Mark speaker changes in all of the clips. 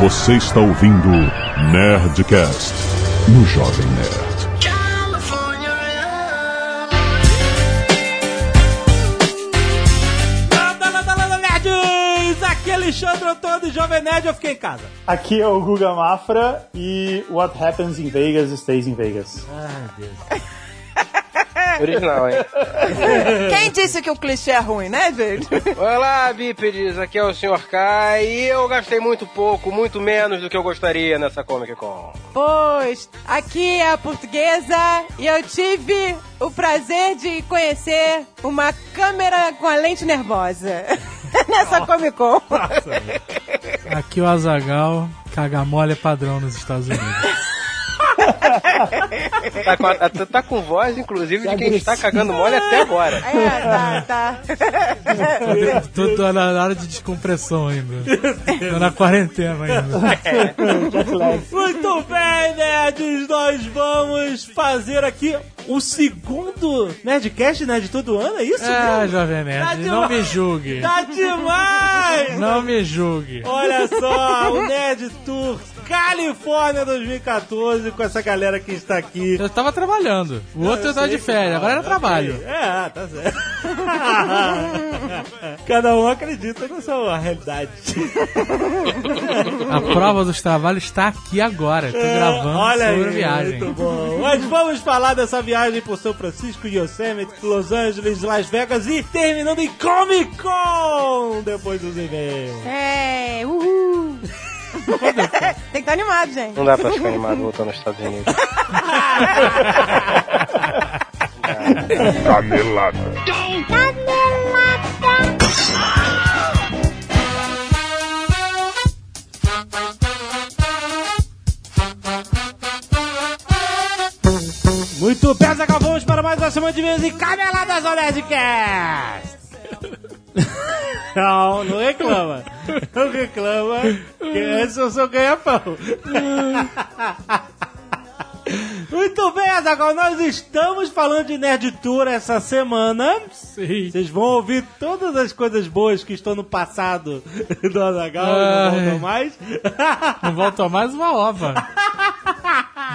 Speaker 1: Você está ouvindo Nerdcast no Jovem Nerd.
Speaker 2: Landa, landa, landa, nerds! Aqui é Alexandre Antônio, Jovem Nerd, eu fiquei em casa.
Speaker 3: Aqui é o Guga Mafra e What Happens in Vegas Stays in Vegas.
Speaker 2: Ai, Deus.
Speaker 4: Original, hein?
Speaker 5: Quem disse que o clichê é ruim, né, gente?
Speaker 4: Olá, bípedes, aqui é o Sr. K e eu gastei muito pouco, muito menos do que eu gostaria nessa Comic Con.
Speaker 6: Pois, aqui é a portuguesa e eu tive o prazer de conhecer uma câmera com a lente nervosa. Nessa Comic Con.
Speaker 7: Aqui é o Azagal, cagamole é padrão nos Estados Unidos.
Speaker 4: Tá com, a- tá- tá com voz, inclusive, de quem está cagando mole até agora.
Speaker 6: É, tá, tá.
Speaker 7: Tô, tô na hora de descompressão ainda. Tô na quarentena ainda.
Speaker 2: Muito bem, nerds! Nós vamos fazer aqui o segundo Nerdcast, Nerd, todo ano, é isso?
Speaker 7: Ah,
Speaker 2: mesmo? Tá
Speaker 7: Jovem Nerd,
Speaker 2: demais.
Speaker 7: não me julgue.
Speaker 2: Tá demais!
Speaker 7: Não me julgue.
Speaker 2: Olha só, o Nerd Tour Califórnia 2014 com essa galera que está aqui.
Speaker 7: Eu tava trabalhando. O outro eu tava de férias, agora era
Speaker 2: tá.
Speaker 7: trabalho.
Speaker 2: É, tá certo. Cada um acredita na sua realidade.
Speaker 7: A prova dos trabalhos tá aqui agora. Tô gravando
Speaker 2: É, Olha
Speaker 7: sobre
Speaker 2: aí,
Speaker 7: viagem.
Speaker 2: Muito bom. Mas vamos falar dessa viagem por São Francisco, Yosemite, Los Angeles, Las Vegas e terminando em Comic Con depois dos e-mails.
Speaker 6: É, uhul. Tem que estar animado, gente.
Speaker 4: Não dá pra ficar animado voltando aos Estados Unidos.
Speaker 1: Canelada.
Speaker 2: Muito bem, Zagal, vamos para mais uma semana de vez e caneladas ao Nerdcast. Não, não reclama. Não reclama, que antes eu sou ganha-pão. Muito bem, Azagal, nós estamos falando de Nerd Tour essa semana.
Speaker 7: Sim.
Speaker 2: Vocês vão ouvir todas as coisas boas que estão no passado do Azagal e não
Speaker 7: Ai.
Speaker 2: voltam mais.
Speaker 7: Não volta mais uma ova.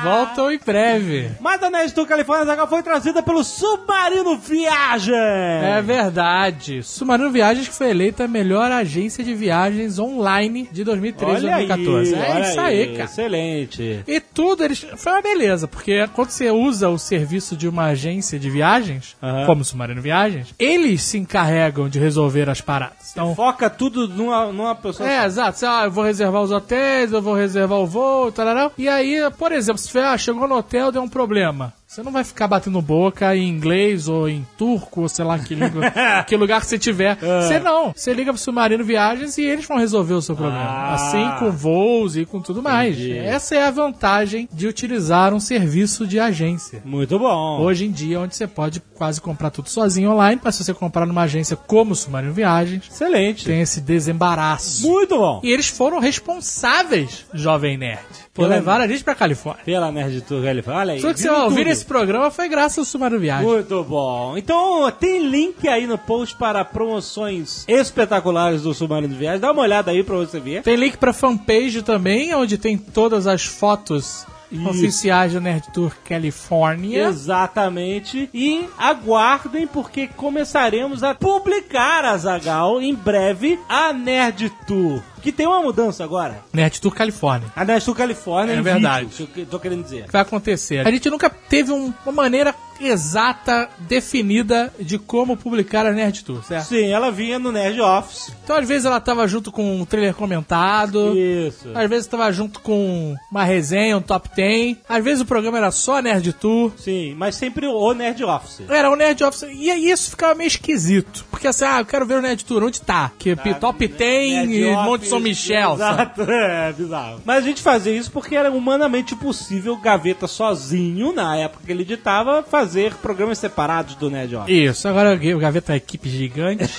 Speaker 7: Voltam em breve.
Speaker 2: Mas a Nerd Tour Califórnia Azagal foi trazida pelo Submarino Viagem.
Speaker 7: É verdade. Submarino Viagens que foi eleita a melhor agência de viagens online de 2013
Speaker 2: Olha
Speaker 7: a 2014.
Speaker 2: aí,
Speaker 7: é
Speaker 2: olha
Speaker 7: isso aí, cara.
Speaker 2: Excelente.
Speaker 7: E tudo eles. Foi uma beleza, porque quando você usa o serviço de uma agência de viagens,
Speaker 2: Aham.
Speaker 7: como o Submarino Viagens, eles se encarregam de resolver as paradas. Então.
Speaker 2: Foca tudo numa, numa pessoa
Speaker 7: É,
Speaker 2: só.
Speaker 7: exato. Sei lá, eu vou reservar os hotéis, eu vou reservar o voo, tarará. E aí, por exemplo, se tiver, ah, chegou no hotel, deu um problema. Você não vai ficar batendo boca em inglês ou em turco, ou sei lá que, língua,
Speaker 2: Ah.
Speaker 7: que lugar que você tiver. Você não. Você liga pro Submarino Viagens e eles vão resolver o seu problema.
Speaker 2: Ah.
Speaker 7: Assim com voos e com tudo mais.
Speaker 2: Entendi.
Speaker 7: Essa é a vantagem de utilizar um serviço de agência.
Speaker 2: Muito bom.
Speaker 7: Hoje em dia, onde você pode quase comprar tudo sozinho online, mas se você comprar numa agência como o Submarino Viagens,
Speaker 2: Excelente.
Speaker 7: tem esse desembaraço.
Speaker 2: Muito bom.
Speaker 7: E eles foram responsáveis, Jovem Nerd, por
Speaker 2: Pela-
Speaker 7: levar a gente pra Califórnia.
Speaker 2: Pela Nerd Tour Califórnia. Olha aí.
Speaker 7: Só que você
Speaker 2: viu
Speaker 7: ouvir
Speaker 2: tudo.
Speaker 7: esse programa foi graças ao Sumário Viagem.
Speaker 2: Muito bom. Então, tem link aí no post para promoções espetaculares do Submarino Viagem. Dá uma olhada aí pra você ver.
Speaker 7: Tem link pra fanpage também, onde tem todas as fotos
Speaker 2: Isso.
Speaker 7: oficiais do Nerd Tour Califórnia.
Speaker 2: Exatamente. E aguardem, porque começaremos a publicar a Zagal em breve a Nerd Tour. Que tem uma mudança agora.
Speaker 7: Nerd Tour Califórnia.
Speaker 2: A Nerd Tour Califórnia
Speaker 7: É
Speaker 2: em
Speaker 7: verdade.
Speaker 2: vídeo, que eu tô querendo dizer.
Speaker 7: que vai acontecer. A gente nunca teve um- uma maneira exata, definida de como publicar a Nerd Tour, certo?
Speaker 2: Sim, ela vinha no Nerd Office.
Speaker 7: Então, às vezes, ela tava junto com um trailer comentado.
Speaker 2: Isso.
Speaker 7: Às vezes tava junto com uma resenha, um top 10. Às vezes o programa era só Nerd Tour.
Speaker 2: Sim, mas sempre o Nerd Office.
Speaker 7: Era o Nerd Office. E aí isso ficava meio esquisito. Porque assim, ah, eu quero ver o Nerd Tour. Onde tá? Que top 10
Speaker 2: Nerd
Speaker 7: e
Speaker 2: Office,
Speaker 7: Monte São Michel. sabe?
Speaker 2: Exato, é bizarro. Mas a gente fazia isso porque era humanamente possível Gaveta sozinho, na época que ele editava, fazer programas separados do Nerd Office.
Speaker 7: Isso, agora o Gaveta é uma equipe gigante.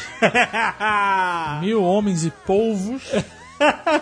Speaker 7: mil homens e polvos.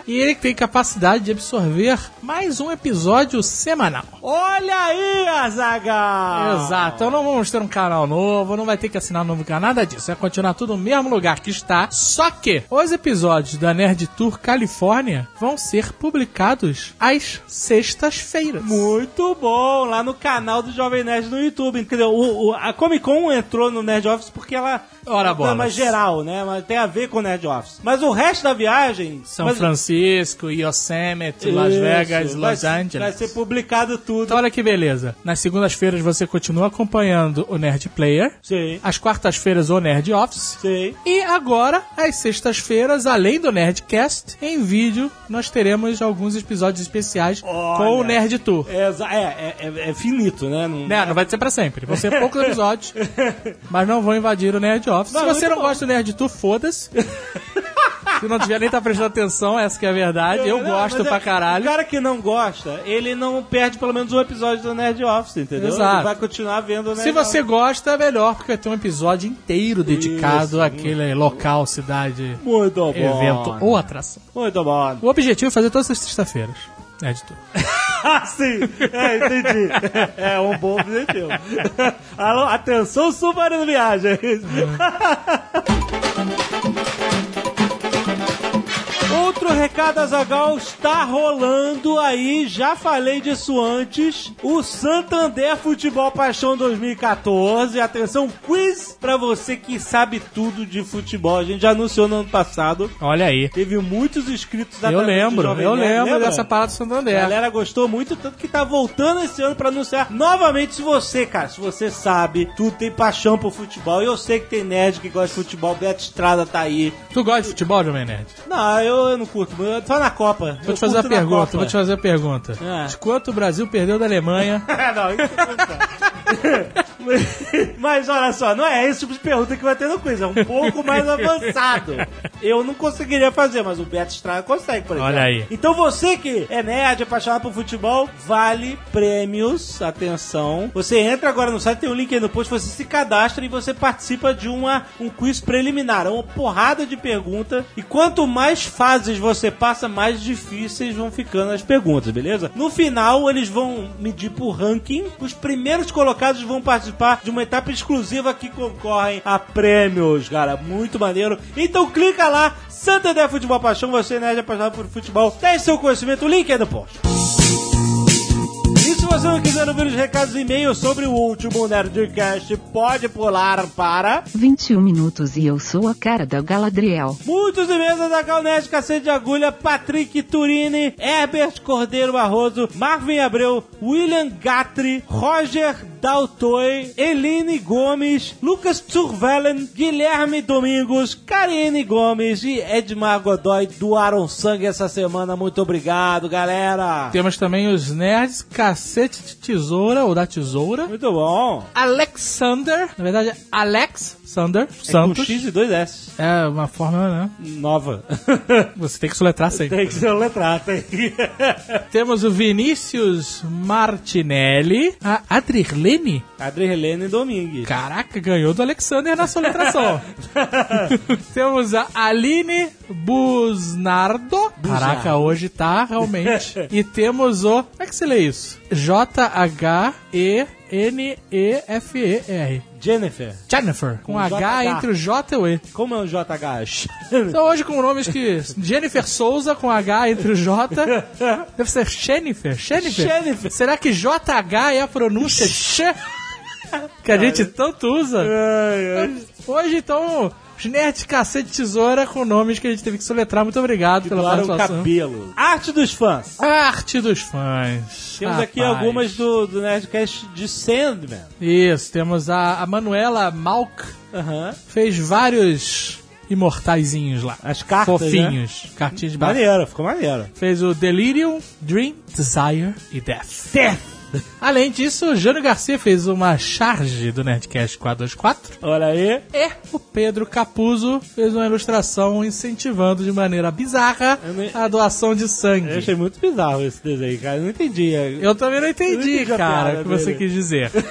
Speaker 7: e ele tem capacidade de absorver mais um episódio semanal.
Speaker 2: Olha aí, Azagal!
Speaker 7: Exato, então não vamos ter um canal novo, não vai ter que assinar um novo canal, nada disso. É continuar tudo no mesmo lugar que está. Só que os episódios da Nerd Tour Califórnia vão ser publicados às sextas-feiras.
Speaker 2: Muito bom, lá no canal do Jovem Nerd no YouTube. Entendeu? O, o- a Comic Con entrou no Nerd Office porque ela
Speaker 7: Ora, bolas.
Speaker 2: mais geral, né? Mas tem a ver com o Nerd Office. Mas o resto da viagem.
Speaker 7: São
Speaker 2: mas-
Speaker 7: Francisco, Yosemite, Las
Speaker 2: Isso,
Speaker 7: Vegas,
Speaker 2: vai-
Speaker 7: Los Angeles.
Speaker 2: Vai ser publicado tudo.
Speaker 7: Então olha que beleza. Nas segundas-feiras você continua acompanhando o Nerd Player.
Speaker 2: Sei,
Speaker 7: Às quartas-feiras o Nerd Office.
Speaker 2: sei.
Speaker 7: E agora, às sextas-feiras, além do Nerdcast, em vídeo, nós teremos alguns episódios especiais com o Nerd Tour.
Speaker 2: É, exa- é, é, é- é finito, né? Não-
Speaker 7: Né, não vai ser pra sempre. Vão ser poucos episódios, mas não vão invadir o Nerd Office.
Speaker 2: Não,
Speaker 7: Se você
Speaker 2: muito
Speaker 7: não
Speaker 2: bom.
Speaker 7: gosta do Nerd Tour, foda-se. Se não tiver nem tá prestando atenção, essa que é a verdade. Eu
Speaker 2: Não,
Speaker 7: gosto
Speaker 2: mas é-
Speaker 7: pra caralho.
Speaker 2: O cara que não gosta, ele não perde pelo menos um episódio do Nerd Office, entendeu?
Speaker 7: Exato.
Speaker 2: Ele vai continuar vendo o Nerd
Speaker 7: Se você
Speaker 2: Office.
Speaker 7: gosta, é melhor, porque vai ter um episódio inteiro dedicado
Speaker 2: Isso.
Speaker 7: àquele local, cidade,
Speaker 2: Muito bom.
Speaker 7: evento ou atração.
Speaker 2: Muito bom.
Speaker 7: O objetivo é fazer todas as sextas-feiras. É de tudo.
Speaker 2: Ah, sim. É, entendi. É um bom objetivo. Alô, atenção, submarino viagem. Outro recado, Azagal, está rolando aí, já falei disso antes, o Santander Futebol Paixão 2014. Atenção, quiz pra você que sabe tudo de futebol. A gente já anunciou no ano passado,
Speaker 7: Olha aí.
Speaker 2: teve muitos inscritos
Speaker 7: Eu
Speaker 2: através do
Speaker 7: lembro,
Speaker 2: Jovem
Speaker 7: eu
Speaker 2: Nerd.
Speaker 7: lembro
Speaker 2: Lembra?
Speaker 7: dessa parada do
Speaker 2: A
Speaker 7: Santander.
Speaker 2: galera gostou muito, tanto que tá voltando esse ano pra anunciar novamente. Se você, cara, se você sabe, tu tem paixão por futebol. e Eu sei que tem nerd que gosta de futebol, Beto Estrada tá aí.
Speaker 7: Tu gosta de futebol, Jovem Nerd?
Speaker 2: Não, eu, eu não curto, muito, só na Copa.
Speaker 7: Vou te fazer uma pergunta, vou te fazer uma pergunta.
Speaker 2: Ah.
Speaker 7: De quanto o Brasil perdeu da Alemanha?
Speaker 2: fazer. É, não, isso não tá. Mas olha só, não é esse tipo de pergunta que vai ter no quiz, é um pouco mais avançado. Eu não conseguiria fazer, mas o Beto Estrada consegue, por exemplo.
Speaker 7: Olha aí.
Speaker 2: Então você que é nerd, apaixonado por futebol, vale prêmios, atenção. Você entra agora no site, tem um link aí no post, você se cadastra e você participa de uma, um quiz preliminar. É uma porrada de pergunta. E quanto mais fases você passa, mais difíceis vão ficando as perguntas, beleza? No final, eles vão medir por ranking. Os primeiros colocados vão participar de uma etapa exclusiva que concorrem a prêmios, cara. Muito maneiro. Então clica lá, Santander Futebol Paixão, você é nerd apaixonado por futebol, tem seu conhecimento, o link é no post. E se você não quiser ouvir os recados e e-mails sobre o último Nerdcast, pode pular para
Speaker 8: 21 minutos e eu sou a cara da Galadriel.
Speaker 2: muitos e-mails da Calnet, Cacete de Agulha, Patrick Turini, Herbert Cordeiro Barroso, Marvin Abreu, William Gatri, Roger Daltoy, Eline Gomes, Lucas Turvelen, Guilherme Domingos, Karine Gomes e Edmar Godoy doaram sangue essa semana. Muito obrigado, galera!
Speaker 7: Temos também os nerds cacete de tesoura ou da tesoura.
Speaker 2: Muito bom!
Speaker 7: Alexander, na verdade, Alex Sander
Speaker 2: É com
Speaker 7: Santos.
Speaker 2: X e dois S.
Speaker 7: É uma forma, né?
Speaker 2: Nova.
Speaker 7: Você tem que soletrar sempre.
Speaker 2: Tem que ser um letrado, hein?
Speaker 7: Temos o Vinícius Martinelli, a Adrilene.
Speaker 2: Adrielene Domingues.
Speaker 7: Caraca, ganhou do Alexander na soletração. Temos a Aline Busnardo. Caraca, hoje tá realmente. e temos o. Como é que se lê isso? J-H-E-N-E-F-E-R.
Speaker 2: Jennifer.
Speaker 7: Jennifer. Com
Speaker 2: Com
Speaker 7: H
Speaker 2: JH.
Speaker 7: entre o J e o E.
Speaker 2: Como é um JH?
Speaker 7: Então hoje com nomes que. Jennifer Souza com H entre o J. Deve ser Jennifer. Jennifer.
Speaker 2: Jennifer.
Speaker 7: Será que JH é a pronúncia X? Que a gente tanto usa. Hoje então, os nerds cacete tesoura com nomes que a gente teve que soletrar. Muito obrigado pela
Speaker 2: Claro, um o
Speaker 7: participação.
Speaker 2: cabelo. Arte dos fãs.
Speaker 7: Arte dos fãs.
Speaker 2: Temos aqui
Speaker 7: Rapaz.
Speaker 2: algumas do, do Nerdcast de Sandman.
Speaker 7: Isso, temos a, a Manuela Malk.
Speaker 2: Aham.
Speaker 7: Fez vários imortaizinhos lá.
Speaker 2: As cartas, né?
Speaker 7: Fofinhos. Cartinhas de baralho.
Speaker 2: Maneiro, ficou maneiro.
Speaker 7: Fez o Delirium, Dream, Desire e Death. Além disso, o Jânio Garcia fez uma charge do Nerdcast 424
Speaker 2: Olha aí.
Speaker 7: e o Pedro Capuzzo fez uma ilustração incentivando de maneira bizarra
Speaker 2: Eu não-
Speaker 7: a doação de
Speaker 2: Eu
Speaker 7: sangue.
Speaker 2: achei muito bizarro esse desenho, cara. Eu não entendi.
Speaker 7: Eu também não
Speaker 2: Eu não
Speaker 7: entendi,
Speaker 2: entendi a
Speaker 7: cara, o
Speaker 2: piada
Speaker 7: que você
Speaker 2: dele.
Speaker 7: quis dizer.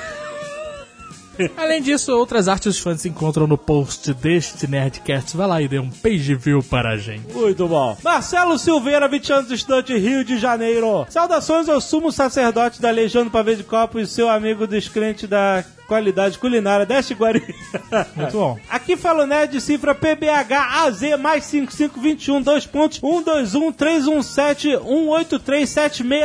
Speaker 7: Além disso, outras artes os fãs se encontram no post deste Nerdcast. Vai lá e dê um page view para a gente.
Speaker 2: Muito bom. Marcelo Silveira, 20 anos, estudante Rio de Janeiro. Saudações ao sumo sacerdote da Legião do Pavê de Copo e seu amigo descrente da qualidade culinária deste Guarani.
Speaker 7: Muito bom.
Speaker 2: Aqui fala o Nerd Cifra PBH AZ mais 5521, 2 um, pontos, 121, 317, 183,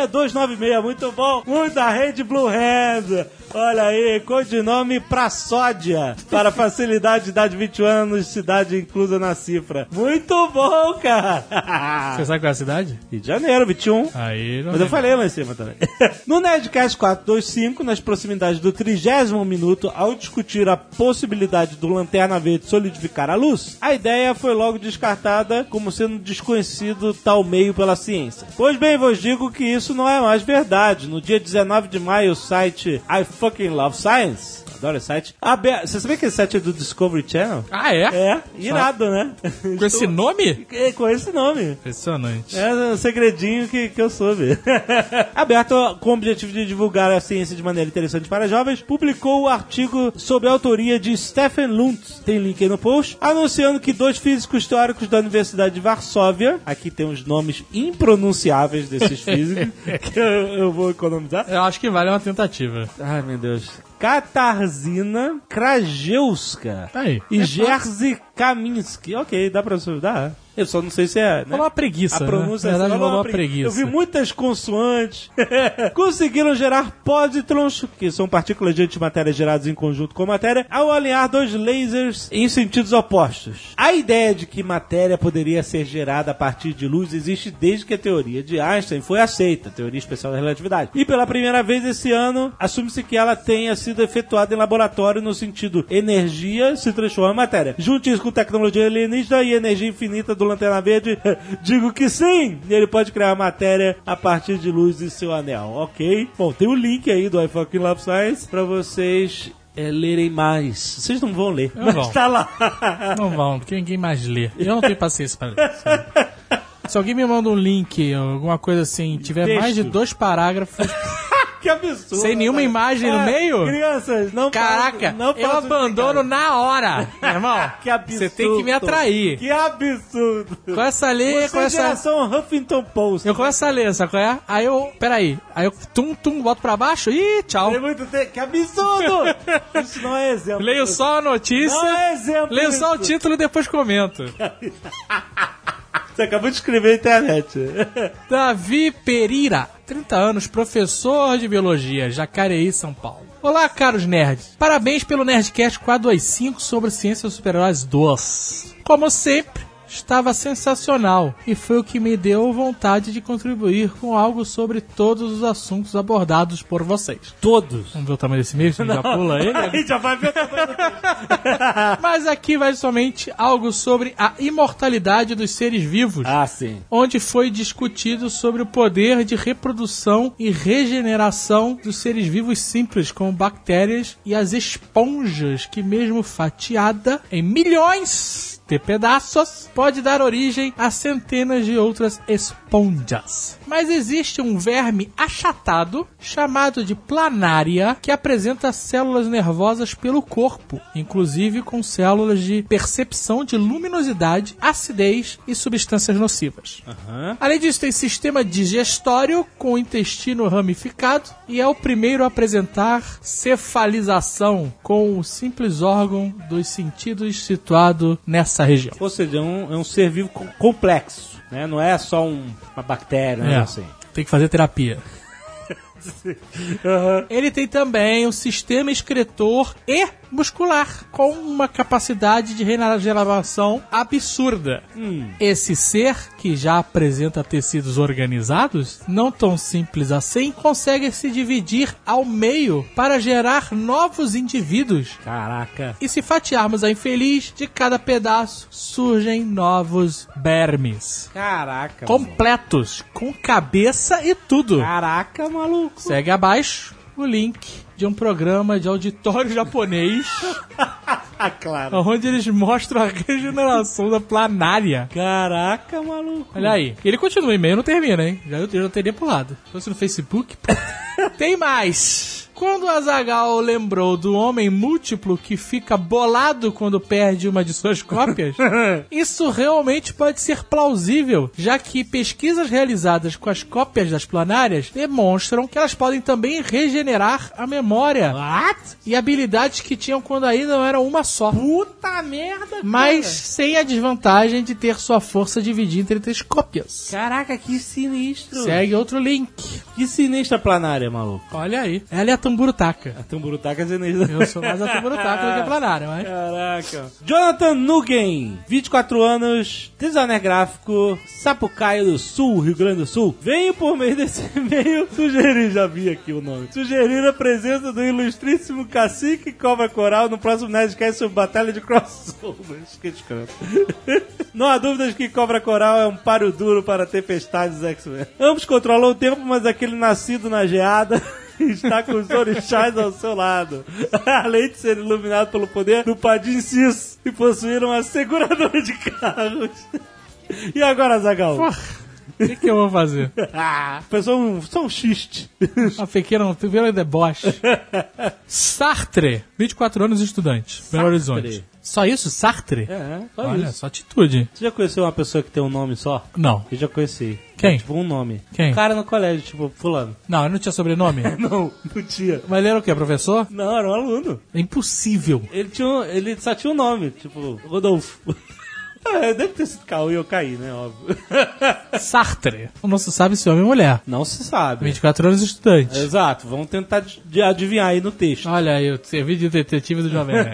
Speaker 2: 76296. Muito bom. Um da rede Blue Hand. Olha aí, codinome pra sódia. Para facilidade, idade 20 anos, cidade inclusa na cifra. Muito bom, cara.
Speaker 7: Você sabe qual é a cidade?
Speaker 2: Rio de Janeiro, 21.
Speaker 7: Aí, não
Speaker 2: Mas eu falei lá em cima também. No Nerdcast 425, nas proximidades do trigésimo minuto, ao discutir a possibilidade do Lanterna Verde solidificar a luz, a ideia foi logo descartada como sendo desconhecido tal meio pela ciência. Pois bem, vos digo que isso não é mais verdade. No dia 19 de maio, o site I Fucking Love Science, adoro esse site, abe- você sabia que esse site é do Discovery Channel?
Speaker 7: Ah, é?
Speaker 2: É, irado, né?
Speaker 7: Com esse nome?
Speaker 2: É, Com esse nome.
Speaker 7: Impressionante.
Speaker 2: É um segredinho que, que eu soube. Aberto com o objetivo de divulgar a ciência de maneira interessante para jovens, publicou o artigo sob a autoria de Stephen Luntz, tem link aí no post, anunciando que dois físicos teóricos da Universidade de Varsóvia, aqui tem os nomes impronunciáveis desses físicos, que eu, eu vou economizar.
Speaker 7: Eu acho que vale uma tentativa.
Speaker 2: Ai, meu Deus. Katarzyna Krajewska
Speaker 7: Tá aí.
Speaker 2: e Jerzy Kaminski. Ok, dá pra dá. Eu só não sei se é. né?
Speaker 7: Falou uma preguiça.
Speaker 2: A pronúncia
Speaker 7: né? Na verdade,
Speaker 2: falou
Speaker 7: rolou uma
Speaker 2: pregui-
Speaker 7: preguiça.
Speaker 2: Eu vi muitas consoantes. Conseguiram gerar pósitrons, que são partículas de antimatéria geradas em conjunto com matéria, ao alinhar dois lasers em sentidos opostos. A ideia de que matéria poderia ser gerada a partir de luz existe desde que a teoria de Einstein foi aceita, a teoria especial da relatividade. E pela primeira vez esse ano, assume-se que ela tenha sido efetuada em laboratório no sentido energia se transforma em matéria. Junte isso com tecnologia alienígena e energia infinita do Lanterna Verde, digo que sim! Ele pode criar matéria a partir de luz e seu anel, ok? Bom, tem o link aí do iPhone Love Science pra vocês é, lerem mais. Vocês não vão ler,
Speaker 7: Eu
Speaker 2: mas
Speaker 7: vou.
Speaker 2: tá lá.
Speaker 7: Não vão, porque ninguém mais lê. Eu não tenho paciência pra ler. Sério. Se alguém me manda um link, alguma coisa assim, tiver
Speaker 2: Texto.
Speaker 7: mais de dois parágrafos,
Speaker 2: que absurdo!
Speaker 7: sem nenhuma
Speaker 2: cara.
Speaker 7: imagem no
Speaker 2: É,
Speaker 7: meio,
Speaker 2: Crianças, não
Speaker 7: caraca,
Speaker 2: façam- não
Speaker 7: eu
Speaker 2: façam isso,
Speaker 7: abandono
Speaker 2: cara.
Speaker 7: na hora, meu irmão.
Speaker 2: Que absurdo!
Speaker 7: Você tem que me atrair.
Speaker 2: Que absurdo!
Speaker 7: Com essa lei,
Speaker 2: Você
Speaker 7: com
Speaker 2: é
Speaker 7: essa...
Speaker 2: geração Huffington Post.
Speaker 7: Eu começo a ler, sabe qual é? Aí eu, peraí, aí eu tum, tum, boto pra baixo e tchau.
Speaker 2: Tem muito tempo. Que absurdo! Isso não é exemplo.
Speaker 7: Leio só a
Speaker 2: Não
Speaker 7: notícia,
Speaker 2: é exemplo.
Speaker 7: leio só o
Speaker 2: isso.
Speaker 7: título e depois comento.
Speaker 2: Você acabou de escrever na internet.
Speaker 7: Davi Perira, 30 anos, professor de biologia, Jacareí, São Paulo. Olá, caros nerds. Parabéns pelo Nerdcast 425 sobre ciência dos super-heróis 2. Como sempre, estava sensacional e foi o que me deu vontade de contribuir com algo sobre todos os assuntos abordados por vocês.
Speaker 2: Todos.
Speaker 7: Vamos ver o tamanho desse mês? Já pula ele?
Speaker 2: Aí já vai ver o tamanho do texto.
Speaker 7: Mas aqui vai somente algo sobre a imortalidade dos seres vivos.
Speaker 2: Ah, sim.
Speaker 7: onde foi discutido sobre o poder de reprodução e regeneração dos seres vivos simples, como bactérias e as esponjas, que mesmo fatiada em milhões de pedaços, pode dar origem a centenas de outras esponjas. Mas existe um verme achatado, chamado de planária, que apresenta células nervosas pelo corpo, inclusive com células de percepção de luminosidade, acidez e substâncias nocivas.
Speaker 2: Ah.
Speaker 7: Além disso, tem sistema digestório com o intestino ramificado e é o primeiro a apresentar cefalização com o simples órgão dos sentidos situado nessa região.
Speaker 2: Ou seja, é um, é um ser vivo com- complexo. Né? Não é só um- uma bactéria,
Speaker 7: É.
Speaker 2: né? Assim.
Speaker 7: Tem que fazer terapia. Ele tem também um sistema excretor e muscular, com uma capacidade de regeneração absurda. Esse ser, que já apresenta tecidos organizados, não tão simples assim, consegue se dividir ao meio para gerar novos indivíduos.
Speaker 2: Caraca.
Speaker 7: E se fatiarmos a infeliz, de cada pedaço surgem novos bermes.
Speaker 2: Caraca. mano.
Speaker 7: Completos, com cabeça e tudo.
Speaker 2: Caraca, maluco.
Speaker 7: Segue abaixo o link de um programa de auditório japonês,
Speaker 2: Ah, claro.
Speaker 7: onde eles mostram a regeneração da planária.
Speaker 2: Caraca, maluco.
Speaker 7: Olha aí. Ele continua o e-mail, não termina, hein? Já eu já teria pulado. Se fosse no Facebook, pô, Tem mais. Quando Azagal lembrou do homem múltiplo que fica bolado quando perde uma de suas cópias, isso realmente pode ser plausível, já que pesquisas realizadas com as cópias das planárias demonstram que elas podem também regenerar a memória e habilidades que tinham quando ainda não era uma só.
Speaker 2: Puta merda,
Speaker 7: Mas sem a desvantagem de ter sua força dividida entre três cópias.
Speaker 2: Caraca, que sinistro.
Speaker 7: Segue outro link.
Speaker 2: Que sinistra planária, maluco.
Speaker 7: Olha aí. Ela é a tamburutaca.
Speaker 2: A tamburutaca é sinistra.
Speaker 7: Eu sou mais a tamburutaca do que a planária, mas...
Speaker 2: Caraca. Jonathan Nugen, 24 anos, designer gráfico, Sapucaia do Sul, Rio Grande do Sul. Veio por meio desse e-mail sugerir, já vi aqui o nome, sugerir a presença do ilustríssimo cacique Cobra Coral no próximo Nerdcast sobre Batalha de Crossovers. Que descanso. Não há dúvidas que Cobra Coral é um páreo duro para tempestades X-Men. Ambos controlam o tempo, mas aquele nascido na geada... está com os orixás ao seu lado. Além de ser iluminado pelo poder do Padim Cis e possuir uma seguradora de carros. E agora, Zagal?
Speaker 7: O que, que eu vou fazer?
Speaker 2: Foi só um, só um xiste.
Speaker 7: Uma pequena, primeiro deboche. Sartre, 24 anos estudante, Belo Horizonte. Só isso? Sartre?
Speaker 2: É, só
Speaker 7: Olha,
Speaker 2: isso.
Speaker 7: só atitude.
Speaker 2: Você já conheceu uma pessoa que tem um nome só?
Speaker 7: Não.
Speaker 2: Eu já conheci.
Speaker 7: Quem?
Speaker 2: É, tipo, um nome.
Speaker 7: Quem?
Speaker 2: Um cara no colégio, tipo, fulano.
Speaker 7: Não, ele não tinha sobrenome?
Speaker 2: Não, não tinha.
Speaker 7: Mas ele era o quê, professor?
Speaker 2: Não, era um aluno.
Speaker 7: É impossível.
Speaker 2: Ele, tinha um- ele só tinha um nome, tipo, Rodolfo. É, Deve ter sido Cauê eu caí, né? Óbvio.
Speaker 7: Sartre. Não se sabe se é homem ou mulher.
Speaker 2: Não se sabe.
Speaker 7: 24 anos estudante.
Speaker 2: Exato, vamos tentar de- de adivinhar aí no texto.
Speaker 7: Olha aí, o serviço de detetive do Jovem Nerd.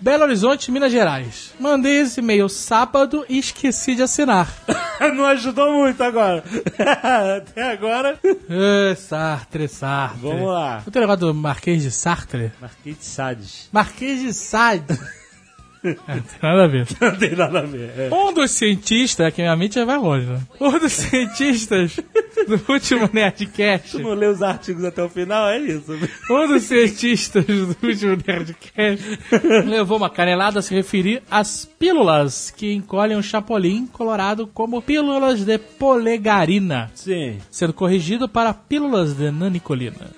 Speaker 7: Belo Horizonte, Minas Gerais. Mandei esse e-mail sábado e esqueci de assinar.
Speaker 2: Não ajudou muito agora. Até agora.
Speaker 7: Ê, Sartre, Sartre.
Speaker 2: Vamos lá.
Speaker 7: Não tem negócio do Marquês de Sartre?
Speaker 2: Marquês de Sades.
Speaker 7: Marquês de Sade. É, não tem nada a ver.
Speaker 2: Não tem nada a ver. é.
Speaker 7: Um dos cientistas, que minha mente já vai longe, né? Um dos cientistas do último Nerdcast.
Speaker 2: Tu não lê os artigos até o final, é isso.
Speaker 7: Um dos cientistas do último Nerdcast levou uma canelada a se referir às pílulas que encolhem o Chapolin colorado como pílulas de polegarina.
Speaker 2: Sim.
Speaker 7: Sendo corrigido para pílulas de nanicolina.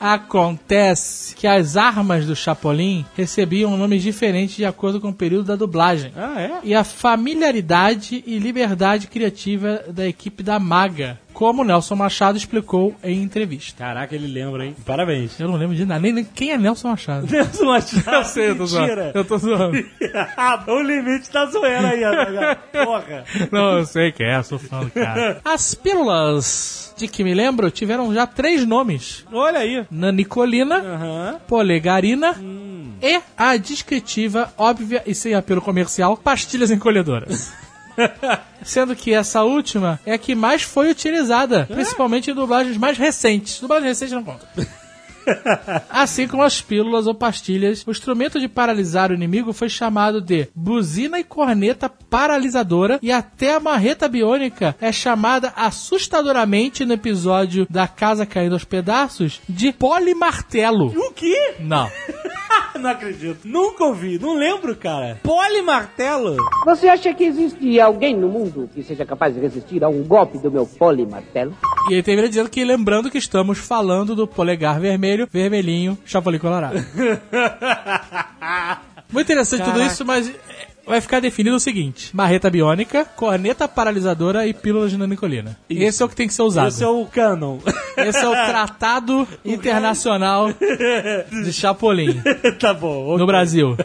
Speaker 7: Acontece que as armas do Chapolin recebiam nomes diferentes de acordo com o período da dublagem.
Speaker 2: Ah, é?
Speaker 7: E a familiaridade e liberdade criativa da equipe da Maga, como Nelson Machado explicou em entrevista.
Speaker 2: Caraca, ele lembra, hein? Parabéns.
Speaker 7: Eu não lembro de nada, nem, nem quem é Nelson Machado.
Speaker 2: Nelson Machado.
Speaker 7: Eu sei, eu tô zoando.
Speaker 2: Mentira.
Speaker 7: Eu tô zoando.
Speaker 2: o limite tá zoando aí, Azaghal. Porra.
Speaker 7: Não, eu sei quem é, sou fã do cara. As pílulas, de que me lembro, tiveram já três nomes:
Speaker 2: Olha aí.
Speaker 7: Nanicolina,
Speaker 2: Aham.
Speaker 7: Polegarina e a descritiva, óbvia e sem apelo comercial, pastilhas encolhedoras. Sendo que essa última é a que mais foi utilizada, principalmente em dublagens mais recentes. Dublagem recente não conta. Assim como as pílulas ou pastilhas, o instrumento de paralisar o inimigo foi chamado de buzina e corneta paralisadora e até a marreta biônica é chamada assustadoramente no episódio da casa caindo aos pedaços de polimartelo.
Speaker 2: O quê?
Speaker 7: Não.
Speaker 2: Ah, Não acredito. Nunca ouvi. Não lembro, cara. Polimartelo.
Speaker 9: Você acha que existe alguém no mundo que seja capaz de resistir a um golpe do meu polimartelo?
Speaker 7: E ele termina dizendo que, lembrando que estamos falando do polegar vermelho, vermelhinho, chapolim colorado. Muito interessante tudo isso, mas eh, vai ficar definido o seguinte: marreta biônica, corneta paralisadora e pílula de nanicolina. Esse é o que tem que ser usado.
Speaker 2: Esse é o canon.
Speaker 7: Esse é o Tratado Internacional de Chapolin
Speaker 2: tá bom.
Speaker 7: no Brasil.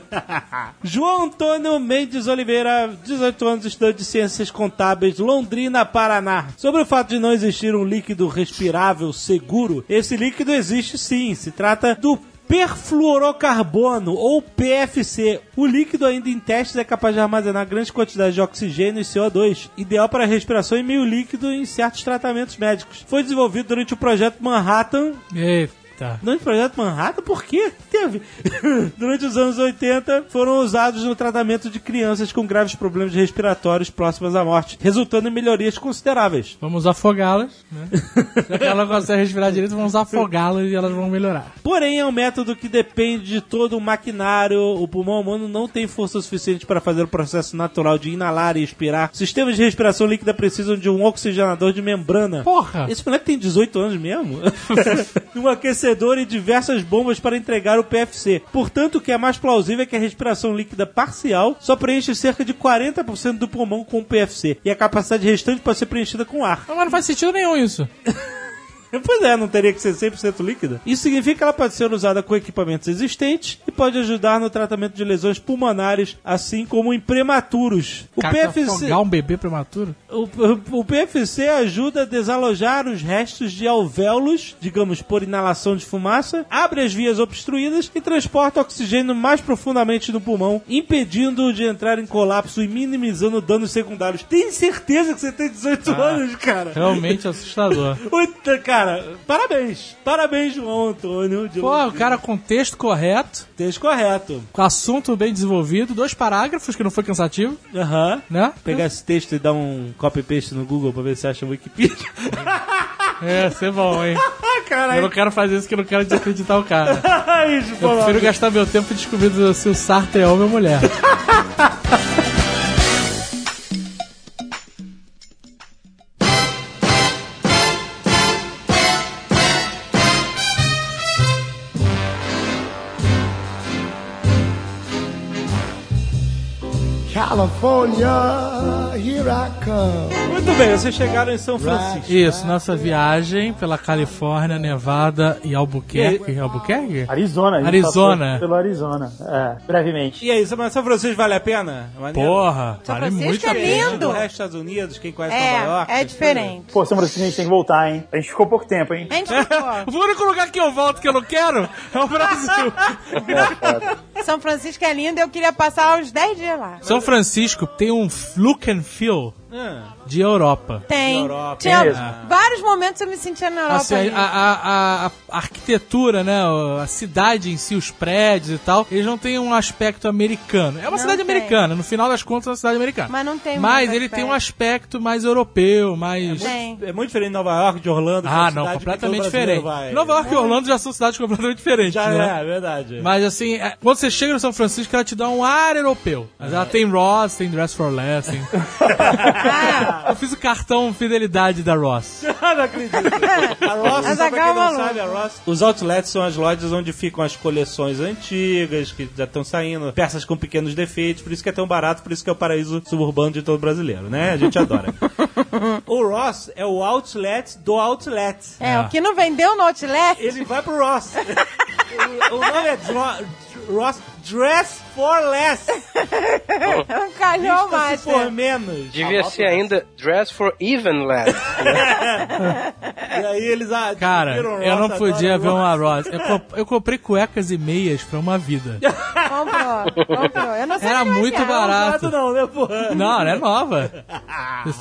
Speaker 2: João Antônio Mendes Oliveira, 18 anos, estudante de Ciências Contábeis, Londrina, Paraná. Sobre o fato de não existir um líquido respirável seguro, esse líquido existe sim. Se trata do perfluorocarbono, ou PFC. O líquido ainda em testes é capaz de armazenar grandes quantidades de oxigênio e CO2, ideal para a respiração e meio líquido em certos tratamentos médicos. Foi desenvolvido durante o projeto Manhattan
Speaker 7: Eita.
Speaker 2: Durante o Projeto Manhattan? Por quê? Teve. Durante os anos 80, foram usados no tratamento de crianças com graves problemas respiratórios próximas à morte, resultando em melhorias consideráveis.
Speaker 7: Vamos afogá-las, né? Já que ela não consegue respirar direito, vamos afogá-las e elas vão melhorar.
Speaker 2: Porém, é um método que depende de todo o maquinário. O pulmão humano não tem força suficiente para fazer o processo natural de inalar e expirar. Sistemas de respiração líquida precisam de um oxigenador de membrana.
Speaker 7: Porra!
Speaker 2: Esse moleque tem 18 anos mesmo? um acendedor e diversas bombas para entregar o PFC. Portanto, o que é mais plausível é que a respiração líquida parcial só preenche cerca de 40% do pulmão com o PFC e a capacidade restante pode ser preenchida com ar.
Speaker 7: Não, mas não faz sentido nenhum isso.
Speaker 2: Pois é, não teria que ser 100% líquida. Isso significa que ela pode ser usada com equipamentos existentes e pode ajudar no tratamento de lesões pulmonares, assim como em prematuros. O
Speaker 7: Cara,
Speaker 2: PFC,
Speaker 7: afogar um bebê prematuro?
Speaker 2: o, o- o PFC ajuda a desalojar os restos de alvéolos, digamos, por inalação de fumaça, abre as vias obstruídas e transporta oxigênio mais profundamente no pulmão, impedindo-o de entrar em colapso e minimizando danos secundários. Tem certeza que você tem 18 anos, cara?
Speaker 7: Ah, Realmente assustador.
Speaker 2: Puta, cara, parabéns. Parabéns, João Antônio. De
Speaker 7: Pô, o cara com texto correto,
Speaker 2: Texto correto.
Speaker 7: com assunto bem desenvolvido, dois parágrafos que não foi cansativo,
Speaker 2: Aham.
Speaker 7: né?
Speaker 2: Pegar esse texto e dar um copy-paste no Google pra ver se acha Wikipedia.
Speaker 7: É, ser bom, hein? Eu
Speaker 2: Caralho,
Speaker 7: não quero fazer isso que eu não quero desacreditar o cara.
Speaker 2: isso,
Speaker 7: Eu prefiro gastar meu tempo descobrindo se o Sartre é homem ou mulher.
Speaker 2: Muito bem, vocês chegaram em São Francisco.
Speaker 7: Isso, nossa viagem pela Califórnia, Nevada e Albuquerque. Albuquerque?
Speaker 3: Arizona. a gente
Speaker 7: Arizona.
Speaker 3: passou Pelo Arizona. É, brevemente.
Speaker 2: E aí, São mas São Francisco vale a pena? É né? maneiro?
Speaker 7: Porra,
Speaker 6: São
Speaker 7: vale
Speaker 6: Francisco
Speaker 7: muito a
Speaker 6: é
Speaker 7: pena.
Speaker 2: Diferente Do
Speaker 6: lindo.
Speaker 2: resto dos Estados Unidos, quem conhece Nova York.
Speaker 6: É, é
Speaker 2: essas
Speaker 6: diferente.
Speaker 3: Pô, São Francisco, a gente tem que voltar, hein? A gente ficou pouco tempo, hein?
Speaker 6: A gente ficou.
Speaker 7: O único lugar que eu volto que eu não quero é o Brasil.
Speaker 6: São Francisco é lindo, eu queria passar uns 10 dias lá.
Speaker 7: São Francisco tem um look and feel
Speaker 2: coisas. Ah,
Speaker 7: de Europa.
Speaker 6: Tem.
Speaker 2: Europa,
Speaker 6: Tinha
Speaker 3: mesmo.
Speaker 6: vários momentos eu me sentia na Europa.
Speaker 7: Assim,
Speaker 6: ali.
Speaker 7: a, a- a- a arquitetura, né? A cidade em si, os prédios e tal, eles não têm um aspecto americano. É uma
Speaker 6: Não
Speaker 7: cidade
Speaker 6: tem.
Speaker 7: americana, no final das contas é uma cidade americana.
Speaker 6: Mas não tem
Speaker 7: Mas
Speaker 6: muito
Speaker 7: ele tem um
Speaker 6: aspecto.
Speaker 7: aspecto mais europeu, mais.
Speaker 6: Tem.
Speaker 2: É muito diferente de Nova York, de Orlando. que é uma
Speaker 7: ah, não,
Speaker 2: cidade que
Speaker 7: completamente
Speaker 2: todo brasileiro
Speaker 7: diferente.
Speaker 2: vai.
Speaker 7: Nova York e Orlando já são cidades completamente diferentes.
Speaker 2: Já
Speaker 7: né?
Speaker 2: é, é verdade.
Speaker 7: Mas assim, é- quando você chega no São Francisco, ela te dá um ar europeu.
Speaker 2: É.
Speaker 7: Mas ela tem Ross, tem Dress for Less, tem... Eu fiz o cartão fidelidade da Ross.
Speaker 2: Ah, não acredito. A Ross,
Speaker 6: Mas
Speaker 2: só pra
Speaker 6: a
Speaker 2: quem não
Speaker 6: Gama não.
Speaker 2: sabe, a Ross... Os outlets são as lojas onde ficam as coleções antigas, que já estão saindo, peças com pequenos defeitos, por isso que é tão barato, por isso que é o paraíso suburbano de todo brasileiro, né? A gente adora. o Ross é o outlet do outlet.
Speaker 6: É, o que não vendeu no Outlet,
Speaker 2: Ele vai pro Ross. o, o nome é Dro- Ross Dress for Less.
Speaker 7: tá
Speaker 6: calhou
Speaker 2: Vista-se
Speaker 6: mais.
Speaker 2: por
Speaker 6: né?
Speaker 2: menos.
Speaker 4: Devia ser ainda Dress for Even Less.
Speaker 2: E aí eles ah,
Speaker 7: Cara,
Speaker 2: viram
Speaker 7: eu não
Speaker 2: Ross,
Speaker 7: podia
Speaker 2: adoram Ross.
Speaker 7: ver uma Ross. Eu, comp- eu comprei cuecas e meias pra uma vida.
Speaker 6: né? Comprou, comprou. Eu não sei é
Speaker 7: Era
Speaker 6: se vai
Speaker 7: muito
Speaker 6: ser.
Speaker 2: Barato
Speaker 7: barato.
Speaker 2: não, né, porra?
Speaker 7: Não, ela é nova.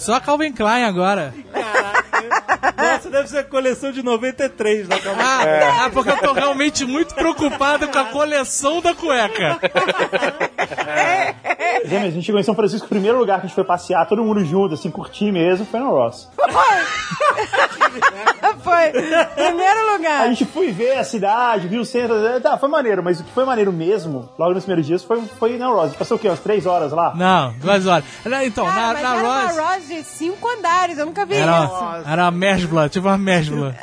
Speaker 7: Só Calvin Klein agora.
Speaker 2: Caraca. Nossa, deve ser a coleção de 93 da Calvin
Speaker 7: Ah,
Speaker 2: Klein.
Speaker 7: ah, porque eu tô realmente muito preocupado com a coleção da cueca.
Speaker 3: Gêmeos, a gente chegou em São Francisco, o primeiro lugar que a gente foi passear, todo mundo junto, assim, curtir mesmo, foi na Ross.
Speaker 6: Foi. Primeiro
Speaker 7: É.
Speaker 3: A
Speaker 6: lugar.
Speaker 3: gente foi ver a cidade, viu o centro, eh, tá, foi maneiro, mas o que foi maneiro mesmo, logo nos primeiros dias, foi, foi na Ross. A gente passou o quê? Umas três horas lá?
Speaker 7: Não, duas horas. Não, Então,
Speaker 6: Cara,
Speaker 7: na,
Speaker 6: Ah, mas
Speaker 7: na
Speaker 6: era
Speaker 7: Ross.
Speaker 6: uma Ross de cinco andares, eu nunca vi
Speaker 7: Era,
Speaker 6: isso.
Speaker 7: uma- era uma mesbla, tipo uma mesbla.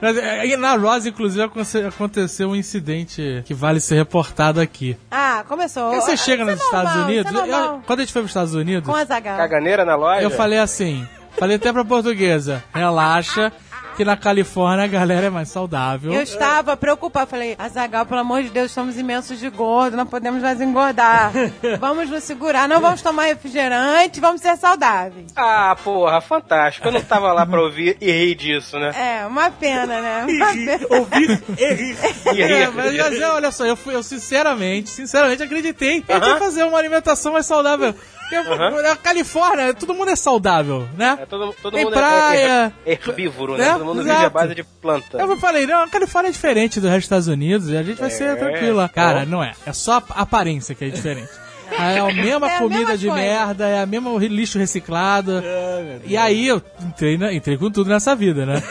Speaker 7: Mas, é, aí na Rose, inclusive, aconte- aconteceu um incidente que vale ser reportado aqui.
Speaker 6: Ah, começou.
Speaker 7: Quando você chega
Speaker 6: Isso é
Speaker 7: nos Estados
Speaker 6: normal,
Speaker 7: Unidos,
Speaker 6: isso é normal.
Speaker 7: eu- quando a gente foi para os Estados Unidos,
Speaker 6: Com a Zagal.
Speaker 4: Caganeira na loja.
Speaker 7: eu falei assim, falei até pra portuguesa, relaxa, que na Califórnia a galera é mais saudável.
Speaker 6: Eu estava preocupada. Falei, Azagal, pelo amor de Deus, estamos imensos de gordo, não podemos mais engordar. vamos nos segurar, não vamos tomar refrigerante, vamos ser saudáveis.
Speaker 4: Ah, porra, fantástico. Eu não tava lá pra ouvir e rir disso, né?
Speaker 6: É, uma pena, né? Uma pena.
Speaker 2: Ouvir e rir.
Speaker 4: E
Speaker 7: É,
Speaker 4: rir.
Speaker 7: mas, mas, é, olha só, eu, fui, eu sinceramente, sinceramente acreditei que a gente ia fazer uma alimentação mais saudável. Porque na Califórnia, todo mundo é saudável, né?
Speaker 4: É, todo todo
Speaker 7: Tem
Speaker 4: mundo é-
Speaker 7: praia.
Speaker 4: é herbívoro, né?
Speaker 7: É,
Speaker 4: Todo mundo
Speaker 7: exato.
Speaker 4: vive à base de planta.
Speaker 7: Eu falei, não, a Califórnia é diferente do resto dos Estados Unidos e a gente vai
Speaker 4: É.
Speaker 7: ser tranquila. Cara, não é. É só a aparência que é diferente. É a mesma
Speaker 6: É a
Speaker 7: comida
Speaker 6: mesma
Speaker 7: de
Speaker 6: coisa.
Speaker 7: merda, é a mesma ri- lixo reciclado.
Speaker 2: Ah.
Speaker 7: e aí eu entrei, na- entrei com tudo nessa vida, né?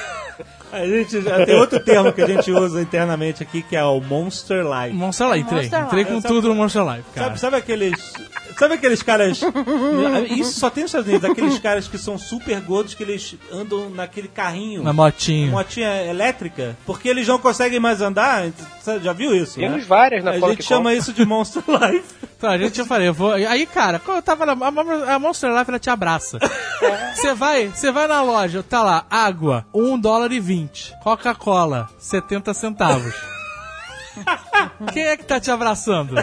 Speaker 2: A gente já tem outro termo que a gente usa internamente aqui, que é o Monster Life.
Speaker 7: Monster Life, entrei.
Speaker 6: Monster
Speaker 7: entrei
Speaker 6: Life.
Speaker 7: com tudo no Monster Life, cara.
Speaker 2: Sabe, sabe aqueles... Sabe aqueles caras. Isso só tem nos Estados Unidos, aqueles caras que são super gordos que eles andam naquele carrinho.
Speaker 7: Na motinha.
Speaker 2: motinha elétrica, porque eles não conseguem mais andar. Você já viu isso?
Speaker 4: Temos
Speaker 2: né?
Speaker 4: várias na
Speaker 2: A
Speaker 4: Comic
Speaker 2: gente chama isso de Monster Life.
Speaker 7: Então, a gente, eu falei, eu vou... Aí, cara, quando eu tava na... A a Monster Life, ela te abraça. Você vai, você vai na loja, tá lá, água, 1 dólar e 20. Coca-Cola, 70 centavos. Quem é que tá te abraçando?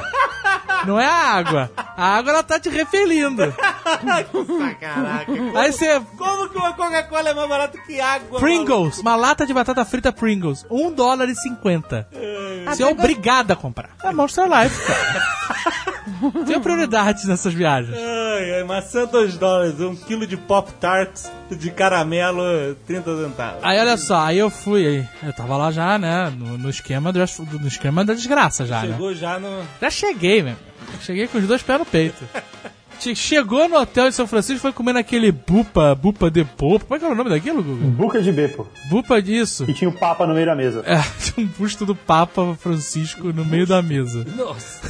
Speaker 7: Não é a água. A água, ela tá te repelindo. Aí você...
Speaker 2: Como que uma Coca-Cola é mais barata que água?
Speaker 7: Pringles, uma lata de batata frita Pringles, 1 dólar e 50. Você é
Speaker 6: Pringles-
Speaker 7: obrigado a comprar. É Monster Life, cara. Tem prioridades nessas viagens.
Speaker 2: Ai, ai, maçã 2 dólares, um quilo de Pop Tarts de caramelo, 30 centavos.
Speaker 7: Aí olha só, aí eu fui, aí eu tava lá já, né, no, no esquema do, no esquema da desgraça já, né?
Speaker 2: Chegou já no.
Speaker 7: Já cheguei, meu. amigo. Cheguei com os dois pés no peito. Che- Chegou no hotel em São Francisco, foi comendo aquele bupa, bupa de popa. Como é que era o nome daquilo, Gugu?
Speaker 3: Buca de Bepo.
Speaker 7: Bupa disso.
Speaker 3: E tinha o Papa no meio da mesa.
Speaker 7: É, tinha um busto do Papa Francisco no meio da mesa.
Speaker 2: Nossa,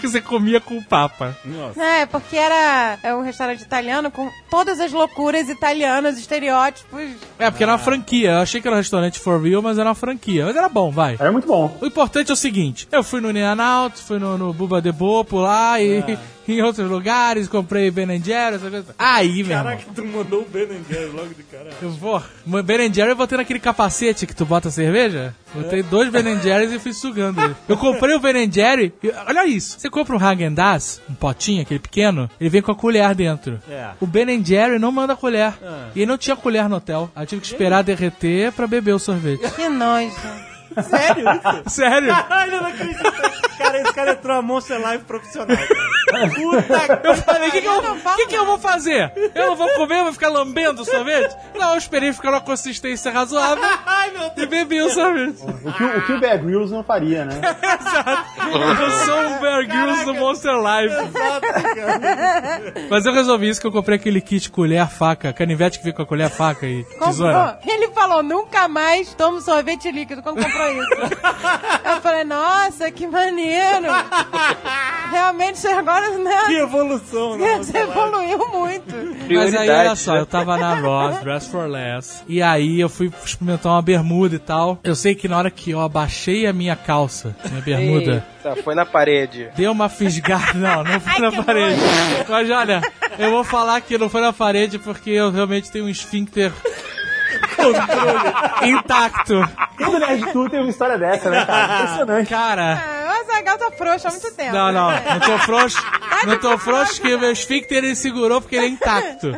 Speaker 7: Que Você comia com o Papa.
Speaker 2: nossa.
Speaker 6: É, porque era é um restaurante italiano com todas as loucuras italianas, estereótipos.
Speaker 7: É, porque era
Speaker 2: Ah.
Speaker 7: uma franquia. Eu achei que era um restaurante for real, mas era uma franquia. Mas era bom, vai.
Speaker 3: Era muito bom.
Speaker 7: O importante é o seguinte: eu fui no Neanaut, fui no, no Buba de Bopo lá e
Speaker 2: Ah.
Speaker 7: em outros lugares, comprei Ben Jerry, essa coisa. Aí, meu irmão,
Speaker 2: Caraca, tu mandou o Ben Jerry logo de cara.
Speaker 7: eu vou. Ben Jerry eu botei naquele capacete que tu bota a cerveja. Botei dois Ben Jerry's e fui sugando. ele. Eu comprei o Ben Jerry, e olha isso: você compra um Hagen Dazs, um potinho, aquele pequeno, ele vem com a colher dentro.
Speaker 2: É.
Speaker 7: O Ben Jerry não manda colher.
Speaker 2: Ah.
Speaker 7: E não tinha colher no hotel. Aí eu tive que esperar derreter pra beber o sorvete.
Speaker 6: Que nojo.
Speaker 2: Sério isso?
Speaker 7: Sério?
Speaker 2: Caralho, eu não acredito. Cara, esse cara entrou a Monster Life profissional. cara. Puta que
Speaker 7: Eu falei, o que, que, eu-
Speaker 6: Eu não falo
Speaker 7: que que eu vou fazer? Eu não vou comer, vou ficar lambendo o sorvete? Não, eu esperei ficar numa consistência razoável
Speaker 2: Ai, meu
Speaker 7: e
Speaker 2: Deus.
Speaker 7: bebi o sorvete.
Speaker 3: O que, o que
Speaker 7: Ah.
Speaker 3: o Bear Grylls não faria, né?
Speaker 7: Eu sou um Bear Grylls do Monster Life. Mas eu resolvi isso que eu comprei aquele kit colher, faca, canivete que vem com a colher, faca e tesoura.
Speaker 6: Comprou. Ele falou, nunca mais tomo sorvete líquido. Quando comprou isso? Eu falei, nossa, que maneiro. Realmente, agora,
Speaker 2: Que
Speaker 6: né?
Speaker 2: evolução, né?
Speaker 6: Você evoluiu muito.
Speaker 7: Mas aí, olha só,
Speaker 4: né?
Speaker 7: eu tava na Ross, Dress for Less, e aí eu fui experimentar uma bermuda e tal. Eu sei que na hora que eu abaixei a minha calça, minha bermuda,
Speaker 4: Eita, foi na parede.
Speaker 7: Deu uma fisgada. Não, não foi na parede. Mas olha, eu vou falar que não foi na parede porque eu realmente tenho um esfíncter controle intacto.
Speaker 3: Todo Nerd Tour tem uma história dessa, né, cara? Impressionante.
Speaker 7: Cara.
Speaker 6: Ah, O Zagal tá frouxo há muito tempo.
Speaker 7: Não, não,
Speaker 6: né?
Speaker 7: não tô frouxo. Não tô frouxo que o meu esfíncter ele segurou porque ele é intacto.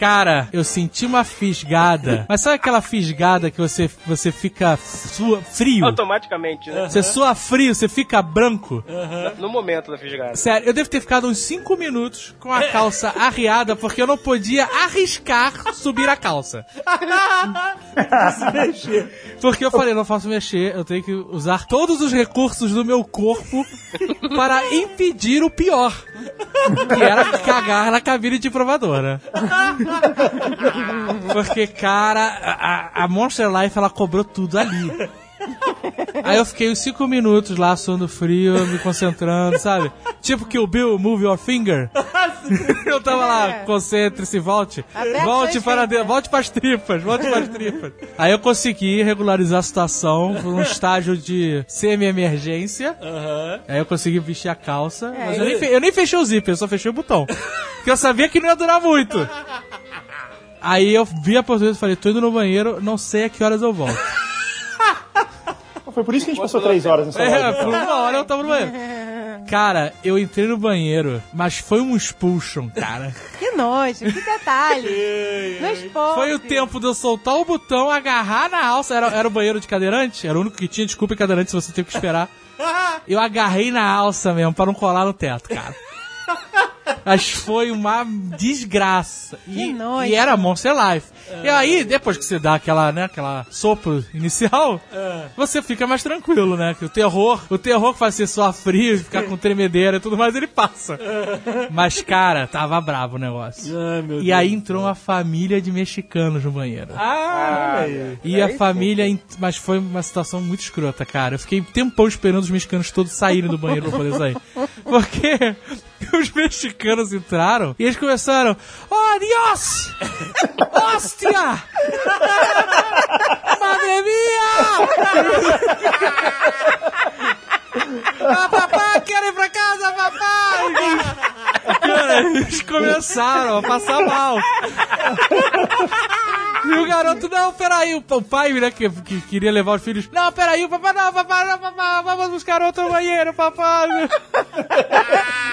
Speaker 7: Cara, eu senti uma fisgada. Mas sabe aquela fisgada que você, você fica sua, frio?
Speaker 4: Automaticamente, né?
Speaker 7: Você sua frio, você fica branco.
Speaker 4: No momento da fisgada.
Speaker 7: Sério, eu devo ter ficado uns 5 minutos com a calça arriada, porque eu não podia arriscar subir a calça. Porque eu falei, não faço mexer, eu tenho que usar todos os recursos do meu corpo para impedir o pior. Que era cagar na cabine de provadora. Porque, cara, a, a Monster Life ela cobrou tudo ali. Aí eu fiquei uns 5 minutos lá suando frio, me concentrando, sabe? Tipo que o Bill Move Your Finger. eu tava lá, concentre-se, volte.
Speaker 6: Aperta
Speaker 7: volte
Speaker 6: seus
Speaker 7: para
Speaker 6: fingers.
Speaker 7: dentro, volte para as tripas, volte para as tripas. Aí eu consegui regularizar a situação por um estágio de semi-emergência. Aí eu consegui vestir a calça, mas eu nem, fe- eu nem fechei o zíper, eu só fechei o botão. Porque eu sabia que não ia durar muito. Aí eu vi a oportunidade e falei, tô indo no banheiro, não sei a que horas eu volto.
Speaker 3: Foi por isso que a gente passou três horas nessa
Speaker 7: É,
Speaker 3: loja.
Speaker 7: por uma hora eu tava no banheiro. Cara, eu entrei no banheiro, mas foi um expulsion, cara.
Speaker 6: Que nojo, que detalhe. Não expõe.
Speaker 7: Foi o tempo de eu soltar o botão, agarrar na alça. Era, era o banheiro de cadeirante? Era o único que tinha. Desculpa, cadeirante, se você teve que esperar. Eu agarrei na alça mesmo, pra não colar no teto, cara. Mas foi uma desgraça.
Speaker 6: Que
Speaker 7: E,
Speaker 6: nojo.
Speaker 7: e era Monster Life. E aí, depois que você dá aquela, né, aquela sopro inicial,
Speaker 6: É.
Speaker 7: você fica mais tranquilo, né? Que o terror, o terror que faz você suar frio, ficar com tremedeira e tudo mais, ele passa.
Speaker 6: É.
Speaker 7: Mas, cara, tava bravo o negócio.
Speaker 2: Ai, meu
Speaker 7: E aí entrou uma família de mexicanos no banheiro.
Speaker 2: Ah, olha aí.
Speaker 7: E a família. ent- Mas foi uma situação muito escrota, cara. Eu fiquei um tempão esperando os mexicanos todos saírem do banheiro pra poder sair. Porque os mexicanos entraram e eles começaram: Oh, Dios! Hostia! Madre mia! Ah, papá, quero ir pra casa, papá! Cara, eles começaram a passar mal. E o garoto, não, peraí, o o pai, né, que, que queria levar os filhos. Não, peraí, o papai, não, papai, não, papai, vamos buscar outro banheiro, papai.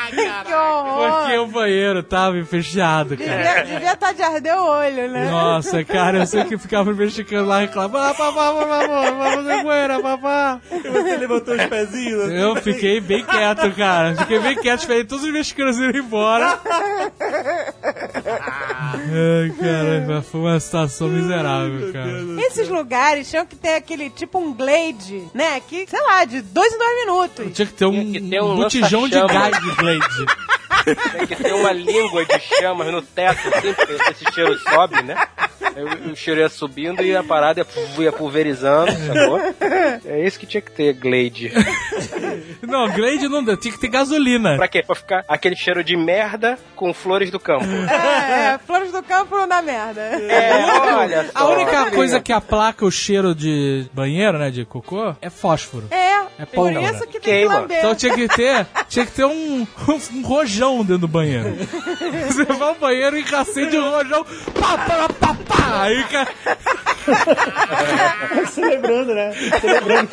Speaker 6: Que horror.
Speaker 7: Porque o banheiro tava fechado, cara.
Speaker 6: Devia, devia estar de arder o olho, né?
Speaker 7: É. Nossa, cara, eu sei que ficava o mexicano lá reclamando, ah, papá, papá, vamos no banheiro, papá.
Speaker 2: Você levantou os pezinhos. né?
Speaker 7: Eu fiquei bem quieto, cara. Fiquei bem quieto, esperei todos os mexicanos irem embora. Ai, cara, mas foi uma situação miserável, cara.
Speaker 6: Esses lugares tinham que ter aquele tipo um glade, né? Que, sei lá, de dois em dois minutos.
Speaker 7: Tinha que ter um,
Speaker 4: Tinha que ter um
Speaker 7: botijão de
Speaker 4: lança-chama.
Speaker 7: gás de Blade.
Speaker 4: Tem que ter uma língua de chamas no teto, assim, porque esse cheiro sobe, né? Aí O, o cheiro ia subindo e a parada ia, pu- ia pulverizando, sacou? É isso que tinha que ter, Glade.
Speaker 7: Não, Glade não dá, tinha que ter gasolina.
Speaker 4: Pra quê? Pra ficar aquele cheiro de merda com flores do campo.
Speaker 6: É, é, flores do campo não dá merda.
Speaker 4: É, olha só.
Speaker 7: A única coisa que aplaca o cheiro de banheiro, né, de cocô, é fósforo.
Speaker 6: É, por
Speaker 7: pólvora.
Speaker 6: isso que tem que
Speaker 4: Queima.
Speaker 6: lamber.
Speaker 7: Então tinha que ter, tinha que ter um, um rojão dentro do banheiro. Você vai ao banheiro e acende o rojão, pá, pá, pá, pá, aí é- cara,
Speaker 3: Celebrando, né? Celebrando.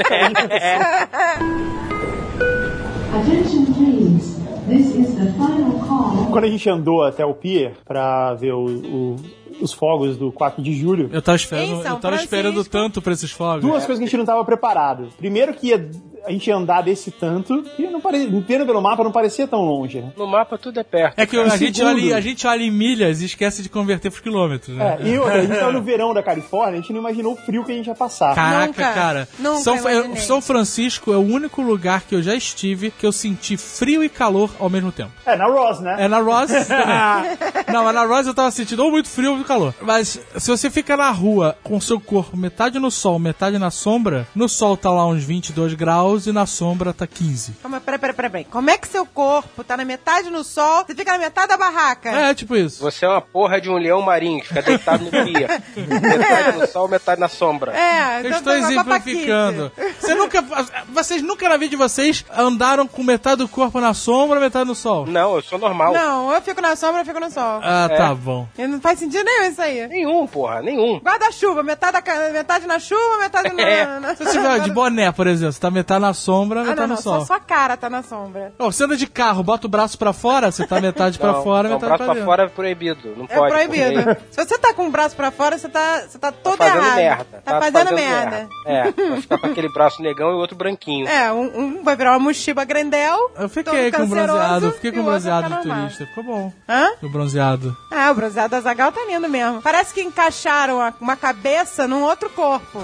Speaker 10: Attention please. This is the final call.
Speaker 3: Quando a gente andou até o pier pra ver o- o- os fogos do 4 de julho,
Speaker 7: Eu tava esperando,
Speaker 6: Em São
Speaker 7: eu tava esperando
Speaker 6: Francisco.
Speaker 7: tanto pra esses fogos.
Speaker 3: duas coisas que a gente não tava preparado. Primeiro que ia- a gente ia andar desse tanto, que não parecia, inteiro pelo mapa não parecia tão longe, né?
Speaker 4: No mapa tudo é perto.
Speaker 7: É que a
Speaker 3: E
Speaker 7: gente,
Speaker 3: segundo-
Speaker 7: olha, em- a gente olha em milhas e esquece de converter por quilômetros, né?
Speaker 3: É, e outra, a gente tava no verão da Califórnia, a gente não imaginou o frio que a gente ia passar.
Speaker 7: Caraca,
Speaker 6: Nunca,
Speaker 7: cara.
Speaker 6: nunca
Speaker 7: São, Fra-
Speaker 6: imaginei.
Speaker 7: São Francisco é o único lugar que eu já estive que eu senti frio e calor ao mesmo tempo.
Speaker 3: É, na Ross, né?
Speaker 7: É na Ross também. Não, mas na Ross eu tava sentindo ou muito frio ou muito calor. Mas se você fica na rua com seu corpo metade no sol, metade na sombra, no sol tá lá uns 22 graus e na sombra tá 15.
Speaker 6: Calma, peraí, peraí, peraí. Como é que seu corpo tá na metade no sol, você fica na metade da barraca?
Speaker 7: É, tipo isso.
Speaker 4: Você é uma porra de um leão marinho que fica deitado no pia. metade no sol, metade na sombra.
Speaker 6: É,
Speaker 7: Eu
Speaker 6: então
Speaker 7: estou
Speaker 6: tá uma
Speaker 7: exemplificando. Você nunca, vocês nunca na vida de vocês andaram com metade do corpo na sombra, metade no sol.
Speaker 4: Não, eu sou normal.
Speaker 6: Não, eu fico na sombra, eu fico no sol.
Speaker 7: Ah, tá bom.
Speaker 6: E Não faz sentido nenhum isso aí.
Speaker 4: Nenhum, porra, nenhum.
Speaker 6: Guarda-chuva, metade, da ca- metade na chuva, metade na.
Speaker 4: É.
Speaker 6: na- na-
Speaker 7: Se você tiver de boné, por exemplo, você tá metade na sombra,
Speaker 6: Ah,
Speaker 7: metade
Speaker 6: não, não,
Speaker 7: no
Speaker 6: só
Speaker 7: sol.
Speaker 6: sua cara tá na sombra.
Speaker 7: Ó, você anda de carro, bota o braço pra fora, você tá metade pra
Speaker 4: Não,
Speaker 7: fora,
Speaker 4: não,
Speaker 7: metade
Speaker 4: braço
Speaker 7: pra
Speaker 4: pra
Speaker 7: dentro.
Speaker 4: fora é proibido. Não
Speaker 6: É
Speaker 4: pode.
Speaker 6: proibido.
Speaker 4: porque
Speaker 6: Se você tá com o braço pra fora, você tá, você tá todo
Speaker 4: Tá fazendo
Speaker 6: errado.
Speaker 4: merda.
Speaker 6: Tá, fazendo, merda.
Speaker 4: É, vai ficar com aquele braço negão e o outro branquinho.
Speaker 6: É, um, um vai virar uma mochiba grandel.
Speaker 7: Eu
Speaker 6: todo
Speaker 7: fiquei com
Speaker 6: canceroso,
Speaker 7: bronzeado, eu fiquei
Speaker 6: e
Speaker 7: com
Speaker 6: o outro
Speaker 7: bronzeado
Speaker 6: fica
Speaker 7: de
Speaker 6: normal.
Speaker 7: turista. Ficou bom.
Speaker 6: Hã?
Speaker 7: O bronzeado.
Speaker 6: Ah, o bronzeado da Zagal tá lindo mesmo. Parece que encaixaram a- uma cabeça num outro corpo.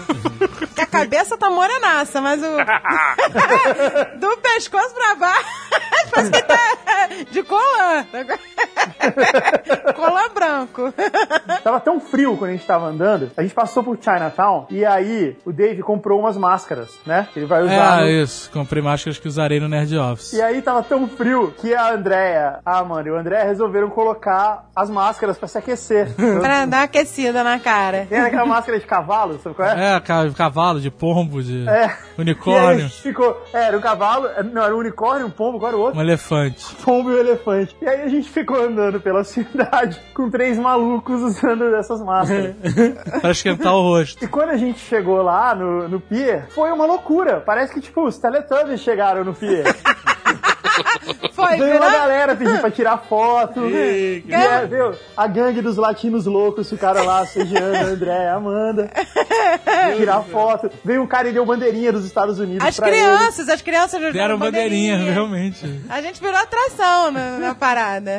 Speaker 6: que a cabeça tá morenaça, mas o. Do pescoço pra baixo. Parece que tá de colã. colã branco.
Speaker 3: Tava tão frio quando a gente tava andando, a gente passou por Chinatown e aí o Dave comprou umas máscaras, né? Ele vai usar.
Speaker 7: É,
Speaker 3: no-
Speaker 7: isso. Comprei máscaras que usarei no Nerd Office.
Speaker 3: E aí tava tão frio que a Andrea, a Amanda e o André resolveram colocar as máscaras pra se aquecer.
Speaker 6: Pra dar uma aquecida na cara.
Speaker 3: Tem aquela máscara de cavalo, sabe qual é?
Speaker 7: É, ca- cavalo, de pombo, de
Speaker 3: É. E aí a
Speaker 7: unicórnio,
Speaker 3: gente ficou. É, era um cavalo, é, não, era um unicórnio, um pombo, qual era o outro?
Speaker 7: um elefante.
Speaker 3: Um pombo e um elefante. E aí a gente ficou andando pela cidade com três malucos usando essas máscaras.
Speaker 7: Pra esquentar o rosto.
Speaker 3: E quando a gente chegou lá no, no pier, foi uma loucura. Parece que, tipo, os Teletubbies chegaram no pier.
Speaker 6: Foi,
Speaker 3: Veio uma
Speaker 6: virou
Speaker 3: galera pedir pra tirar foto. E, é, viu? A gangue dos latinos loucos ficaram lá, sejando André, Amanda. Tirar foto. Veio um cara e deu bandeirinha dos Estados Unidos
Speaker 6: As
Speaker 3: pra ele.
Speaker 6: crianças, as crianças
Speaker 7: Deram bandeirinha, realmente.
Speaker 6: A gente virou atração na, na parada.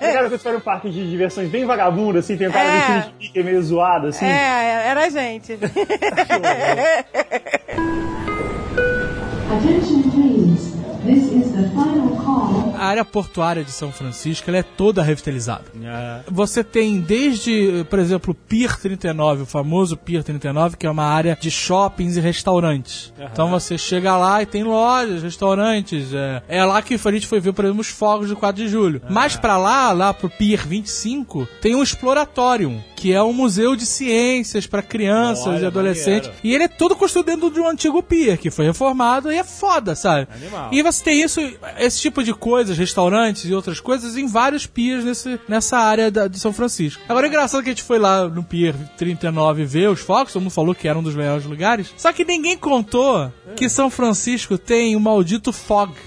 Speaker 3: Cara, quando era um parque de diversões bem vagabundo, assim, tem um cara
Speaker 6: É.
Speaker 3: vestido de Mickey meio zoado, assim.
Speaker 6: É, era a gente.
Speaker 10: Attention please. This is the final call.
Speaker 7: A área portuária de São Francisco ela é toda revitalizada.
Speaker 2: É.
Speaker 7: Você tem desde, por exemplo, o Pier 39, o famoso Pier 39, que é uma área de shoppings e restaurantes.
Speaker 2: Aham.
Speaker 7: Então você chega lá e tem lojas, restaurantes. É, é lá que a gente foi ver, por exemplo, os fogos do 4 de julho.
Speaker 2: É.
Speaker 7: Mais pra lá, lá pro Pier 25, tem um exploratório, que é um museu de ciências pra crianças
Speaker 2: Olha,
Speaker 7: e adolescentes.
Speaker 2: maneiro.
Speaker 7: E ele é todo construído dentro de um antigo pier, que foi reformado e é foda, sabe?
Speaker 2: Animal.
Speaker 7: E você tem isso, esse tipo de coisas, restaurantes e outras coisas, em vários piers nesse, nessa área da- de São Francisco. Agora, é engraçado que a gente foi lá no Pier 39 ver os focos, todo mundo falou que era um dos melhores lugares, só que ninguém contou que São Francisco tem o maldito fog.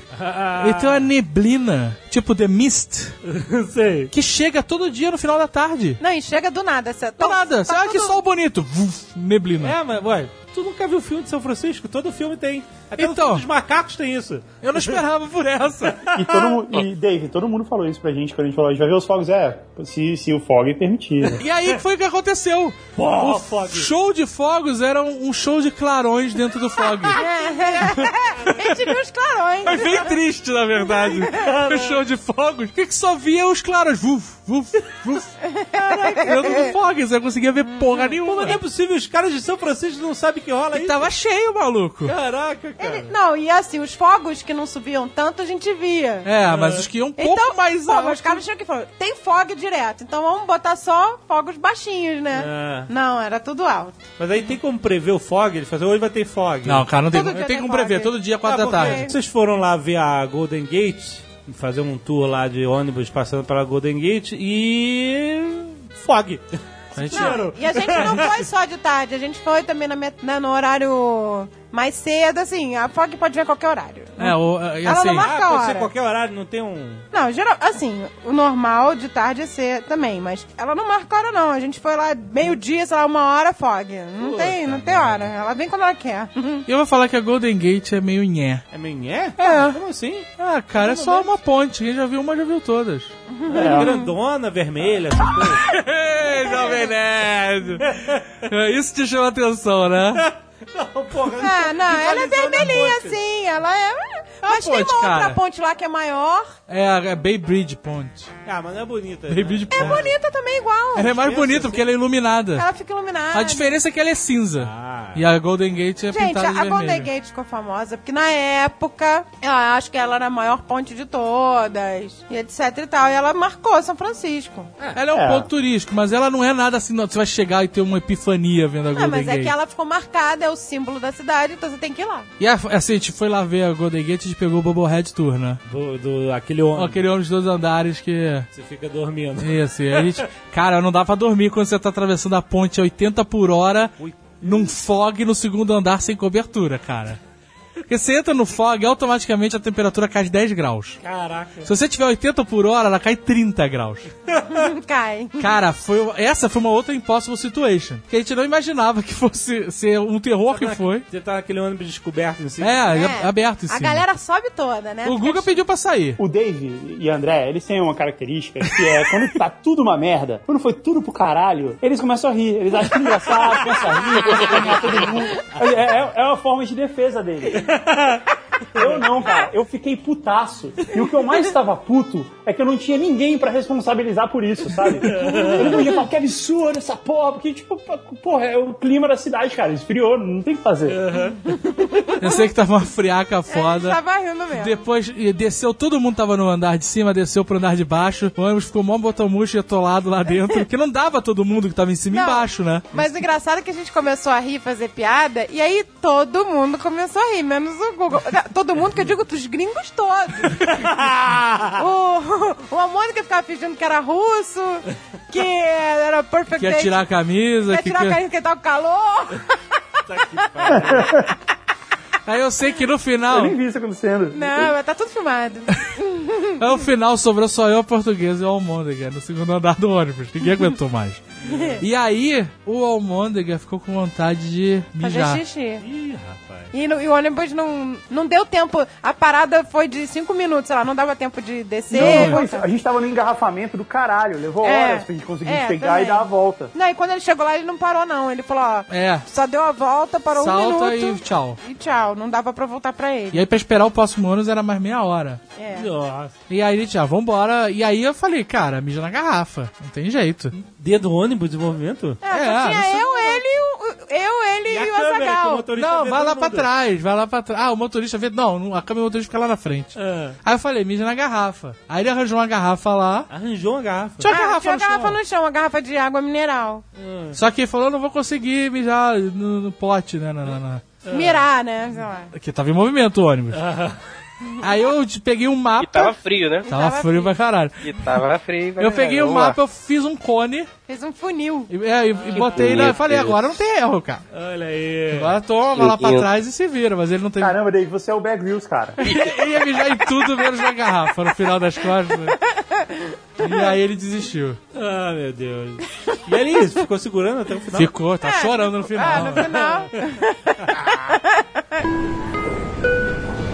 Speaker 7: Ele tem uma neblina, tipo The Mist,
Speaker 2: Sei.
Speaker 7: que chega todo dia no final da tarde.
Speaker 6: Não, e chega do nada. Cê,
Speaker 7: Do nada, sabe que sol bonito, vuf, neblina.
Speaker 2: É, mas, ué, tu nunca viu o filme de São Francisco? Todo filme tem. Até então,
Speaker 7: Então.
Speaker 2: filme dos macacos tem isso.
Speaker 7: Eu não esperava por essa.
Speaker 3: E, todo mundo, e, Dave, todo mundo falou isso pra gente quando a gente falou, a gente vai ver os fogos, é, se, se o fog permitir. né?
Speaker 7: E aí foi o que aconteceu.
Speaker 2: Pô,
Speaker 7: o
Speaker 2: fog.
Speaker 7: show de fogos era um, um show de clarões dentro do fog.
Speaker 6: É, A gente viu os clarões.
Speaker 7: Mas bem triste, na verdade. O show de fogos, que, que só via os clarões. Vuf, vuf, vuf. Dentro do fog, você não conseguia ver porra
Speaker 2: Pô, mas não é
Speaker 7: nenhuma.
Speaker 2: possível, os caras de São Francisco não sabem que rola
Speaker 7: E
Speaker 2: isso.
Speaker 7: tava cheio, maluco.
Speaker 2: Caraca, cara.
Speaker 6: Não, e assim, os fogos que não subiam tanto, a gente via.
Speaker 7: É, mas os que iam um pouco
Speaker 6: então,
Speaker 7: mais
Speaker 6: pô,
Speaker 7: alto.
Speaker 6: os caras tinham que falar, tem fog direto, então vamos botar só fogos baixinhos, né?
Speaker 2: É.
Speaker 6: Não, era tudo alto.
Speaker 2: Mas aí tem como prever o fog? Ele faz, hoje vai ter fog.
Speaker 7: Não, cara, não tem,
Speaker 6: Todo
Speaker 7: como-
Speaker 6: dia
Speaker 7: tem
Speaker 6: tem
Speaker 7: como
Speaker 6: fog.
Speaker 7: prever. Todo dia, quatro
Speaker 2: Ah,
Speaker 7: da
Speaker 2: porque
Speaker 7: tarde.
Speaker 2: Vocês foram lá ver a Golden Gate, fazer um tour lá de ônibus passando pela Golden Gate e. fog.
Speaker 7: A gente-
Speaker 6: Não, e a gente não foi só de tarde, a gente foi também na met- né, no horário mais cedo, assim, a fog pode vir a qualquer horário.
Speaker 7: É, o, e
Speaker 6: Ela
Speaker 7: assim,
Speaker 6: não marca-
Speaker 2: Ah, pode ser
Speaker 6: hora.
Speaker 2: qualquer horário, não tem um.
Speaker 6: Não, geral, assim, o normal de tarde é ser também, mas ela não marca hora não, a gente foi lá meio-dia, sei lá, uma hora, fog. Não tem, não tem hora, ela vem quando ela quer.
Speaker 7: eu vou falar que a Golden Gate é meio nhé.
Speaker 2: É menhé? É. Como assim?
Speaker 7: Ah, cara, é só uma ponte. Quem já viu uma, já viu todas.
Speaker 2: É Grandona, vermelha, essas coisas.
Speaker 7: Ei, Jovem Nerd! É, Isso te chama atenção, né?
Speaker 2: Não, porra,
Speaker 6: Ah, não, ela é
Speaker 2: visualizando a
Speaker 6: vermelhinha
Speaker 2: ponte.
Speaker 6: assim, ela é... Mas tem
Speaker 7: ponte,
Speaker 6: uma outra
Speaker 7: cara.
Speaker 6: ponte lá que é maior,
Speaker 7: É a é Bay Bridge Ponte.
Speaker 2: Ah, mas não é bonita.
Speaker 7: Bay
Speaker 2: né?
Speaker 7: Bridge
Speaker 6: é
Speaker 7: Ponte.
Speaker 6: bonita também igual.
Speaker 7: Ela é mais bonita porque ela é iluminada.
Speaker 6: Ela fica iluminada.
Speaker 7: A diferença é que ela é cinza.
Speaker 2: Ah.
Speaker 7: E a Golden Gate é
Speaker 6: Gente,
Speaker 7: pintada
Speaker 6: a,
Speaker 7: de
Speaker 6: a Golden
Speaker 7: vermelho.
Speaker 6: Gate ficou famosa porque na época, eu acho que ela era a maior ponte de todas, e etc e tal, e ela marcou São Francisco.
Speaker 7: Ela é um
Speaker 3: É.
Speaker 7: ponto turístico, mas ela não é nada assim, não. Você vai chegar e ter uma epifania vendo a
Speaker 6: Ah,
Speaker 7: Golden
Speaker 6: mas
Speaker 7: Gate.
Speaker 6: é que ela ficou marcada, é o símbolo da cidade, então você tem que ir lá.
Speaker 7: E a, assim, a gente foi lá ver a Golden Gate e a gente pegou o Bubblehead Tour, né?
Speaker 2: Do, do- aquele ônibus.
Speaker 7: Aquele ônibus de dois andares que...
Speaker 2: Você fica dormindo.
Speaker 7: Isso, e a gente... Cara, não dá pra dormir quando você tá atravessando a ponte a 80 por hora num fog no segundo andar sem cobertura, cara. Porque você entra no fog, automaticamente a temperatura cai de 10 graus.
Speaker 2: Caraca.
Speaker 7: Se você tiver 80 por hora, ela cai 30 graus.
Speaker 6: Cai.
Speaker 7: Cara, foi, essa foi uma outra impossible situation. Que a gente não imaginava que fosse ser um terror que foi.
Speaker 2: Você tá naquele ônibus descoberto em cima.
Speaker 7: É, é. aberto em
Speaker 6: A
Speaker 7: cima.
Speaker 6: galera sobe toda, né?
Speaker 7: O Guga pediu pra sair.
Speaker 3: O Dave e André, eles têm uma característica que é quando tá tudo uma merda, quando foi tudo pro caralho, eles começam a rir. Eles acham engraçado, começam a rir, começam a caminhar todo mundo. É, é, é uma forma de defesa dele. Eu não, cara. Eu fiquei putaço. E o que eu mais estava puto é que eu não tinha ninguém pra responsabilizar por isso, sabe? Eu não ia falar que absurdo essa porra, porque, tipo, porra, é o clima da cidade, cara. Esfriou, não tem o que fazer.
Speaker 7: Eu sei que tava uma friaca é foda.
Speaker 6: É, Tava rindo mesmo.
Speaker 7: Depois e desceu, todo mundo tava no andar de cima, desceu pro andar de baixo. O ônibus ficou mó botamuxo e atolado lá dentro. que não dava todo mundo que tava em cima e
Speaker 6: Não.
Speaker 7: embaixo, né?
Speaker 6: Mas o engraçado é que a gente começou a rir, fazer piada, e aí todo mundo começou a rir, menos o Google. Ah, Todo mundo, que eu digo, os gringos todos. o, o a Mônica ficava fingindo que era russo, que era perfect
Speaker 7: Quer
Speaker 6: date,
Speaker 7: tirar a
Speaker 6: que
Speaker 7: camisa.
Speaker 6: ia
Speaker 7: que-
Speaker 6: tirar a carinha que tava com calor.
Speaker 7: Aí eu sei que no final,
Speaker 3: Eu nem vi isso acontecendo.
Speaker 6: Não, mas tá tudo filmado.
Speaker 7: é aí no final sobrou só eu, o português e o Almôndega no segundo andar do ônibus. Ninguém aguentou mais. E aí, o Almôndega ficou com vontade de
Speaker 6: Fazer
Speaker 7: mijar.
Speaker 6: xixi.
Speaker 2: Ih, rapaz.
Speaker 6: E, no- e o ônibus não, não deu tempo. A parada foi de cinco minutos, sei lá, não dava tempo de descer.
Speaker 3: Não, não,
Speaker 6: voltar.
Speaker 3: a gente tava no engarrafamento do caralho, levou
Speaker 6: É.
Speaker 3: horas pra gente conseguir
Speaker 6: É,
Speaker 3: pegar
Speaker 6: também.
Speaker 3: e dar a volta.
Speaker 6: Não, e quando ele chegou lá, ele não parou, não. Ele falou, ó,
Speaker 7: É.
Speaker 6: só deu a volta, parou um
Speaker 7: Salta e
Speaker 6: minuto.
Speaker 7: tchau.
Speaker 6: E tchau, não dava pra voltar pra ele.
Speaker 7: E aí, pra esperar o próximo ônibus era mais meia hora.
Speaker 6: É.
Speaker 2: Nossa.
Speaker 7: E aí, ele, já, vambora. E aí, eu falei, cara, mija na garrafa. Não tem jeito.
Speaker 2: Dedo ônibus de movimento?
Speaker 6: É, só
Speaker 7: É,
Speaker 6: tinha
Speaker 7: isso
Speaker 6: eu, ele, e o- eu, ele e,
Speaker 2: a
Speaker 6: o
Speaker 2: câmera que o
Speaker 6: Azagal.
Speaker 2: motorista
Speaker 7: Não,
Speaker 2: vê
Speaker 7: vai
Speaker 2: todo
Speaker 7: lá pra
Speaker 2: mundo?
Speaker 7: trás, vai lá pra trás. Ah, o motorista vê. Não, não, a câmera do motorista fica lá na frente.
Speaker 2: Ah,
Speaker 7: Aí eu falei, mija na garrafa. Aí ele arranjou uma garrafa lá.
Speaker 2: arranjou uma garrafa.
Speaker 7: Tinha uma
Speaker 6: Ah,
Speaker 7: garrafa,
Speaker 6: tinha uma
Speaker 7: no
Speaker 6: garrafa
Speaker 7: chão.
Speaker 6: no chão, uma garrafa de água mineral.
Speaker 7: Só que ele falou, não vou conseguir mijar no, no pote, né? na- na- na-
Speaker 6: Mirar, né? sei lá.
Speaker 7: Porque tava em movimento o ônibus. Aí eu te- peguei um mapa.
Speaker 4: E tava frio, né?
Speaker 7: Tava frio pra caralho.
Speaker 4: E tava frio.
Speaker 7: Eu peguei o
Speaker 4: vamos lá.
Speaker 7: mapa, eu fiz um cone
Speaker 6: Fez um funil.
Speaker 7: e, é, e- e botei lá. Eu
Speaker 4: bonito
Speaker 7: falei,
Speaker 4: isso.
Speaker 7: agora não tem erro, cara.
Speaker 2: Olha aí.
Speaker 7: Agora toma lá pra
Speaker 4: Eu-
Speaker 7: trás e se vira, mas ele não teve.
Speaker 3: Caramba, Dave, você é o Bear Grylls, cara.
Speaker 7: Ele ia mijar em tudo menos na garrafa, no final das costas. E aí ele desistiu.
Speaker 2: Ah, meu Deus. E ele ficou segurando até o final.
Speaker 7: Ficou, tá chorando
Speaker 6: Ah,
Speaker 7: no final.
Speaker 6: no final.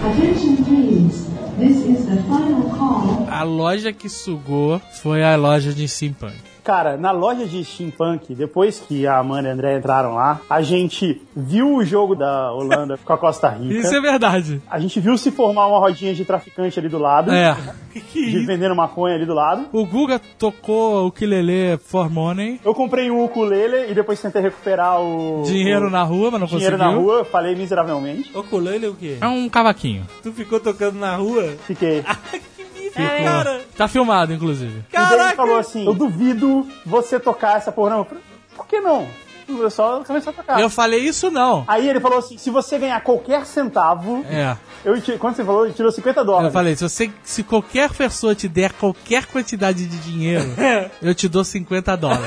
Speaker 10: Attention please. This is the final call.
Speaker 7: A loja que sugou foi a loja de Simpunk.
Speaker 3: Cara, na loja de steampunk, depois que a Amanda e a André entraram lá, a gente viu o jogo da Holanda com a Costa Rica.
Speaker 7: Isso é verdade.
Speaker 3: A gente viu se formar uma rodinha de traficante ali do lado,
Speaker 7: É.
Speaker 3: de vendendo maconha ali do lado.
Speaker 7: O Guga tocou o Kilele For Money.
Speaker 3: Eu comprei um ukulele e depois tentei recuperar o
Speaker 7: Dinheiro
Speaker 3: o
Speaker 7: na rua, mas não
Speaker 3: dinheiro
Speaker 7: conseguiu.
Speaker 3: na rua, falei miseravelmente.
Speaker 2: O colando é o quê?
Speaker 7: É um cavaquinho.
Speaker 2: Tu ficou tocando na rua? É,
Speaker 3: Fiquei.
Speaker 7: Ah, Ficou.
Speaker 2: Cara.
Speaker 7: Tá filmado, inclusive.
Speaker 3: E ele falou assim: Eu duvido você tocar essa porra. Não, eu falei, por que não? Eu só começou a tocar.
Speaker 7: Eu falei isso não.
Speaker 3: Aí ele falou assim: se você ganhar qualquer centavo,
Speaker 7: É.
Speaker 3: eu te... quando você falou, ele tirou 50 dólares.
Speaker 7: Eu falei, se, você, se qualquer pessoa te der qualquer quantidade de dinheiro, eu te dou 50 dólares.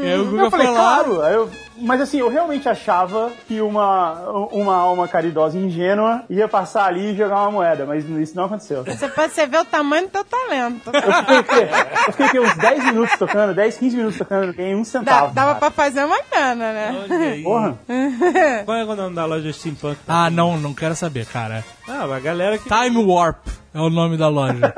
Speaker 7: E aí o Guga
Speaker 3: Eu falei,
Speaker 7: foi lá.
Speaker 3: claro, Aí eu- mas assim, eu realmente achava que uma, uma alma caridosa ingênua ia passar ali e jogar uma moeda, mas isso não aconteceu.
Speaker 6: Você, pra você ver o tamanho do teu talento.
Speaker 3: Eu fiquei, eu fiquei aqui uns 10 minutos tocando, 10, 15 minutos tocando, ganhei um
Speaker 7: Tá
Speaker 6: Dá-
Speaker 3: centavo.
Speaker 6: dava pra fazer uma grana, né?
Speaker 2: Olha aí.
Speaker 3: Porra,
Speaker 2: Qual é o nome da loja Steampunk?
Speaker 7: Ah, não, não quero saber, cara.
Speaker 2: Ah, a galera que.
Speaker 7: Time Warp é o nome da loja.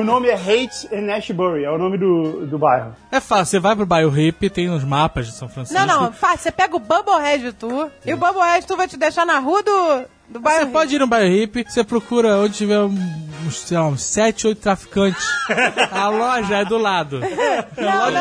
Speaker 3: o nome é Hate and Ashbury, é o nome do, do bairro.
Speaker 7: É fácil, você vai pro bairro Hip, tem uns mapas de São Francisco.
Speaker 6: Não, não, faz. Você pega o Bubble Red Tour e o Bubble Red Tour vai te deixar na rua do, do
Speaker 7: Você
Speaker 6: bairro.
Speaker 7: pode ir no bairro Hip, você procura onde tiver um- uns, sei lá, uns 7, 8 traficantes. A loja é do lado.
Speaker 6: não, não.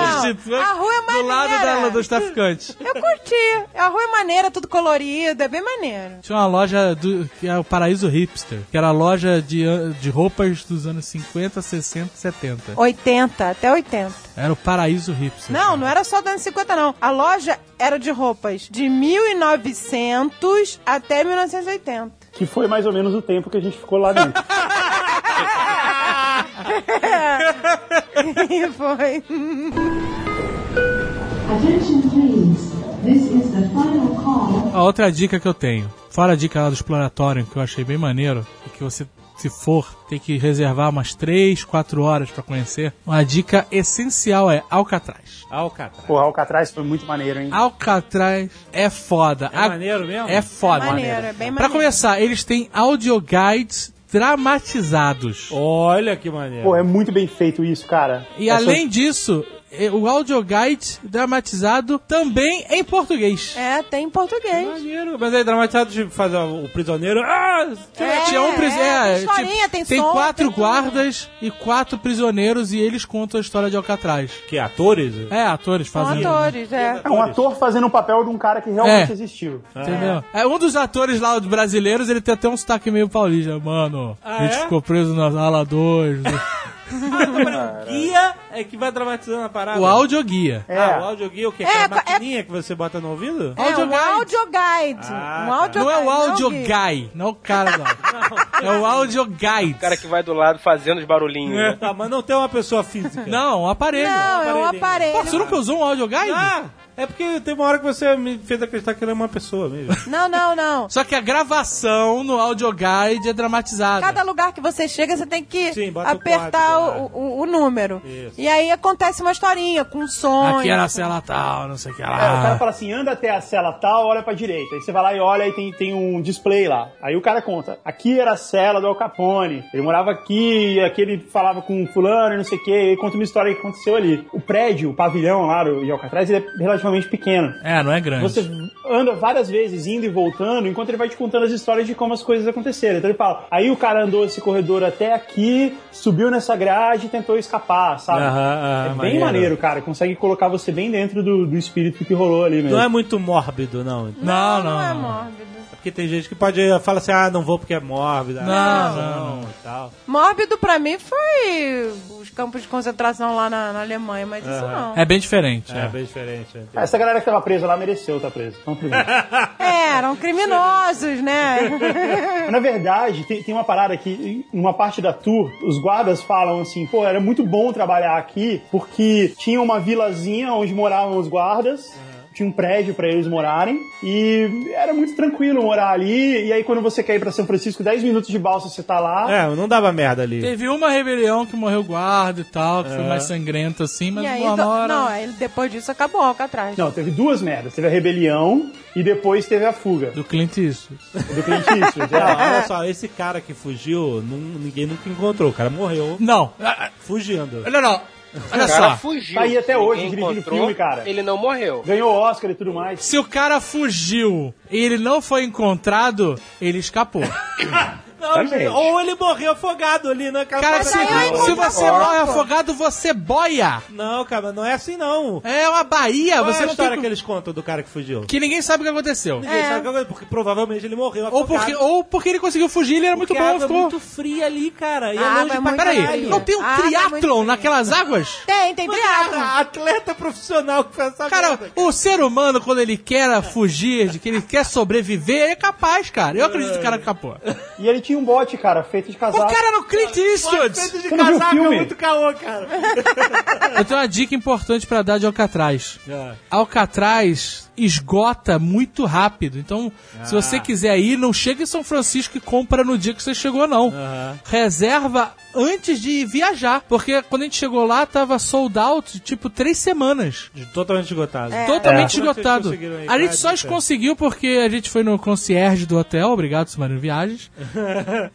Speaker 6: A rua é
Speaker 7: Do lado da,
Speaker 6: maneira.
Speaker 7: dos traficantes.
Speaker 6: Eu curti. A rua é maneira, tudo colorido, é bem maneiro.
Speaker 7: Tinha uma loja do, que é o Paraíso Hipster, que era a loja de, an- de roupas dos anos 50, 60 e 70.
Speaker 6: 80, até 80.
Speaker 7: Era o Paraíso Hipster.
Speaker 6: Não, não era só dos anos 50, não. A loja era de roupas de 1900 até 1980.
Speaker 3: Que foi mais ou menos o tempo que a gente ficou lá dentro.
Speaker 6: E foi.
Speaker 10: Attention please. This is the final call.
Speaker 7: A outra dica que eu tenho, fora a dica lá do exploratório, que eu achei bem maneiro, e que você, se for, tem que reservar umas 3, 4 horas pra conhecer, uma dica essencial é Alcatraz.
Speaker 2: Alcatraz.
Speaker 3: Porra, Alcatraz foi muito maneiro, hein?
Speaker 7: Alcatraz é foda.
Speaker 2: É maneiro mesmo?
Speaker 7: É foda.
Speaker 6: É maneiro, é bem
Speaker 7: Pra
Speaker 6: maneiro.
Speaker 7: começar, eles têm audioguides dramatizados.
Speaker 2: Olha que maneiro.
Speaker 3: Porra, é muito bem feito isso, cara. É
Speaker 7: E
Speaker 3: Essa-
Speaker 7: além disso, eh, o audioguide dramatizado também em português.
Speaker 6: É, tem em português.
Speaker 2: Maneiro, mas aí dramatizado de fazer o prisioneiro. Ah!
Speaker 6: É,
Speaker 7: Tinha um pris-
Speaker 6: é,
Speaker 7: é,
Speaker 6: tem historinha, tem som,
Speaker 7: quatro
Speaker 6: tem tudo.
Speaker 7: guardas e quatro prisioneiros e eles contam a história de Alcatraz.
Speaker 2: Que atores?
Speaker 7: É, atores
Speaker 6: São
Speaker 7: fazendo.
Speaker 6: atores, é.
Speaker 3: É um ator fazendo o papel de um cara que realmente
Speaker 7: É.
Speaker 3: existiu.
Speaker 7: Entendeu? É. um dos atores lá dos brasileiros, ele tem até um sotaque meio paulista. Mano,
Speaker 2: Ah,
Speaker 7: a gente
Speaker 2: é?
Speaker 7: ficou preso na né? ala 2.
Speaker 2: Guia é que vai dramatizando a parada.
Speaker 7: o audioguia.
Speaker 3: É.
Speaker 2: Ah, o áudio guia, o que? É,
Speaker 6: É,
Speaker 2: aquela
Speaker 6: é-
Speaker 2: maquininha que você bota no ouvido?
Speaker 6: É, um audioguide.
Speaker 2: Ah,
Speaker 6: um
Speaker 2: tá.
Speaker 6: audioguide.
Speaker 7: Não é o áudio
Speaker 6: Gui.
Speaker 7: guy, não é o cara do áudio. É o áudio guide.
Speaker 4: O cara que vai do lado fazendo os
Speaker 7: É.
Speaker 4: barulhinhos. né?
Speaker 2: Tá, mas não tem uma pessoa física.
Speaker 7: Não, um aparelho.
Speaker 6: Não, é um
Speaker 2: Aparelhinho.
Speaker 6: aparelho.
Speaker 7: Pô, você nunca usou um áudio guide?
Speaker 2: Ah! É porque teve uma hora que você me fez acreditar que ele é uma pessoa mesmo.
Speaker 6: Não, não, não.
Speaker 7: Só que a gravação no audioguide é dramatizada.
Speaker 6: Cada lugar que você chega, você tem que
Speaker 2: Sim, bota o
Speaker 6: apertar o,
Speaker 2: quarto,
Speaker 6: o- o número.
Speaker 2: Isso.
Speaker 6: E aí acontece uma historinha com um sonho.
Speaker 7: Aqui era a cela tal, não sei o que
Speaker 3: É, o cara
Speaker 7: lá.
Speaker 3: fala assim, anda até a cela tal, olha pra direita. Aí você vai lá e olha e tem, tem um display lá. Aí o cara conta, aqui era a cela do Al Capone. Ele morava aqui, aqui ele falava com fulano, e não sei o quê. E conta uma história que aconteceu ali. O prédio, o pavilhão lá do de Alcatraz, ele é relativamente pequeno.
Speaker 7: É, não é grande.
Speaker 3: Você anda várias vezes indo e voltando, enquanto ele vai te contando as histórias de como as coisas aconteceram. Então ele fala: aí o cara andou esse corredor até aqui, subiu nessa grade e tentou escapar, sabe?
Speaker 2: Aham,
Speaker 3: é
Speaker 2: aham,
Speaker 3: bem
Speaker 2: maneiro.
Speaker 3: maneiro. cara. Consegue colocar você bem dentro do, do espírito que rolou ali mesmo.
Speaker 2: Não é muito mórbido, não.
Speaker 7: Não, não,
Speaker 6: não é
Speaker 7: não.
Speaker 6: mórbido.
Speaker 2: É porque tem gente que pode falar assim, ah, não vou porque é mórbido. ah,
Speaker 7: Não,
Speaker 2: não, e tal.
Speaker 6: Mórbido pra mim foi os campos de concentração lá na, na Alemanha, mas isso não.
Speaker 7: É bem diferente.
Speaker 2: É,
Speaker 7: é.
Speaker 2: bem diferente. né?
Speaker 3: Essa galera que tava presa lá mereceu estar presa. Então, primeiro.
Speaker 6: É, eram criminosos, né?
Speaker 3: Mas, Na verdade, tem, tem uma parada que, em uma parte da tour, os guardas falam assim, pô, era muito bom trabalhar aqui, porque tinha uma vilazinha onde moravam os guardas.
Speaker 7: Uhum.
Speaker 3: Tinha um prédio pra eles morarem e era muito tranquilo morar ali. E aí, quando você quer ir pra São Francisco, 10 minutos de balsa você tá lá.
Speaker 2: É, não dava merda ali.
Speaker 7: Teve uma rebelião que morreu guarda e tal, que
Speaker 2: É.
Speaker 7: foi mais sangrenta assim, mas
Speaker 6: e aí,
Speaker 7: uma
Speaker 6: do-
Speaker 7: hora...
Speaker 6: não, é- aí depois disso acabou Alcatraz.
Speaker 3: Não, teve duas merdas. Teve a rebelião e depois teve a fuga
Speaker 7: Do Clint Eastwood.
Speaker 3: do Clint Eastwood.
Speaker 2: Não,
Speaker 7: Ah.
Speaker 3: é.
Speaker 2: olha só, esse cara que fugiu, nun- ninguém nunca encontrou. O cara morreu
Speaker 7: Não, ah,
Speaker 2: fugindo.
Speaker 7: ah, não, não. Olha
Speaker 4: O cara
Speaker 7: só.
Speaker 4: fugiu.
Speaker 3: Tá aí até
Speaker 4: Ninguém
Speaker 3: hoje, dirigindo
Speaker 4: encontrou,
Speaker 3: filme, cara.
Speaker 4: Ele não morreu.
Speaker 3: Ganhou Oscar e tudo mais.
Speaker 7: Se o cara fugiu e ele não foi encontrado, ele escapou.
Speaker 2: Não,
Speaker 3: gente.
Speaker 2: Ou ele morreu afogado ali, né? Cara,
Speaker 7: Cara, se,
Speaker 2: Mas aí eu
Speaker 7: assim. se
Speaker 2: encontro-
Speaker 7: você morre afogado, você boia.
Speaker 2: Não, cara, não é assim não.
Speaker 7: É uma Bahia,
Speaker 2: Qual é
Speaker 7: você
Speaker 2: a
Speaker 7: não tem...
Speaker 2: história
Speaker 7: co-
Speaker 2: que eles contam do cara que fugiu?
Speaker 7: Que ninguém sabe o que aconteceu.
Speaker 2: Ninguém sabe o que aconteceu, porque provavelmente ele morreu afogado.
Speaker 7: Ou porque, ou porque ele conseguiu fugir, ele era muito
Speaker 2: Porque
Speaker 7: bom,
Speaker 2: a água é
Speaker 7: ficou...
Speaker 2: muito fria ali, cara. E
Speaker 6: A
Speaker 2: é longe
Speaker 6: água é
Speaker 2: pra
Speaker 6: muito
Speaker 7: Peraí,
Speaker 2: caralho.
Speaker 7: não tem um
Speaker 6: Ah, tá muito
Speaker 7: triatlon
Speaker 6: frio.
Speaker 7: naquelas
Speaker 2: Tá
Speaker 7: águas?
Speaker 6: Tem, tem triângulo.
Speaker 2: Cara, atleta profissional que faz essa
Speaker 7: Cara,
Speaker 2: merda.
Speaker 7: o ser humano, quando ele quer fugir, de que ele quer sobreviver, ele é capaz, cara. Eu acredito que o cara capô. O
Speaker 3: E ele tinha um bote, cara, feito de casaco.
Speaker 7: cara era o Clint Eastwood.
Speaker 2: Feito de
Speaker 3: Você não viu o
Speaker 2: casaco é
Speaker 3: filme?
Speaker 2: muito caô, cara.
Speaker 7: Eu tenho uma dica importante pra dar de Alcatraz.
Speaker 2: É.
Speaker 7: Alcatraz esgota muito rápido. Então, se
Speaker 2: Ah.
Speaker 7: você quiser ir, não chega em São Francisco e compra no dia que você chegou, não. Reserva antes de viajar. Porque quando a gente chegou lá, tava sold out, tipo, três semanas.
Speaker 2: Totalmente esgotado.
Speaker 3: É.
Speaker 7: Totalmente
Speaker 2: É, Como vocês
Speaker 7: esgotado.
Speaker 2: conseguiram aí? Ah,
Speaker 7: A
Speaker 2: Cara,
Speaker 7: gente só
Speaker 2: diferente.
Speaker 7: conseguiu porque a gente foi no concierge do hotel, obrigado, Submarino Viagens.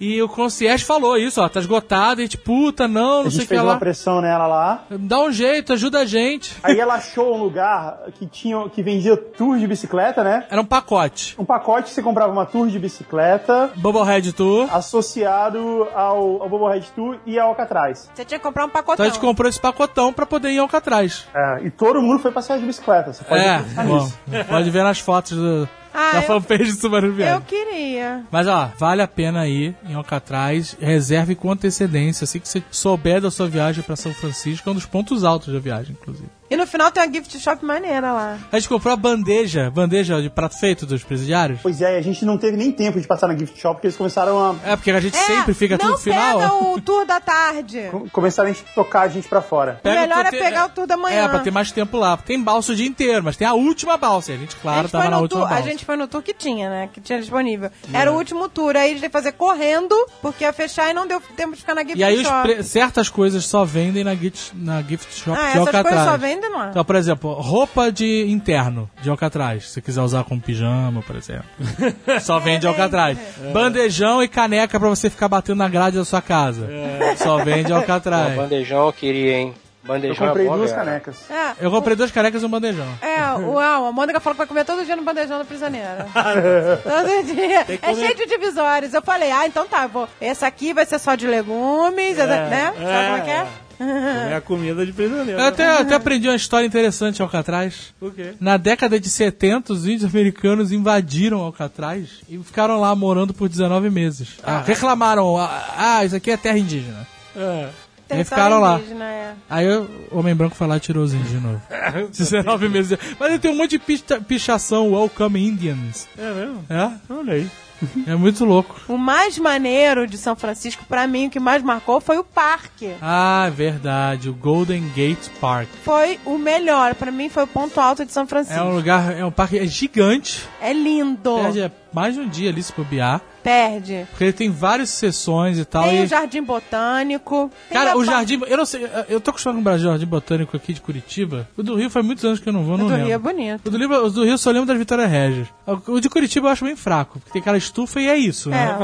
Speaker 7: e o concierge falou isso, ó, tá esgotado, a gente, puta, não,
Speaker 3: A
Speaker 7: não sei
Speaker 3: gente
Speaker 7: o que
Speaker 3: fez
Speaker 7: lá.
Speaker 3: uma pressão nela lá.
Speaker 7: Dá um jeito, ajuda a gente.
Speaker 3: Aí ela achou um lugar que tinha, que vendia tour de bicicleta, né?
Speaker 7: Era um pacote.
Speaker 3: Um pacote que você comprava uma tour de bicicleta
Speaker 7: Bubblehead Então Tour.
Speaker 3: associado ao, ao Bobohead Tour e ao Alcatraz.
Speaker 6: Você tinha que comprar um
Speaker 7: Então
Speaker 6: pacotão.
Speaker 7: a gente comprou esse pacotão pra poder ir ao Alcatraz.
Speaker 3: É, e todo mundo foi passear de bicicleta. Você pode
Speaker 7: é,
Speaker 3: pensar
Speaker 7: bom,
Speaker 3: nisso.
Speaker 7: pode ver nas fotos do,
Speaker 6: Ah,
Speaker 7: da
Speaker 6: eu-
Speaker 7: fanpage do Submarino
Speaker 6: Eu
Speaker 7: Viagens.
Speaker 6: queria.
Speaker 7: Mas ó, vale a pena ir em Alcatraz, reserve com antecedência, assim que você souber da sua viagem pra São Francisco, é um dos pontos altos da viagem, inclusive.
Speaker 6: E no final tem uma gift shop maneira lá.
Speaker 7: A gente comprou a bandeja, bandeja de prato feito dos presidiários.
Speaker 3: Pois é, e a gente não teve nem tempo de passar na gift shop, porque eles começaram a.
Speaker 7: É, porque a gente sempre fica até
Speaker 6: não
Speaker 7: no final.
Speaker 6: pega o tour da tarde.
Speaker 3: co- Começaram a gente tocar a gente pra fora.
Speaker 7: Pega
Speaker 6: melhor
Speaker 7: pra
Speaker 6: é pegar o tour da manhã.
Speaker 7: É, pra ter mais tempo lá. Tem balsa o dia inteiro, mas tem a última balsa. E A gente,
Speaker 6: A
Speaker 7: claro,
Speaker 6: gente,
Speaker 7: tava
Speaker 6: foi
Speaker 7: na
Speaker 6: no
Speaker 7: última
Speaker 6: tour, a
Speaker 7: balsa. É.
Speaker 6: gente foi no tour que tinha, né? Que tinha disponível. Era o último tour. Aí a gente ia fazer correndo, porque ia fechar e não deu tempo de ficar na gift
Speaker 7: E aí os
Speaker 6: shop.
Speaker 7: pre- certas coisas só vendem na gift, na gift shop
Speaker 6: Ah,
Speaker 7: de
Speaker 6: essas
Speaker 7: Alcatraz.
Speaker 6: coisas só vendem lá.
Speaker 7: Então, por exemplo, roupa de interno de Alcatraz. Se você quiser usar como pijama, por exemplo. só vende de
Speaker 6: É,
Speaker 7: Alcatraz. Bandejão e caneca pra você ficar batendo na grade da sua casa. Só vende de
Speaker 4: Ah,
Speaker 7: Alcatraz.
Speaker 4: bandejão eu queria, hein?
Speaker 3: Eu
Speaker 4: Bandejão
Speaker 3: comprei
Speaker 4: é bom,
Speaker 3: duas
Speaker 4: cara.
Speaker 3: canecas.
Speaker 6: É,
Speaker 7: Eu comprei duas canecas e um bandejão.
Speaker 6: é, uau, a Mônica falou que vai comer todo dia no bandejão da prisioneira. todo dia. É cheio de divisórios. Eu falei, ah, então tá, vou. Essa aqui vai ser só de legumes, essa- né? Sabe como é que é?
Speaker 2: É a comida de prisioneiro.
Speaker 7: Eu É, até, até aprendi uma história interessante em Alcatraz.
Speaker 2: O quê?
Speaker 7: Na década de 70, os índios americanos invadiram Alcatraz e ficaram lá morando por 19 meses. Ah, reclamaram, ah, ah, isso aqui é terra indígena.
Speaker 2: É,
Speaker 7: E aí ficaram lá.
Speaker 6: Indígena, é.
Speaker 7: Aí o homem branco foi lá e tirou os índios de novo.
Speaker 2: É,
Speaker 7: 19 meses. Mas ele tem um monte de picha- pichação, Welcome Indians.
Speaker 2: É mesmo?
Speaker 7: É?
Speaker 2: Olha aí.
Speaker 7: É muito louco.
Speaker 6: O mais maneiro de São Francisco, pra mim, o que mais marcou foi o parque.
Speaker 7: Ah, é verdade. O Golden Gate Park.
Speaker 6: Foi o melhor, pra mim foi o ponto alto de São Francisco.
Speaker 7: É um lugar, é um parque é gigante.
Speaker 6: É lindo.
Speaker 7: Perde é, mais de um dia ali se bobear.
Speaker 6: Perde.
Speaker 7: Porque ele tem várias sessões e tal.
Speaker 2: É,
Speaker 6: Tem
Speaker 7: e-
Speaker 6: o Jardim Botânico. tem
Speaker 7: Então é Cara,
Speaker 6: a
Speaker 7: o
Speaker 6: pa-
Speaker 7: jardim. Eu não sei. Eu tô acostumado com o Brasil Jardim Botânico aqui de Curitiba. O do Rio faz muitos anos que eu não vou,
Speaker 6: O
Speaker 7: não
Speaker 6: do
Speaker 7: lembro.
Speaker 6: Rio é bonito.
Speaker 7: O do, Libra- os do Rio eu só lembro das Vitória Regis. O de Curitiba eu acho bem fraco, porque tem aquela estufa e é isso, né?
Speaker 6: É, do-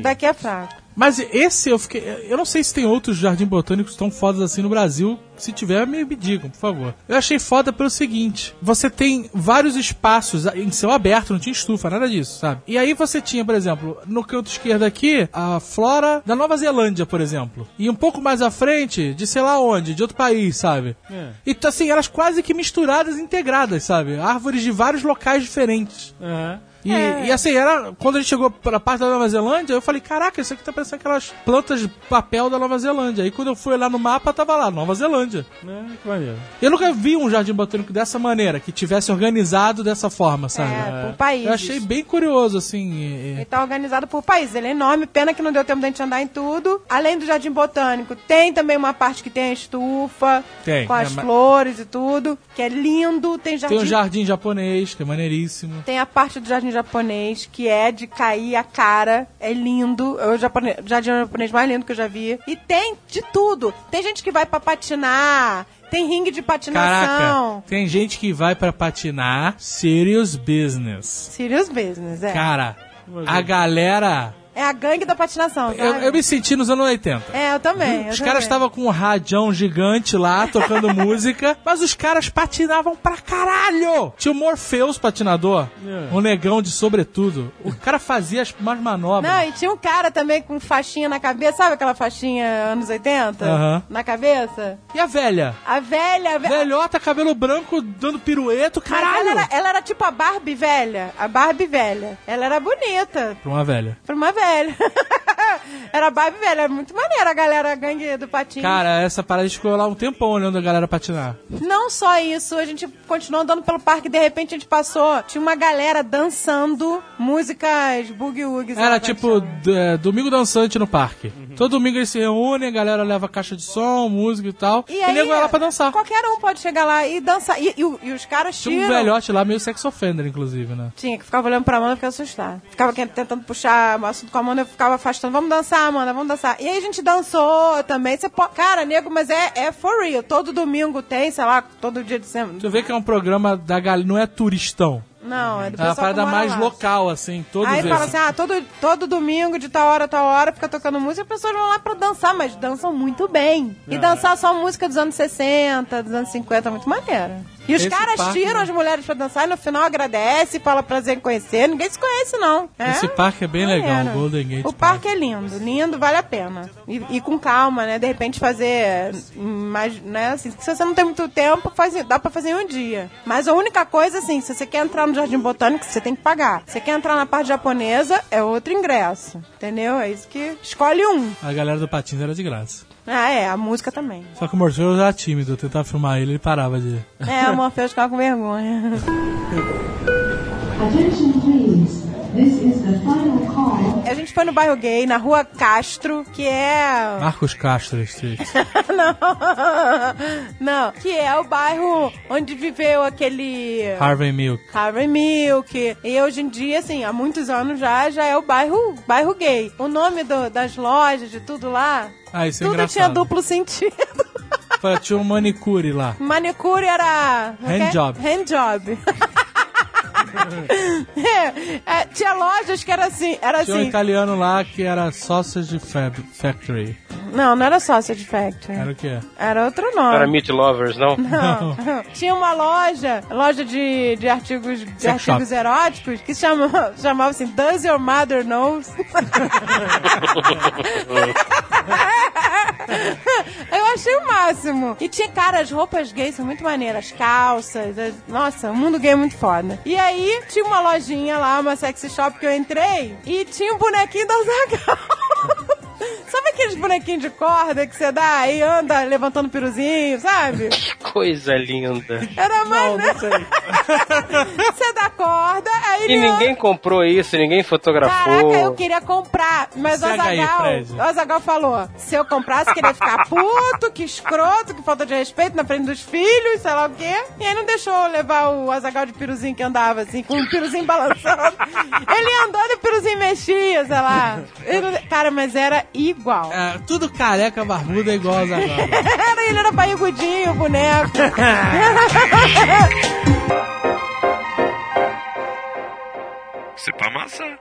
Speaker 6: Daqui é fraco.
Speaker 7: Mas esse eu fiquei. Eu não sei se tem outros jardins botânicos tão fodas assim no Brasil. Se tiver, me, me digam, por favor. Eu achei foda pelo seguinte: você tem vários espaços em céu aberto, não tinha estufa, nada disso, sabe? E aí você tinha, por exemplo, no canto esquerdo aqui, a flora da Nova Zelândia, por exemplo. E um pouco mais à frente, de sei lá onde, de outro país, sabe? E tá, assim, elas quase que misturadas, integradas, sabe? Árvores de vários locais diferentes. E,
Speaker 2: É.
Speaker 7: e assim, era, quando a gente chegou pra parte da Nova Zelândia, eu falei, caraca, isso aqui tá parecendo aquelas plantas de papel da Nova Zelândia. Aí quando eu fui lá no mapa, tava lá, Nova Zelândia.
Speaker 2: É, que maneiro.
Speaker 7: Eu nunca vi um jardim botânico dessa maneira, que tivesse organizado dessa forma, sabe?
Speaker 6: É, por países.
Speaker 7: Eu achei bem curioso, assim. e-
Speaker 6: Ele
Speaker 7: e-
Speaker 6: tá organizado por país. Ele é enorme, pena que não deu tempo da gente andar em tudo. Além do Jardim Botânico, tem também uma parte que tem a estufa,
Speaker 7: Tem,
Speaker 6: com
Speaker 7: né,
Speaker 6: as
Speaker 7: mas-
Speaker 6: flores e tudo, que é lindo. Tem jardim.
Speaker 7: Tem um jardim japonês, que é maneiríssimo.
Speaker 6: Tem a parte do jardim japonês, que é de cair a cara. É lindo. É o japone- jardim japonês mais lindo que eu já vi. E tem de tudo. Tem gente que vai pra patinar. Tem ringue de patinação.
Speaker 7: Caraca, tem gente que vai pra patinar serious business.
Speaker 6: Serious business, é.
Speaker 7: Cara, a galera.
Speaker 6: É a gangue da patinação, sabe?
Speaker 7: Eu, eu me senti nos anos 80.
Speaker 6: É, eu também. eu
Speaker 7: Os
Speaker 6: também.
Speaker 7: caras estavam com um radião gigante lá, tocando música, mas os caras patinavam pra caralho! Tinha o Morpheus patinador,
Speaker 6: É.
Speaker 7: um negão de sobretudo. O cara fazia as mais manobras.
Speaker 6: Não, e tinha um cara também com faixinha na cabeça, sabe aquela faixinha anos 80?
Speaker 7: Aham.
Speaker 6: Na cabeça?
Speaker 7: E a velha?
Speaker 6: A velha, a velha.
Speaker 7: Velhota, cabelo branco, dando pirueto,
Speaker 6: Mas
Speaker 7: caralho!
Speaker 6: Ela era, ela era tipo a Barbie velha. A Barbie velha. Ela era bonita.
Speaker 7: Pra uma velha.
Speaker 6: Pra uma velha. era a Barbie velha. Era muito maneira a galera, a gangue do patinho.
Speaker 7: Cara, essa parada a gente ficou lá um tempão olhando a galera patinar.
Speaker 6: Não só isso, a gente continuou andando pelo parque e de repente a gente passou. Tinha uma galera dançando músicas boogie-woogies.
Speaker 7: Era tipo d- é, domingo dançante no parque.
Speaker 6: Uhum.
Speaker 7: Todo domingo eles se reúnem, a galera leva caixa de som, música e tal.
Speaker 6: E aí,
Speaker 7: nego vai lá pra dançar.
Speaker 6: Qualquer um pode chegar lá e dançar. E, e o- e os caras
Speaker 7: Tinha um
Speaker 6: tiram.
Speaker 7: velhote lá, meio sex offender, inclusive, né?
Speaker 6: Tinha, que ficava olhando pra Amanda e ficava assustada. Ficava que- tentando puxar o assunto com a Amanda, eu ficava afastando. Vamos dançar, Amanda, vamos dançar. E aí a gente dançou também. Você pode... Cara, nego, mas é, é for real. Todo domingo tem, sei lá, todo dia de
Speaker 7: Tu
Speaker 6: semana.
Speaker 7: vê que é um programa da galera, não é turistão.
Speaker 6: Não, é do
Speaker 7: É
Speaker 6: pessoal
Speaker 7: uma
Speaker 6: que
Speaker 7: parada
Speaker 6: mora
Speaker 7: mais
Speaker 6: lá.
Speaker 7: local, assim, todo
Speaker 6: Aí
Speaker 7: vezes.
Speaker 6: fala assim, ah, todo, todo domingo, de tal hora, a tal hora, fica tocando música, as pessoas vão lá pra dançar, mas dançam muito bem.
Speaker 7: É.
Speaker 6: E dançar só música dos anos 60, dos anos 50, é muito maneiro. E os
Speaker 7: Esse
Speaker 6: caras
Speaker 7: parque,
Speaker 6: tiram
Speaker 7: né?
Speaker 6: as mulheres pra dançar e no final agradece, fala prazer em conhecer. Ninguém se conhece, não. É?
Speaker 7: Esse parque é bem legal, o
Speaker 6: Maneiro.
Speaker 7: Golden Gate
Speaker 6: O parque é lindo, lindo, vale a pena. E, e com calma, né? De repente fazer mais, né? Assim, se você não tem muito tempo, faz, dá pra fazer em um dia. Mas a única coisa, assim, se você quer entrar no Jardim Botânico, você tem que pagar. Se você quer entrar na parte japonesa, é outro ingresso. Entendeu? É isso que. Escolhe um.
Speaker 7: A galera do Patins era de graça.
Speaker 6: Ah, é, a música também.
Speaker 7: Só que o Morfeu era tímido, eu tentava filmar ele, ele parava de...
Speaker 6: É, o Morpheus ficava com vergonha.
Speaker 10: Attention please. This is the final call.
Speaker 6: A gente foi no bairro gay, na rua Castro, que é.
Speaker 7: Marcos Castro, esse
Speaker 6: não, não, que é o bairro onde viveu aquele
Speaker 7: Harvey Milk.
Speaker 6: Harvey Milk. E hoje em dia, assim, há muitos anos já, já é o bairro, bairro gay. O nome do- das lojas, de tudo lá,
Speaker 7: Ah, isso é
Speaker 6: tudo tinha
Speaker 7: engraçado.
Speaker 6: duplo sentido.
Speaker 7: Tinha, tinha um manicure lá.
Speaker 6: Manicure era... como é que é?
Speaker 7: Handjob.
Speaker 6: Handjob. É, é, tinha lojas que era assim, era
Speaker 7: Tinha um
Speaker 6: assim.
Speaker 7: italiano lá que era Sausage Fab Factory.
Speaker 6: Não, não era Sausage Factory.
Speaker 7: Era
Speaker 6: Era,
Speaker 7: o quê?
Speaker 6: outro nome.
Speaker 4: Para é Meat Lovers, não?
Speaker 6: Não. Tinha uma loja, loja de, de artigos, de
Speaker 7: Sex
Speaker 6: artigos
Speaker 7: shop.
Speaker 6: eróticos, que chamava, chamava assim, Does Your Mother Knows? Eu achei o máximo. E tinha, cara, as roupas gays são muito maneiras. Calças. as- Nossa, o mundo gay é muito foda. E aí, tinha uma lojinha lá, uma sexy shop que eu entrei, e tinha um bonequinho da Zagal. Sabe aqueles bonequinhos de corda que você dá e anda levantando piruzinho, sabe?
Speaker 4: Coisa linda.
Speaker 6: Era mais, né? você dá corda, aí
Speaker 4: E
Speaker 6: ele
Speaker 4: ninguém
Speaker 6: anda-
Speaker 4: comprou isso, ninguém fotografou.
Speaker 6: Caraca, eu queria comprar, mas o
Speaker 4: Segue aí,
Speaker 6: Azagal,
Speaker 4: Fred.
Speaker 6: o Azagal falou: se eu comprasse, que ele ia ficar puto, que escroto, que falta de respeito na frente dos filhos, sei lá o quê. E aí não deixou eu levar o Azagal de piruzinho que andava assim, com o piruzinho balançando. ele andando e o piruzinho mexia, sei lá. Ele não- Cara, mas era igual.
Speaker 11: É, tudo careca, barbuda é igual agora.
Speaker 6: Era, ele era barrigudinho, o boneco.
Speaker 12: Você pra maçã.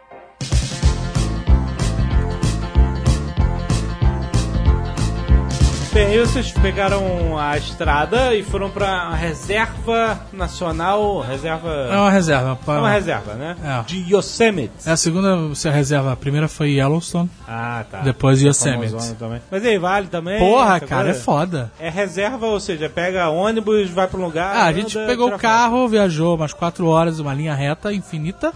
Speaker 2: Bem, aí vocês pegaram a estrada e foram pra reserva nacional, reserva...
Speaker 7: É uma reserva.
Speaker 2: É uma reserva, né? De Yosemite.
Speaker 7: É a segunda se a reserva. A primeira foi Yellowstone.
Speaker 2: Ah, tá.
Speaker 7: Depois Yosemite.
Speaker 2: Famosona também. Mas aí, vale também?
Speaker 7: Porra,
Speaker 2: essa
Speaker 7: cara,
Speaker 2: coisa?
Speaker 7: é foda.
Speaker 2: É reserva, ou seja, pega ônibus, vai pra um lugar...
Speaker 7: Ah, a gente
Speaker 2: anda,
Speaker 7: pegou
Speaker 2: tira
Speaker 7: o carro, viajou umas 4 horas, uma linha reta, infinita.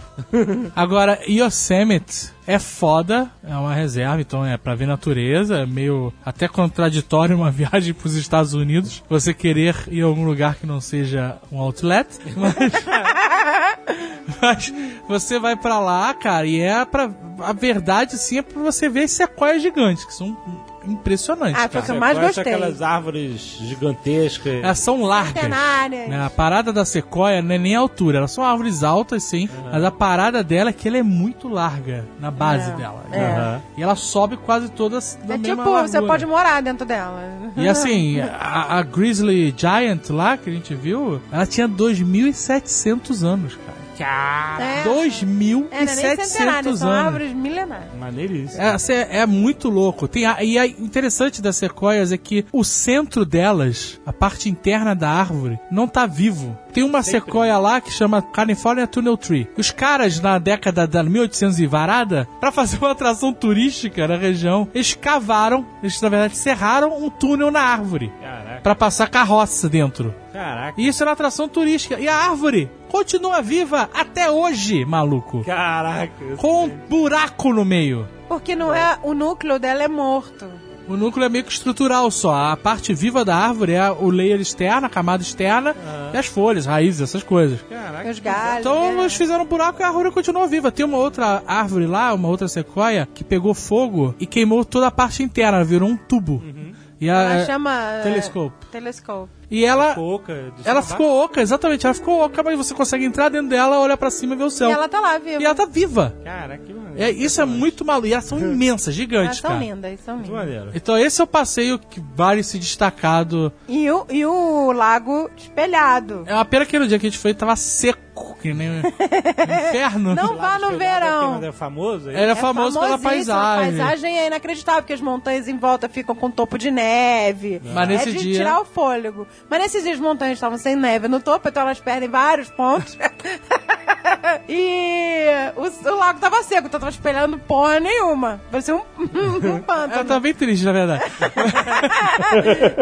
Speaker 7: Agora, Yosemite é foda, é uma reserva, então é pra ver natureza, é meio até contraditório uma viagem pros Estados Unidos. Você querer ir a algum lugar que não seja um outlet, mas... Mas você vai pra lá, cara, e é pra. A verdade, sim, é pra você ver as sequoias gigantes, que são impressionantes.
Speaker 2: É
Speaker 6: Ah, foi o que eu
Speaker 4: Tá
Speaker 7: cara.
Speaker 6: mais
Speaker 2: Parece
Speaker 6: gostei.
Speaker 2: aquelas árvores gigantescas.
Speaker 7: Elas são largas.
Speaker 6: Centenárias.
Speaker 7: né? A parada da sequoia não é nem a altura, elas são árvores altas, sim, mas a parada dela é que ela é muito larga na base
Speaker 6: É.
Speaker 7: dela.
Speaker 6: É.
Speaker 7: né? E ela sobe quase todas da
Speaker 6: É
Speaker 7: mesma
Speaker 6: tipo, você
Speaker 7: largura.
Speaker 6: pode morar dentro dela.
Speaker 7: E assim, a, a Grizzly Giant lá que a gente viu, ela tinha 2.700 anos, cara.
Speaker 6: É. É, não é nem
Speaker 7: 2.700
Speaker 6: centenário,
Speaker 7: anos.
Speaker 6: são árvores milenares.
Speaker 2: Maneiríssimo.
Speaker 7: É, cê- é muito louco. Tem a- e o interessante das sequoias é que o centro delas, a parte interna da árvore, não tá vivo. Tem uma sequoia lá que chama California Tunnel Tree. Os caras, na década da 1800 e varada, pra fazer uma atração turística na região, eles cavaram, eles na verdade serraram um túnel na árvore.
Speaker 2: Caraca.
Speaker 7: Pra passar carroça dentro.
Speaker 2: Caraca.
Speaker 7: E isso era atração turística. E a árvore continua viva até hoje, maluco.
Speaker 2: Caraca.
Speaker 7: Com um buraco no meio.
Speaker 6: Porque não é, o núcleo dela é morto.
Speaker 7: O núcleo é meio que estrutural só. A parte viva da árvore é a- o layer externo, a camada externa, e as folhas, raízes, essas coisas.
Speaker 6: Caraca. Os galhos. é.
Speaker 7: Então
Speaker 2: é
Speaker 7: eles fizeram um buraco e a árvore continuou viva. Tem uma outra árvore lá, uma outra sequoia, que pegou fogo e queimou toda a parte interna, virou um tubo.
Speaker 2: Uhum.
Speaker 7: E a,
Speaker 6: Ela chama. é,
Speaker 7: Telescope.
Speaker 6: Telescope.
Speaker 7: E ela.
Speaker 2: Ficou oca, de
Speaker 7: Ela
Speaker 2: salvar.
Speaker 7: ficou oca, exatamente, ela ficou oca, mas você consegue entrar dentro dela, olhar pra cima e ver o céu.
Speaker 6: E ela tá lá, viu?
Speaker 7: E ela tá viva.
Speaker 2: Caraca, que maneiro.
Speaker 7: É, isso é muito maluco. E elas são imensas,
Speaker 6: Elas
Speaker 7: gigantes,
Speaker 6: são
Speaker 7: cara.
Speaker 6: lindas, são lindas.
Speaker 7: Então esse é o passeio que vale se destacado
Speaker 6: E o, e o lago espelhado.
Speaker 7: É uma pena que no dia que a gente foi tava seco, que nem um inferno.
Speaker 6: Não vá no verão.
Speaker 2: É famoso?
Speaker 7: Ele é famoso pela
Speaker 6: famosíssimo,
Speaker 7: paisagem.
Speaker 6: A paisagem é inacreditável, porque as montanhas em volta ficam com topo de neve.
Speaker 7: Mas nesse
Speaker 6: é de
Speaker 7: dia-
Speaker 6: tirar o fôlego. Mas nesses dias as montanhas estavam sem neve no topo, então elas perdem vários pontos. e o, o lago tava seco, então tava espelhando porra nenhuma. Parecia um, um
Speaker 7: Ela
Speaker 6: pântano.
Speaker 7: tá bem triste, na verdade.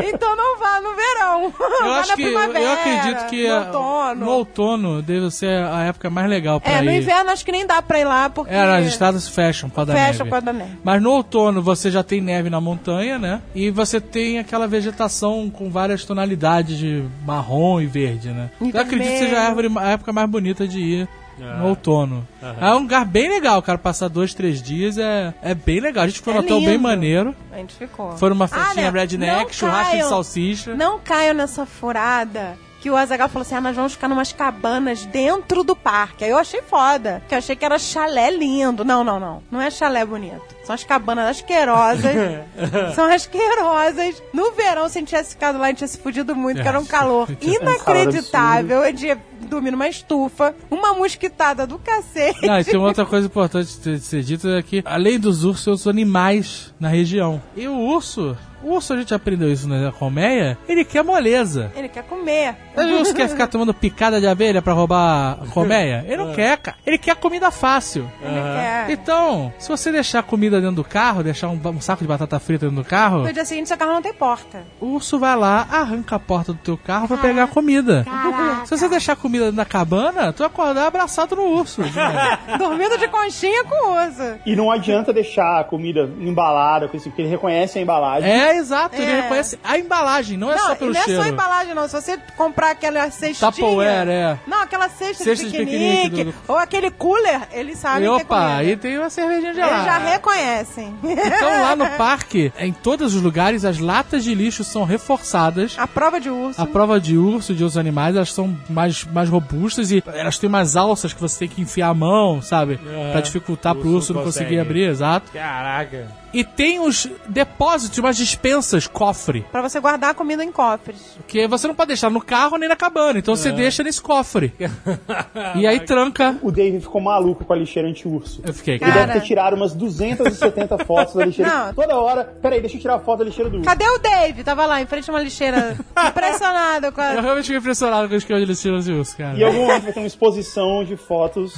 Speaker 6: então não vá no verão.
Speaker 7: Eu
Speaker 6: vá
Speaker 7: acho
Speaker 6: na
Speaker 7: que
Speaker 6: primavera,
Speaker 7: eu acredito que
Speaker 6: no
Speaker 7: ah,
Speaker 6: outono.
Speaker 7: no outono deve ser a época mais legal pra
Speaker 6: É,
Speaker 7: ir.
Speaker 6: no inverno acho que nem dá pra ir lá, porque...
Speaker 7: É, as estradas fecham por causa da
Speaker 6: Fecha
Speaker 7: neve.
Speaker 6: por causa da neve.
Speaker 7: Mas no outono você já tem neve na montanha, né? E você tem aquela vegetação com várias tonalidades de marrom e verde, né?
Speaker 11: E
Speaker 7: eu acredito que seja a, árvore, a época mais bonita de ir no outono.
Speaker 11: Aham.
Speaker 7: É um lugar bem legal, cara. Passar dois, três dias é, é bem legal. A gente ficou
Speaker 6: É
Speaker 7: num hotel bem
Speaker 6: lindo.
Speaker 7: maneiro.
Speaker 6: A gente ficou.
Speaker 7: Foi numa
Speaker 6: Ah,
Speaker 7: festinha
Speaker 6: né? Não
Speaker 7: redneck, churrasco de
Speaker 6: caiam-
Speaker 7: salsicha.
Speaker 6: Não caiam nessa furada que o Azagal falou assim: ah, nós vamos ficar numas cabanas dentro do parque. Aí eu achei foda, que eu achei que era chalé lindo. Não, não, não. Não é chalé bonito. São as cabanas asquerosas. São asquerosas. No verão, se a gente tivesse ficado lá, a gente tinha se fudido muito, que era um calor inacreditável. A gente ia dormir numa estufa, uma mosquitada do cacete.
Speaker 7: Ah, e tem uma outra coisa importante de ser- de ser dita é que, além dos ursos, tem os animais na região. E o urso, O urso, a gente aprendeu isso na colmeia, ele quer moleza.
Speaker 6: Ele quer comer.
Speaker 7: Sabe o urso quer ficar tomando picada de abelha pra roubar a colmeia? Ele não
Speaker 6: É.
Speaker 7: quer, cara. Ele quer comida fácil.
Speaker 6: quer.
Speaker 7: Então, se você deixar comida dentro do carro, deixar um, ba- um saco de batata frita dentro do carro,
Speaker 6: No dia seguinte, assim, seu carro não tem porta.
Speaker 7: o urso vai lá, arranca a porta do teu carro pra pegar a comida. Se você deixar a comida dentro da cabana, tu vai acordar abraçado no urso.
Speaker 6: É. Dormindo de conchinha com o urso.
Speaker 3: E não adianta deixar a comida embalada, coisa assim, porque ele reconhece a embalagem.
Speaker 7: É, exato,
Speaker 6: ele É. reconhece
Speaker 7: a embalagem,
Speaker 6: não, e não é só embalagem, não. Se você comprar aquela cestinha...
Speaker 7: Tupperware, é.
Speaker 6: Não, aquela cesta,
Speaker 7: Cesta
Speaker 6: de
Speaker 7: de
Speaker 6: piquenique,
Speaker 7: piquenique do-
Speaker 6: ou aquele cooler, eles sabem
Speaker 7: E
Speaker 6: que é
Speaker 7: opa,
Speaker 6: comida.
Speaker 7: aí tem uma cervejinha
Speaker 6: Eles já
Speaker 7: gelada.
Speaker 6: reconhecem.
Speaker 7: Então lá no parque, em todos os lugares, as latas de lixo são reforçadas.
Speaker 6: A prova de urso.
Speaker 7: A prova de urso, de outros animais, elas são mais, mais robustas e elas têm umas alças que você tem que enfiar a mão, sabe?
Speaker 2: É.
Speaker 7: Pra dificultar
Speaker 2: O
Speaker 7: pro
Speaker 2: urso
Speaker 7: urso não
Speaker 2: não
Speaker 7: conseguir
Speaker 2: consegue.
Speaker 7: abrir, exato.
Speaker 2: Caraca.
Speaker 7: E tem os depósitos, umas dispensas, cofre.
Speaker 6: Pra você guardar a comida em cofres.
Speaker 7: Porque você não pode deixar no carro nem na cabana, então
Speaker 2: É.
Speaker 7: você deixa nesse cofre. e aí tranca.
Speaker 3: O David ficou maluco com a lixeira anti-urso.
Speaker 7: Eu fiquei,
Speaker 3: Ele
Speaker 7: cara.
Speaker 3: deve ter tirado umas 270 fotos da lixeira.
Speaker 6: Não.
Speaker 3: Toda hora. Peraí, deixa eu tirar a foto da lixeira do urso.
Speaker 6: Cadê o Dave? Tava lá, em frente a uma lixeira. Impressionado com a...
Speaker 7: Eu realmente fiquei impressionado com o esquema de Lucilas e urso, cara.
Speaker 3: E algum momento vai ter uma exposição de fotos.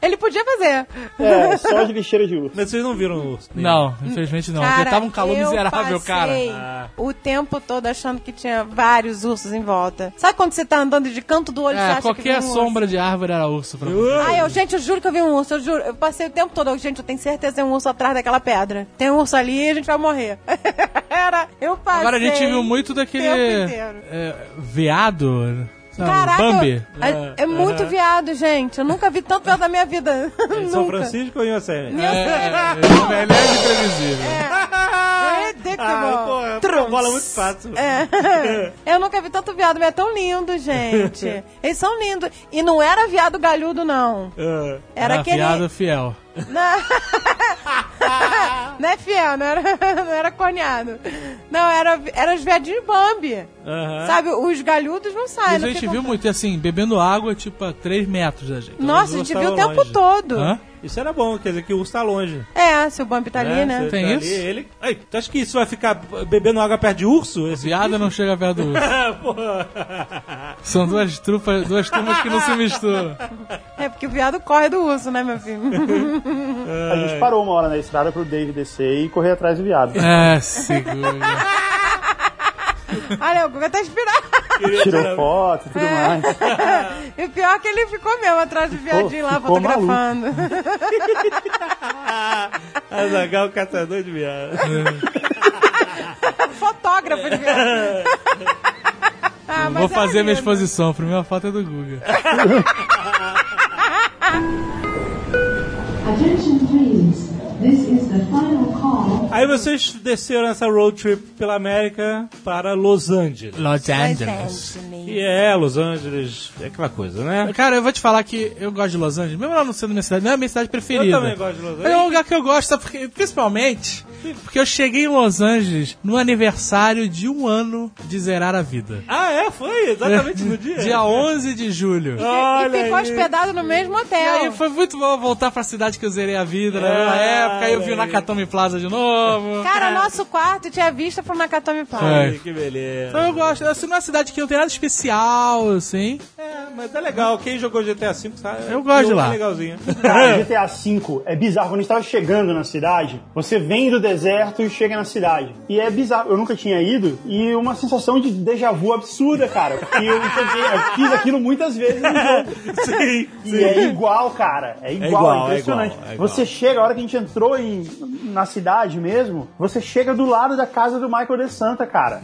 Speaker 6: Ele podia fazer.
Speaker 3: É, só de lixeira de urso.
Speaker 2: Mas vocês não viram o urso?
Speaker 7: Não, infelizmente não. Porque tava um calor
Speaker 6: eu
Speaker 7: miserável, cara. Ah.
Speaker 6: passei
Speaker 2: Ah.
Speaker 6: O tempo todo achando que tinha vários ursos em volta. Sabe quando você tá andando de canto do olho e você
Speaker 7: É,
Speaker 6: acha que tem
Speaker 7: qualquer
Speaker 6: um
Speaker 7: sombra de árvore era urso pra mim.
Speaker 6: Urso? Ai, eu, gente, eu juro que eu vi um urso, eu juro. Eu passei o tempo todo, eu, gente, eu tenho certeza que tem um urso atrás daquela pedra. Tem um urso ali e a gente vai morrer. Era, eu passei.
Speaker 7: Agora a gente viu muito daquele.
Speaker 6: o tempo inteiro.
Speaker 7: É, veado. Não,
Speaker 6: Caraca,
Speaker 7: Bambi.
Speaker 6: eu- é, é muito viado, gente. Eu nunca vi tanto viado na minha vida.
Speaker 2: São
Speaker 6: Nunca.
Speaker 2: Francisco ou Yosemite?
Speaker 6: Meu
Speaker 2: É,
Speaker 7: velho é imprevisível.
Speaker 2: Ah, pô,
Speaker 6: Predictable.
Speaker 2: é uma
Speaker 6: É Trunks.
Speaker 2: bola muito fácil.
Speaker 6: É. Eu nunca vi tanto viado, mas é tão lindo, gente. Eles são lindos. E não era viado galhudo, não.
Speaker 2: Ah,
Speaker 6: É, Era aquele-
Speaker 7: Viado Ah, fiel.
Speaker 6: Não, não é fiel, não era, não era corneado. Não, era, era os viadinhos Bambi.
Speaker 7: Aham.
Speaker 6: Sabe, os galhudos não saem.
Speaker 7: E a
Speaker 6: não
Speaker 7: gente
Speaker 6: ficam-
Speaker 7: viu muito assim, bebendo água, tipo, a 3 metros da gente.
Speaker 6: Nossa, a gente viu o tempo todo.
Speaker 7: Hã?
Speaker 2: Isso era bom, quer dizer que o urso tá longe.
Speaker 6: É, se o Bambi tá ali,
Speaker 2: É,
Speaker 6: né?
Speaker 2: você tá ali, ele... Ai, tu acha que isso vai ficar bebendo água perto de urso? Esse
Speaker 7: Viado não chega perto do urso. São duas trupas, duas turmas que não se misturam.
Speaker 6: É porque o viado corre do urso, né, meu filho?
Speaker 3: A gente parou uma hora na estrada pro David descer e correr atrás do viado.
Speaker 7: É, seguro.
Speaker 6: Olha, o Guga tá inspirado.
Speaker 3: Tirou foto e tudo
Speaker 6: É.
Speaker 3: mais.
Speaker 6: E o pior é que ele ficou mesmo atrás do viadinho lá
Speaker 3: ficou
Speaker 6: fotografando.
Speaker 2: Ah, Azagal, é caçador de viado.
Speaker 6: Fotógrafo de viadinho. Ah,
Speaker 7: Vou
Speaker 6: mas era
Speaker 7: fazer minha
Speaker 6: lindo.
Speaker 7: exposição, a primeira foto é do Guga.
Speaker 10: Attention please, this is the final call.
Speaker 2: Aí vocês desceram essa road trip pela América para Los Angeles.
Speaker 7: Los
Speaker 10: Angeles.
Speaker 2: E é, Los Angeles, é aquela coisa, né?
Speaker 7: Cara, eu vou te falar que eu gosto de Los Angeles, mesmo ela não sendo minha cidade, não é a minha cidade preferida.
Speaker 2: Eu também gosto de Los Angeles.
Speaker 7: É um lugar que eu gosto, sabe por quê? principalmente porque eu cheguei em Los Angeles no aniversário de um ano de zerar a vida.
Speaker 2: Ah, é? Foi exatamente no dia?
Speaker 7: Dia 11 de julho.
Speaker 2: Ah.
Speaker 6: E ficou hospedado no mesmo
Speaker 7: E
Speaker 6: hotel.
Speaker 7: aí foi muito bom voltar pra cidade que eu zerei a vida né? na mesma
Speaker 2: É.
Speaker 7: época, aí eu vi o Nakatomi Plaza de novo.
Speaker 6: Cara, nosso quarto tinha vista pro Nakatomi Plaza.
Speaker 7: É.
Speaker 2: Ai, que beleza.
Speaker 7: Então eu gosto, assim, não é uma cidade que não tem nada especial, assim.
Speaker 2: É, mas é legal. Quem jogou GTA V sabe.
Speaker 7: Eu gosto de
Speaker 2: é
Speaker 7: lá.
Speaker 2: legalzinho.
Speaker 3: Cara, GTA V é bizarro. Quando a gente tava chegando na cidade, você vem do deserto e chega na cidade. E é bizarro. Eu nunca tinha ido e uma sensação de déjà vu absurda, cara. Porque eu, joguei, eu fiz aquilo muitas vezes no jogo.
Speaker 2: Sim,
Speaker 3: E é igual, cara. É igual, é,
Speaker 2: igual, é
Speaker 3: impressionante.
Speaker 2: igual, é igual.
Speaker 3: Você chega, a hora que a gente entrou em, na cidade mesmo, você chega do lado da casa do Michael De Santa, cara.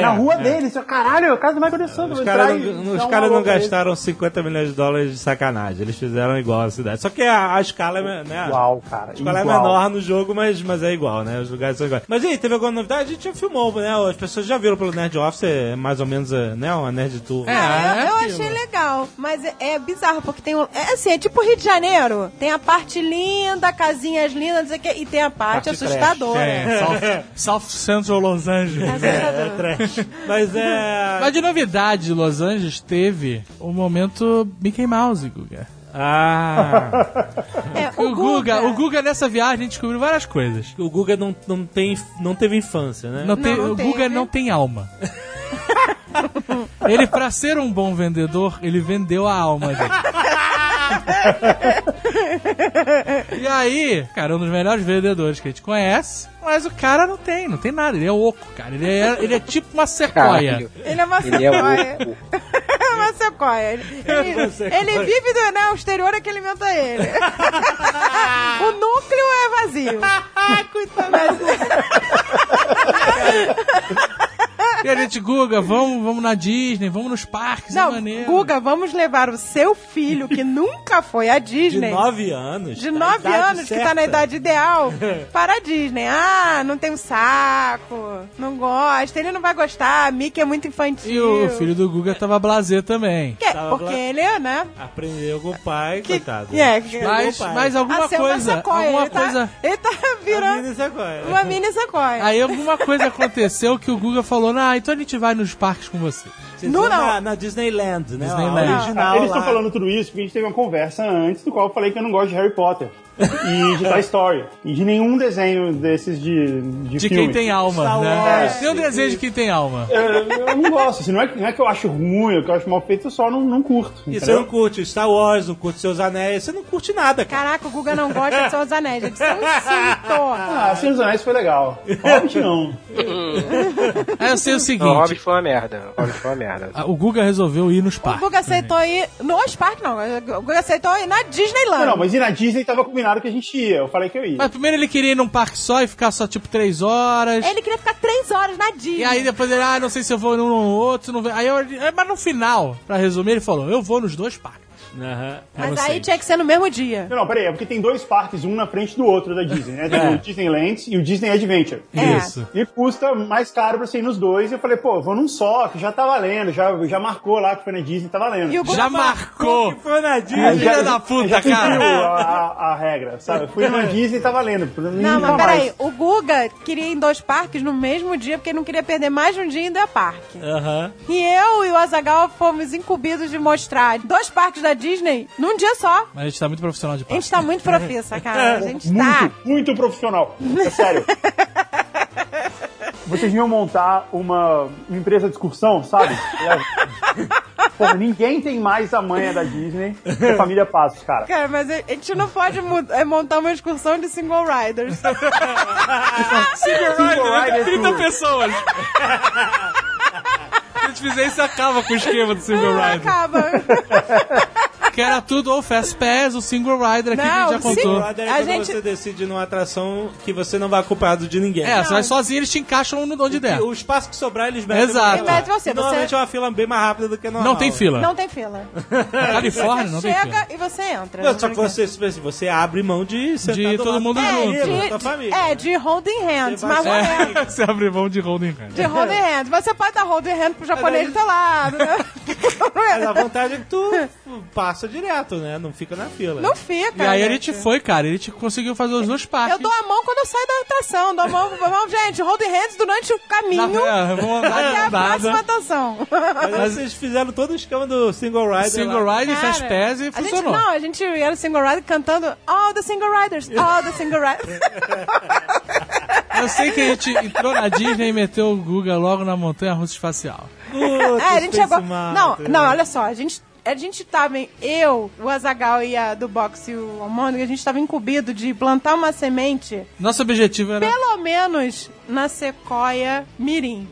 Speaker 3: na rua dele. Você, caralho, é a casa do Michael De Santa.
Speaker 2: É. Os
Speaker 3: vou
Speaker 2: caras
Speaker 3: entrar e
Speaker 2: não,
Speaker 3: dar
Speaker 2: os
Speaker 3: um
Speaker 2: caras
Speaker 3: alô
Speaker 2: não
Speaker 3: pra ele.
Speaker 2: gastaram 50 milhões de dólares de sacanagem. Eles fizeram igual a cidade. Só que a, a escala é né?
Speaker 3: Igual, cara.
Speaker 2: A escala
Speaker 3: igual.
Speaker 2: é menor no jogo, mas, mas é igual, né? Os lugares são iguais. Mas e aí, teve alguma novidade? A gente já filmou, né? As pessoas já viram pelo Nerd Office, é mais ou menos é, né? uma Nerd Tour.
Speaker 6: Cara, eu, eu achei legal, mas é, é bizarro, porque tem um. É assim, é tipo Rio de Janeiro. Tem a parte linda, casinhas lindas, não sei o quê, e tem a parte,
Speaker 7: Parte
Speaker 6: assustadora.
Speaker 7: É, South, South Central Los Angeles.
Speaker 2: É, trash. Mas é.
Speaker 7: Mas de novidade, Los Angeles teve o momento Mickey um Mouse, Guga.
Speaker 2: Ah.
Speaker 6: É,
Speaker 7: o, Guga, o Guga nessa viagem a gente descobriu várias coisas.
Speaker 2: O Guga não, não, tem, não teve infância, né?
Speaker 7: Não tem-
Speaker 2: Não, não
Speaker 7: o
Speaker 2: teve.
Speaker 7: Guga não tem alma. ele, pra ser um bom vendedor, ele vendeu a alma dele. e aí, cara, um dos melhores vendedores que a gente conhece, mas o cara não tem, não tem nada, ele é oco, cara. Ele é, ele é tipo uma sequoia.
Speaker 6: Caralho. Ele é uma
Speaker 7: Ele é
Speaker 6: sequoia. É uma sequoia. Ele, ele-
Speaker 7: uma sequoia.
Speaker 6: ele vive do né, o exterior é que alimenta ele. o núcleo é vazio. Coitado.
Speaker 7: E a gente, Guga, vamos, vamos na Disney, vamos nos parques, é
Speaker 6: Não,
Speaker 7: maneiro.
Speaker 6: Guga, vamos levar o seu filho, que nunca foi à Disney.
Speaker 2: De nove anos.
Speaker 6: De
Speaker 2: tá?
Speaker 6: nove
Speaker 2: Idade
Speaker 6: anos, que tá
Speaker 2: certa.
Speaker 6: na idade ideal, para a Disney. Ah, não tem um saco, não gosta, ele não vai gostar, Mickey é muito infantil.
Speaker 7: E o filho do Guga tava blazer também.
Speaker 6: Que-
Speaker 2: Tava
Speaker 6: porque
Speaker 2: bla-
Speaker 6: ele é, né?
Speaker 2: Aprendeu com o pai, coitado.
Speaker 6: É,
Speaker 7: Mas, mas alguma
Speaker 6: Ah, seu
Speaker 7: coisa.
Speaker 6: Massacoy,
Speaker 7: alguma
Speaker 6: ele tá-
Speaker 7: coisa.
Speaker 6: ele tá virando uma mini sacoia.
Speaker 7: Aí alguma coisa aconteceu que o Guga falou: Ah, então a gente vai nos parques com vocês.
Speaker 2: Vocês vão Na, na Disneyland, né?
Speaker 7: Disneyland.
Speaker 2: A
Speaker 3: Ah,
Speaker 2: original
Speaker 3: Eles estão
Speaker 2: lá.
Speaker 3: falando tudo isso porque a gente teve uma conversa antes do qual eu falei que eu não gosto de Harry Potter. E de Toy Story. E de nenhum desenho desses de De,
Speaker 7: De
Speaker 3: filme.
Speaker 7: quem tem alma,
Speaker 3: Star
Speaker 7: né?
Speaker 3: Wars.
Speaker 7: É. Tem o desejo de quem tem alma.
Speaker 3: É, eu não gosto, assim, não, é, não é que eu acho ruim, é que eu acho mal feito, eu só não, não
Speaker 2: E
Speaker 3: curto.
Speaker 2: você
Speaker 7: né?
Speaker 3: entendeu?
Speaker 2: não curte Star Wars, não curte Seus Anéis, você não curte nada, cara.
Speaker 6: Caraca, o Guga não gosta de Senhor dos Anéis, é de São
Speaker 3: Ah, Senhor dos Anéis foi legal. Hobbit não.
Speaker 7: Aí eu sei o seguinte.
Speaker 4: Não, Hobbit foi uma merda. Hobbit foi uma merda.
Speaker 7: Ah, O Guga resolveu ir nos
Speaker 6: O
Speaker 7: parques.
Speaker 6: Guga aceitou ir nos parques, não. O Guga aceitou ir na Disneyland.
Speaker 3: Não, não, mas ir na Disney tava combinado que a gente ia. Eu falei que eu ia.
Speaker 7: Mas primeiro ele queria ir num parque só e ficar só tipo três horas.
Speaker 6: Ele queria ficar três horas na Disney.
Speaker 7: E aí depois ele, ah, não sei se eu vou num ou outro. Não... vou." Aí eu, é, mas no final, pra resumir, ele falou: Eu vou nos dois parques.
Speaker 6: Mas aí tinha que ser no mesmo dia.
Speaker 3: Não, não, peraí, é porque tem dois parques, um na frente do outro da Disney, né? Tem
Speaker 7: É.
Speaker 3: o Disneyland e o Disney Adventure.
Speaker 7: É. Isso.
Speaker 3: E custa mais caro pra você ir nos dois. E eu falei, pô, vou num só, que já tá valendo, já, já marcou lá que foi na Disney, tá valendo.
Speaker 7: E o Já Guga marcou.
Speaker 2: que foi na Disney.
Speaker 3: É,
Speaker 7: Filha da puta,
Speaker 3: já cumpriu
Speaker 7: cara.
Speaker 3: A, a- a regra, sabe? Fui numa Disney e tá valendo.
Speaker 6: Não, mas
Speaker 3: nunca mais.
Speaker 6: peraí, o Guga queria ir em dois parques no mesmo dia, porque ele não queria perder mais um dia indo a parque.
Speaker 2: Aham.
Speaker 6: E eu e o Azagal fomos incumbidos de mostrar dois parques da Disney num dia só.
Speaker 7: Mas a gente tá muito profissional de
Speaker 6: A
Speaker 7: parque.
Speaker 6: gente tá muito profissa, cara. A gente
Speaker 3: muito,
Speaker 6: tá.
Speaker 3: muito profissional. É sério. Vocês iam montar uma, uma empresa de excursão, sabe? É. Porra, ninguém tem mais a manha da Disney que a família Passos, cara.
Speaker 6: Cara, mas a gente não pode mu- eh, montar uma excursão de single riders.
Speaker 7: Single
Speaker 6: né?
Speaker 7: Rider,
Speaker 3: Rider
Speaker 7: 30
Speaker 3: Tour.
Speaker 7: pessoas. Se a gente fizer isso, acaba com o esquema do Single
Speaker 6: Ah,
Speaker 7: Rider.
Speaker 6: Acaba.
Speaker 7: Que era tudo ou Fast Pass, o Single Rider aqui que a gente
Speaker 2: Single
Speaker 7: já contou.
Speaker 2: Rider é quando você decide numa atração que você não vai culpado de ninguém.
Speaker 7: É, você vai sozinho, eles te encaixam no onde der.
Speaker 2: O espaço que sobrar, eles metem.
Speaker 7: Exato.
Speaker 2: você.
Speaker 6: Mete você,
Speaker 2: Normalmente
Speaker 6: você-
Speaker 2: é uma fila bem mais rápida do que normal.
Speaker 7: Não tem fila.
Speaker 6: Não tem fila.
Speaker 7: Na Califórnia, não tem fila.
Speaker 6: Chega e você entra.
Speaker 2: Não, só que você, se você abre mão de sentar
Speaker 7: De
Speaker 2: do
Speaker 7: todo
Speaker 2: lado
Speaker 7: mundo
Speaker 2: do amigo, da
Speaker 6: É,
Speaker 7: junto.
Speaker 6: De-
Speaker 2: tua
Speaker 6: de-
Speaker 2: família.
Speaker 6: é, de holding hands, mas
Speaker 2: vai-
Speaker 6: vamos-
Speaker 7: É, você abre mão de holding hand.
Speaker 6: de holding hands. Você pode dar holding hand pro japonês do teu lado, né?
Speaker 2: Mas a vontade é que tu passa direto, né? Não fica na fila.
Speaker 6: Não fica.
Speaker 7: E aí a
Speaker 6: né?
Speaker 7: gente foi, cara. Ele te conseguiu fazer os dois parques.
Speaker 6: Eu dou a mão quando eu saio da atração. Dou a mão, dou a mão gente, hold hands durante o caminho
Speaker 7: Na- é, vamos andar
Speaker 6: até a
Speaker 7: andada.
Speaker 6: próxima atração.
Speaker 2: Mas, aí vocês fizeram todo o esquema do single rider.
Speaker 7: Single
Speaker 2: lá.
Speaker 7: rider, fast pass e
Speaker 6: a gente,
Speaker 7: funcionou.
Speaker 6: não, a gente era single rider cantando All the single riders, all the single riders.
Speaker 7: Eu sei que a gente entrou na Disney e meteu o Guga logo na montanha russa espacial.
Speaker 2: Putz,
Speaker 6: é, a gente
Speaker 2: fez
Speaker 6: chegou.
Speaker 2: mal,
Speaker 6: Não,
Speaker 7: né?
Speaker 2: entendeu?
Speaker 6: não, olha só, a gente. A gente tava, em- eu, o Azagal e a do boxe e o Almondo, a gente tava incumbido de plantar uma semente,
Speaker 7: Nosso objetivo era.
Speaker 6: pelo menos na sequoia mirim.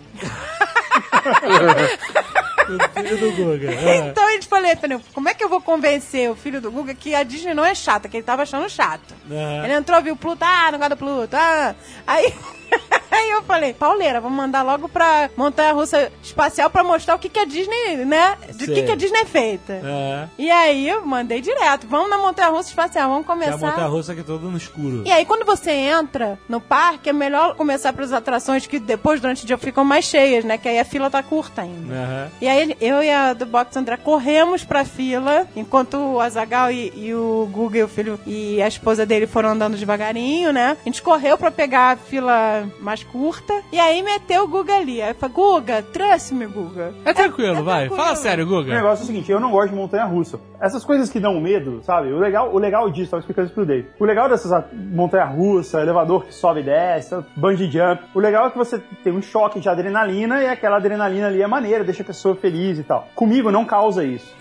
Speaker 2: Filho do Guga. É.
Speaker 6: Então a gente falou, eu falei, como é que eu vou convencer o filho do Guga que a Disney não é chata, que ele tava achando chato.
Speaker 2: Aham.
Speaker 6: Ele entrou, viu o Pluto, ah, não gosta do Pluto, ah. Aí, aí eu falei, Pauleira, vamos mandar logo pra montanha-russa espacial pra mostrar o que que a Disney, né, de que
Speaker 2: Sei.
Speaker 6: que a Disney é feita.
Speaker 2: É.
Speaker 6: E aí eu mandei direto, vamos na montanha-russa espacial, vamos
Speaker 2: É a
Speaker 6: começar...
Speaker 2: montanha-russa que é toda no escuro.
Speaker 6: E aí, quando você entra no parque, é melhor começar pelas atrações que depois, durante o dia, ficam mais cheias, né? Que aí a fila tá curta ainda.
Speaker 2: Aham.
Speaker 6: E aí eu e a do Box André corremos pra fila, enquanto o Azagal e, e o Guga e o filho e a esposa dele foram andando devagarinho, né? A gente correu pra pegar a fila mais curta. E aí meteu o Guga ali. Aí falou, Guga, trouxe-me, Guga.
Speaker 7: É tranquilo, vai.
Speaker 6: tranquilo.
Speaker 7: Fala sério,
Speaker 3: O
Speaker 7: Guga.
Speaker 3: negócio é o seguinte, eu não gosto de montanha russa. Essas coisas que dão medo, sabe? O legal, o legal disso, tava explicando isso pro Dave. O legal dessas a- montanha russa, elevador que sobe e desce, bungee jump. O legal é que você tem um choque de adrenalina e aquela adrenalina ali é maneira, deixa a pessoa feliz e tal. Comigo não causa isso.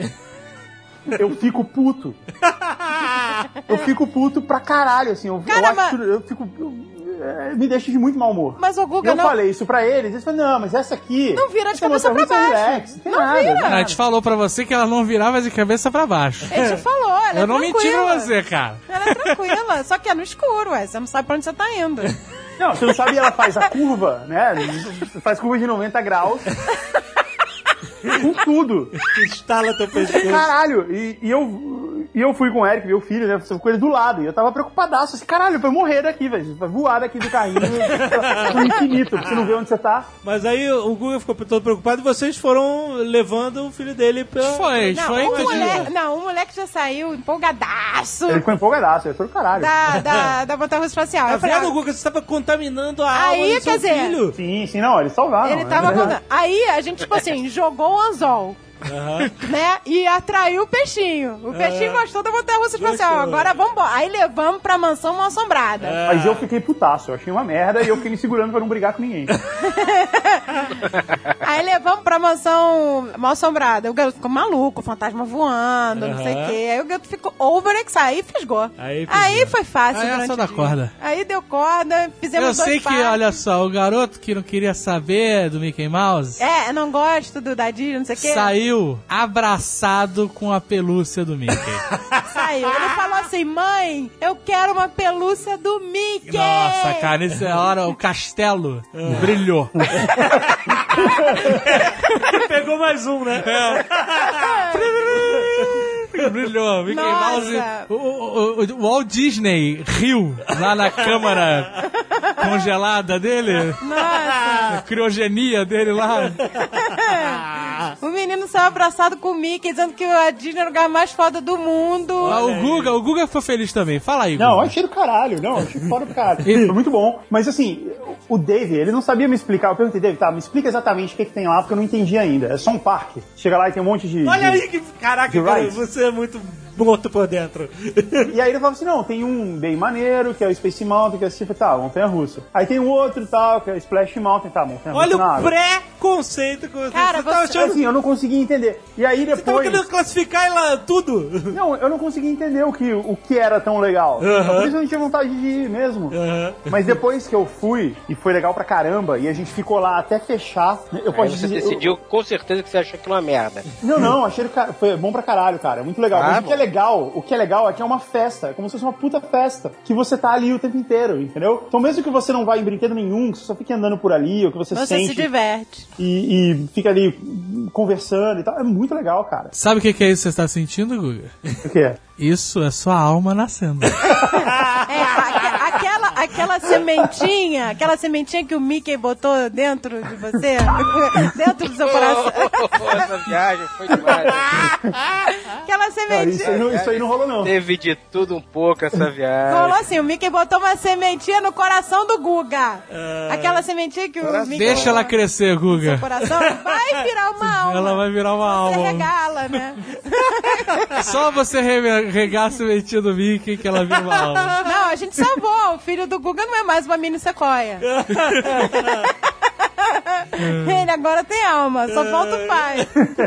Speaker 3: Eu fico puto. Eu fico puto pra caralho, assim. Eu, eu acho, eu fico. eu- é, me deixa de muito mau humor.
Speaker 6: Mas o Guga
Speaker 3: eu
Speaker 6: não-
Speaker 3: falei isso pra eles, eles falaram, não, mas essa aqui.
Speaker 6: Não vira de
Speaker 3: essa
Speaker 6: cabeça
Speaker 3: montanha
Speaker 6: pra
Speaker 3: russa é
Speaker 6: baixo.
Speaker 3: Relax, não tem
Speaker 6: Não
Speaker 3: nada,
Speaker 6: vira.
Speaker 3: nada.
Speaker 7: Ela te falou pra você que ela não virava de cabeça pra baixo.
Speaker 6: Ele te falou, ela é
Speaker 7: Eu não menti pra
Speaker 6: tranquila.
Speaker 7: você, cara.
Speaker 6: Ela é tranquila, só que é no escuro, ué. Você não sabe pra onde você tá indo.
Speaker 3: Não, você não sabe, ela faz a curva, né? Faz curva de 90 graus. Com tudo.
Speaker 2: Instala teu pescoço.
Speaker 3: Caralho, e, e eu, e eu fui com o Eric, meu filho, né? Com ele do lado. E eu tava preocupadaço. Assim, caralho, vai morrer daqui, velho. Vai voar daqui do carrinho. pro infinito. Você não vê onde você tá.
Speaker 2: Mas aí o Guga ficou todo preocupado e vocês foram levando o filho dele pra.
Speaker 6: não, um moleque, não, o moleque já saiu empolgadaço
Speaker 3: Ele ficou empolgadaço. Ele foi do caralho.
Speaker 6: da, da, da montanha russa espacial.
Speaker 2: Tá
Speaker 6: Eu falei,
Speaker 2: vendo,
Speaker 6: ah,
Speaker 2: Guga? Você tava contaminando a
Speaker 6: Aí,
Speaker 2: alma do seu
Speaker 6: quer dizer,
Speaker 2: filho.
Speaker 3: Sim, sim, não. Eles
Speaker 7: Ah,
Speaker 3: salvaram.
Speaker 7: é
Speaker 6: Ele tava
Speaker 3: né?
Speaker 6: contando. Aí a gente, tipo assim, jogou o anzol. Né? E atraiu o peixinho.
Speaker 7: É.
Speaker 6: O peixinho
Speaker 3: Ah.
Speaker 6: gostou da montanha russa espacial.
Speaker 3: Gostou.
Speaker 6: Agora vamos embora. Aí levamos pra mansão mal assombrada.
Speaker 7: É.
Speaker 3: Mas eu fiquei putaço. Eu achei uma merda e eu fiquei me segurando pra não brigar com ninguém.
Speaker 6: Aí levamos pra mansão mal assombrada. O garoto ficou maluco, o fantasma voando, não sei o
Speaker 7: Aham.
Speaker 6: quê. Aí o garoto ficou overexcited. Aí fisgou.
Speaker 7: Aí fisgou.
Speaker 6: Aí foi fácil.
Speaker 7: Aí era
Speaker 6: durante
Speaker 7: só
Speaker 6: o
Speaker 7: dar
Speaker 6: dia.
Speaker 7: corda.
Speaker 6: Aí deu corda, fizemos
Speaker 7: Eu
Speaker 6: dois
Speaker 7: sei que,
Speaker 6: passos.
Speaker 7: olha só, o garoto que não queria saber do Mickey Mouse
Speaker 6: É, não gosto do dadinho, não sei o quê.
Speaker 7: saiu abraçado com a pelúcia do Mickey.
Speaker 6: Saiu. Ele falou assim: mãe, eu quero uma pelúcia do Mickey.
Speaker 7: Nossa, cara, nessa hora o castelo brilhou.
Speaker 2: Pegou mais um, né?
Speaker 7: É. Brilhou, Mickey Mouse. O, o- o- o Walt Disney riu lá na câmara congelada dele.
Speaker 6: Nossa.
Speaker 7: A criogenia dele lá.
Speaker 6: o menino saiu abraçado com o Mickey, dizendo que a Disney era o lugar mais foda do mundo.
Speaker 7: Ah, o Guga, o Guga foi feliz também. Fala aí.
Speaker 3: Não, eu
Speaker 7: Guga.
Speaker 3: achei do caralho, não, eu achei fora do caralho. Foi muito bom. Mas assim, o Dave, ele não sabia me explicar. Eu perguntei, Dave, tá, me explica exatamente o que, que tem lá, porque eu não entendi ainda. É só um parque. Chega lá e tem um monte de.
Speaker 2: Olha
Speaker 3: de-
Speaker 2: aí que. Caraca,
Speaker 3: de
Speaker 2: cara,
Speaker 3: rides.
Speaker 2: você é muito morto por dentro.
Speaker 3: E aí ele falava assim: não, tem um bem maneiro, que é o Space Mountain, que é assim, tá, montanha russa. Aí tem um outro tal, que é o Splash Mountain, tá, montanha russa.
Speaker 2: Olha
Speaker 3: na
Speaker 2: o
Speaker 3: água.
Speaker 2: pré-conceito que você,
Speaker 3: Cara,
Speaker 2: você tava
Speaker 3: você-
Speaker 2: achando.
Speaker 3: assim, eu não consegui entender. E aí depois.
Speaker 2: Você tava querendo classificar ela tudo?
Speaker 3: Não, eu não consegui entender o que, o que era tão legal.
Speaker 2: Aham.
Speaker 3: Por isso eu não tinha vontade de ir mesmo. Mas depois que eu fui, e foi legal pra caramba, e a gente ficou lá até fechar, né, eu
Speaker 4: Aí
Speaker 3: posso
Speaker 4: você
Speaker 3: dizer. eu-
Speaker 4: decidiu com certeza que você achou aquilo uma merda.
Speaker 3: Não, não, achei do cara- foi bom pra caralho, cara. é Muito legal.
Speaker 4: Ah,
Speaker 3: Mas o que
Speaker 4: bom.
Speaker 3: é legal, o que é legal é que é uma festa, é como se fosse uma puta festa. Que você tá ali o tempo inteiro, entendeu? Então mesmo que você não vá em brinquedo nenhum, que você só fique andando por ali, ou que você,
Speaker 6: Você
Speaker 3: sente
Speaker 6: se diverte.
Speaker 3: e, e fica ali conversando e tal, é muito legal, cara.
Speaker 7: Sabe o que que é isso que você está sentindo, Guga?
Speaker 3: O que é?
Speaker 7: Isso é sua alma nascendo.
Speaker 6: É, aque- aquela, aquela sementinha, aquela sementinha que o Mickey botou dentro de você, dentro do seu coração.
Speaker 4: Essa viagem foi demais.
Speaker 6: Aquela sementinha.
Speaker 7: é
Speaker 3: rolou, não.
Speaker 4: Teve de tudo um pouco essa viagem.
Speaker 6: Rolou assim, o Mickey botou uma sementinha no coração do Guga. Aquela sementinha que o Mickey
Speaker 7: Ah. Deixa ela crescer, Guga.
Speaker 6: no coração vai virar uma alma.
Speaker 7: Ela vai virar uma
Speaker 6: Você
Speaker 7: alma.
Speaker 6: regala, né?
Speaker 7: Só você re- regar a sementinha do Mickey que ela vira uma alma.
Speaker 6: Não, a gente salvou. O filho do Guga não é mais uma mini sequoia. Ele agora tem alma, só falta o pai.
Speaker 7: É.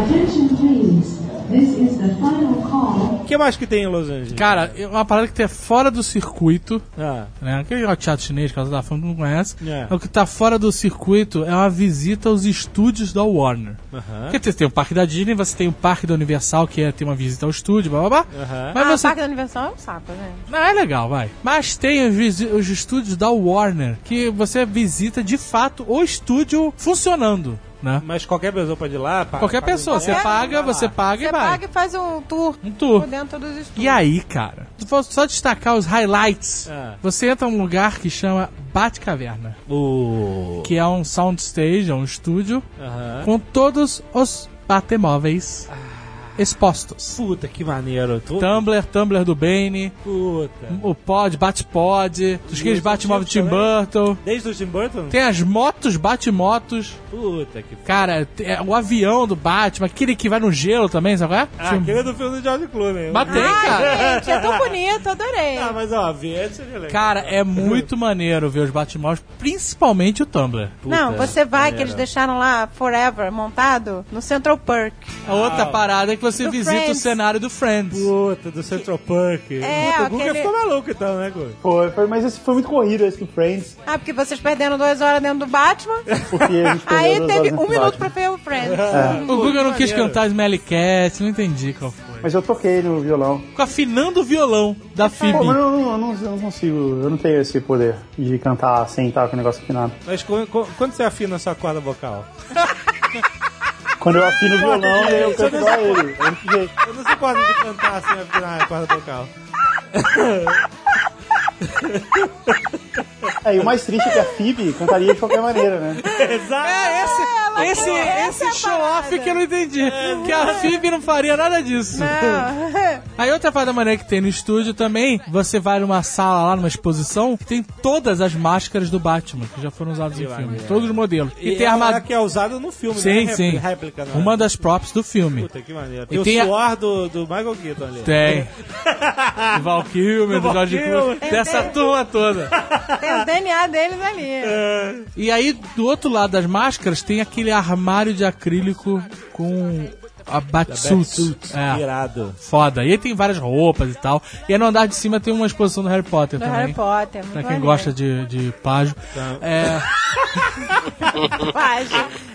Speaker 10: Attention please. This is the final call.
Speaker 2: O que mais que tem em Los Angeles?
Speaker 7: Cara, é uma parada que tá fora do circuito,
Speaker 2: Ah.
Speaker 7: né? Aquele ó, teatro chinês, causa da fama, que não conhece.
Speaker 2: É.
Speaker 7: É. O que tá fora do circuito é uma visita aos estúdios da Warner.
Speaker 2: Aham.
Speaker 7: Porque você tem o parque da Disney, você tem o parque da Universal, que é ter uma visita ao estúdio, blá blá blá.
Speaker 2: Aham.
Speaker 7: Mas
Speaker 6: ah,
Speaker 7: você-
Speaker 6: o Parque da Universal é um saco, né?
Speaker 7: Não, é legal, vai. Mas tem os, visi- os estúdios da Warner, que você visita de fato o estúdio funcionando. Né?
Speaker 2: Mas qualquer pessoa pode ir lá? pa-
Speaker 7: Qualquer
Speaker 2: Hum. paga
Speaker 7: pessoa, você
Speaker 2: ingresso,
Speaker 7: paga,
Speaker 2: vai lá.
Speaker 7: você paga e vai.
Speaker 6: É. Paga e faz um tour. Um
Speaker 7: tour.
Speaker 6: Por dentro dos estúdios.
Speaker 7: E aí, cara, se for só destacar os highlights,
Speaker 2: Ah.
Speaker 7: você entra num lugar que chama Batcaverna,
Speaker 2: O...
Speaker 7: que é um soundstage, é um estúdio,
Speaker 2: Aham.
Speaker 7: com todos os batemóveis
Speaker 2: Ah.
Speaker 7: expostos.
Speaker 2: Puta que maneiro. Tô...
Speaker 7: Tumblr, Tumblr do Bane.
Speaker 2: Puta.
Speaker 7: O Pod, Bate-Pod. Os
Speaker 2: Desde
Speaker 7: gays
Speaker 2: o
Speaker 7: Batmóvel
Speaker 2: Tim
Speaker 7: Tim
Speaker 2: Burton.
Speaker 7: Burton.
Speaker 2: Desde o Tim Burton?
Speaker 7: Tem as motos, Batmotos.
Speaker 2: Puta que.
Speaker 7: Cara, te- é, o avião do Batman, aquele que vai no gelo também, sabe qual é?
Speaker 2: Ah,
Speaker 7: Tinha um-
Speaker 2: aquele Ah, é do filme do George Clooney.
Speaker 7: Mas tem, Ai, cara.
Speaker 6: Gente, é tão bonito, adorei.
Speaker 2: Ah, mas ó, ver seria legal.
Speaker 7: Cara, é muito maneiro ver os Batmóveis, principalmente o Tumblr.
Speaker 6: Não, você vai, que eles deixaram lá Forever montado no Central Park.
Speaker 7: A outra parada é que você
Speaker 6: Do
Speaker 7: visita o
Speaker 6: Friends.
Speaker 7: cenário do Friends.
Speaker 2: Puta, do Central Park.
Speaker 6: É,
Speaker 2: Puta, o Guga
Speaker 6: aquele-
Speaker 2: ficou maluco então, né, Guga?
Speaker 3: Foi, foi, mas esse foi muito corrido, esse do Friends.
Speaker 6: Ah, porque vocês perderam duas horas dentro do Batman.
Speaker 3: Porque a gente perdeu
Speaker 6: Aí
Speaker 3: duas horas
Speaker 6: teve
Speaker 3: dentro
Speaker 6: um
Speaker 3: do
Speaker 6: minuto
Speaker 3: Batman.
Speaker 6: pra ver o Friends.
Speaker 7: O Guga não quis
Speaker 3: maneiro.
Speaker 7: cantar Smelly Cat, não entendi qual foi.
Speaker 3: Mas eu toquei no violão.
Speaker 7: Ficou afinando o violão da Phoebe.
Speaker 3: Pô, mas eu não, eu não- eu não consigo, eu não tenho esse poder de cantar sem estar com o negócio afinado.
Speaker 2: Mas co- co- quando você afina a sua corda vocal?
Speaker 3: Quando eu afino o violão, eu
Speaker 2: Você
Speaker 3: canto
Speaker 2: não
Speaker 3: igual
Speaker 2: se-
Speaker 3: ele. Eu não sei.
Speaker 2: Eu não se pode de cantar assim, afinar a corda vocal.
Speaker 3: É, e o mais triste é que a Phoebe cantaria de qualquer maneira, né?
Speaker 2: Exato.
Speaker 7: É, esse, esse,
Speaker 6: essa é a
Speaker 7: esse show-off que eu não entendi. que a Phoebe não faria nada disso.
Speaker 6: Não.
Speaker 7: Aí outra parada maneira que tem no estúdio também, você vai numa sala lá, numa exposição, que tem todas as máscaras do Batman, que já foram usadas no filme. Todos os modelos. E, tem
Speaker 2: é uma
Speaker 7: armadura.
Speaker 2: que é usada no filme, não é
Speaker 7: Sim,
Speaker 2: répli-
Speaker 7: sim.
Speaker 2: réplica, não é?
Speaker 7: Uma das props do filme.
Speaker 2: Puta, que maneiro.
Speaker 7: E
Speaker 2: Tem,
Speaker 7: tem
Speaker 2: o
Speaker 7: a-
Speaker 2: suor do, do Michael Keaton ali.
Speaker 7: Tem. Do Val Kilmer,
Speaker 2: Do
Speaker 7: do
Speaker 2: Val
Speaker 7: George Clooney,
Speaker 2: Kilmer.
Speaker 7: dessa turma toda.
Speaker 6: Tem o DNA deles
Speaker 7: É,
Speaker 6: ali.
Speaker 7: E aí, do outro lado das máscaras, tem aquele armário de acrílico com a Batsuit.
Speaker 2: Batsuit.
Speaker 7: É.
Speaker 2: Irado.
Speaker 7: Foda. E aí tem várias roupas e tal. E aí no andar de cima tem uma exposição do Harry Potter
Speaker 6: Do
Speaker 7: também.
Speaker 6: Harry Potter.
Speaker 7: Pra quem gosta de, de plágio. É,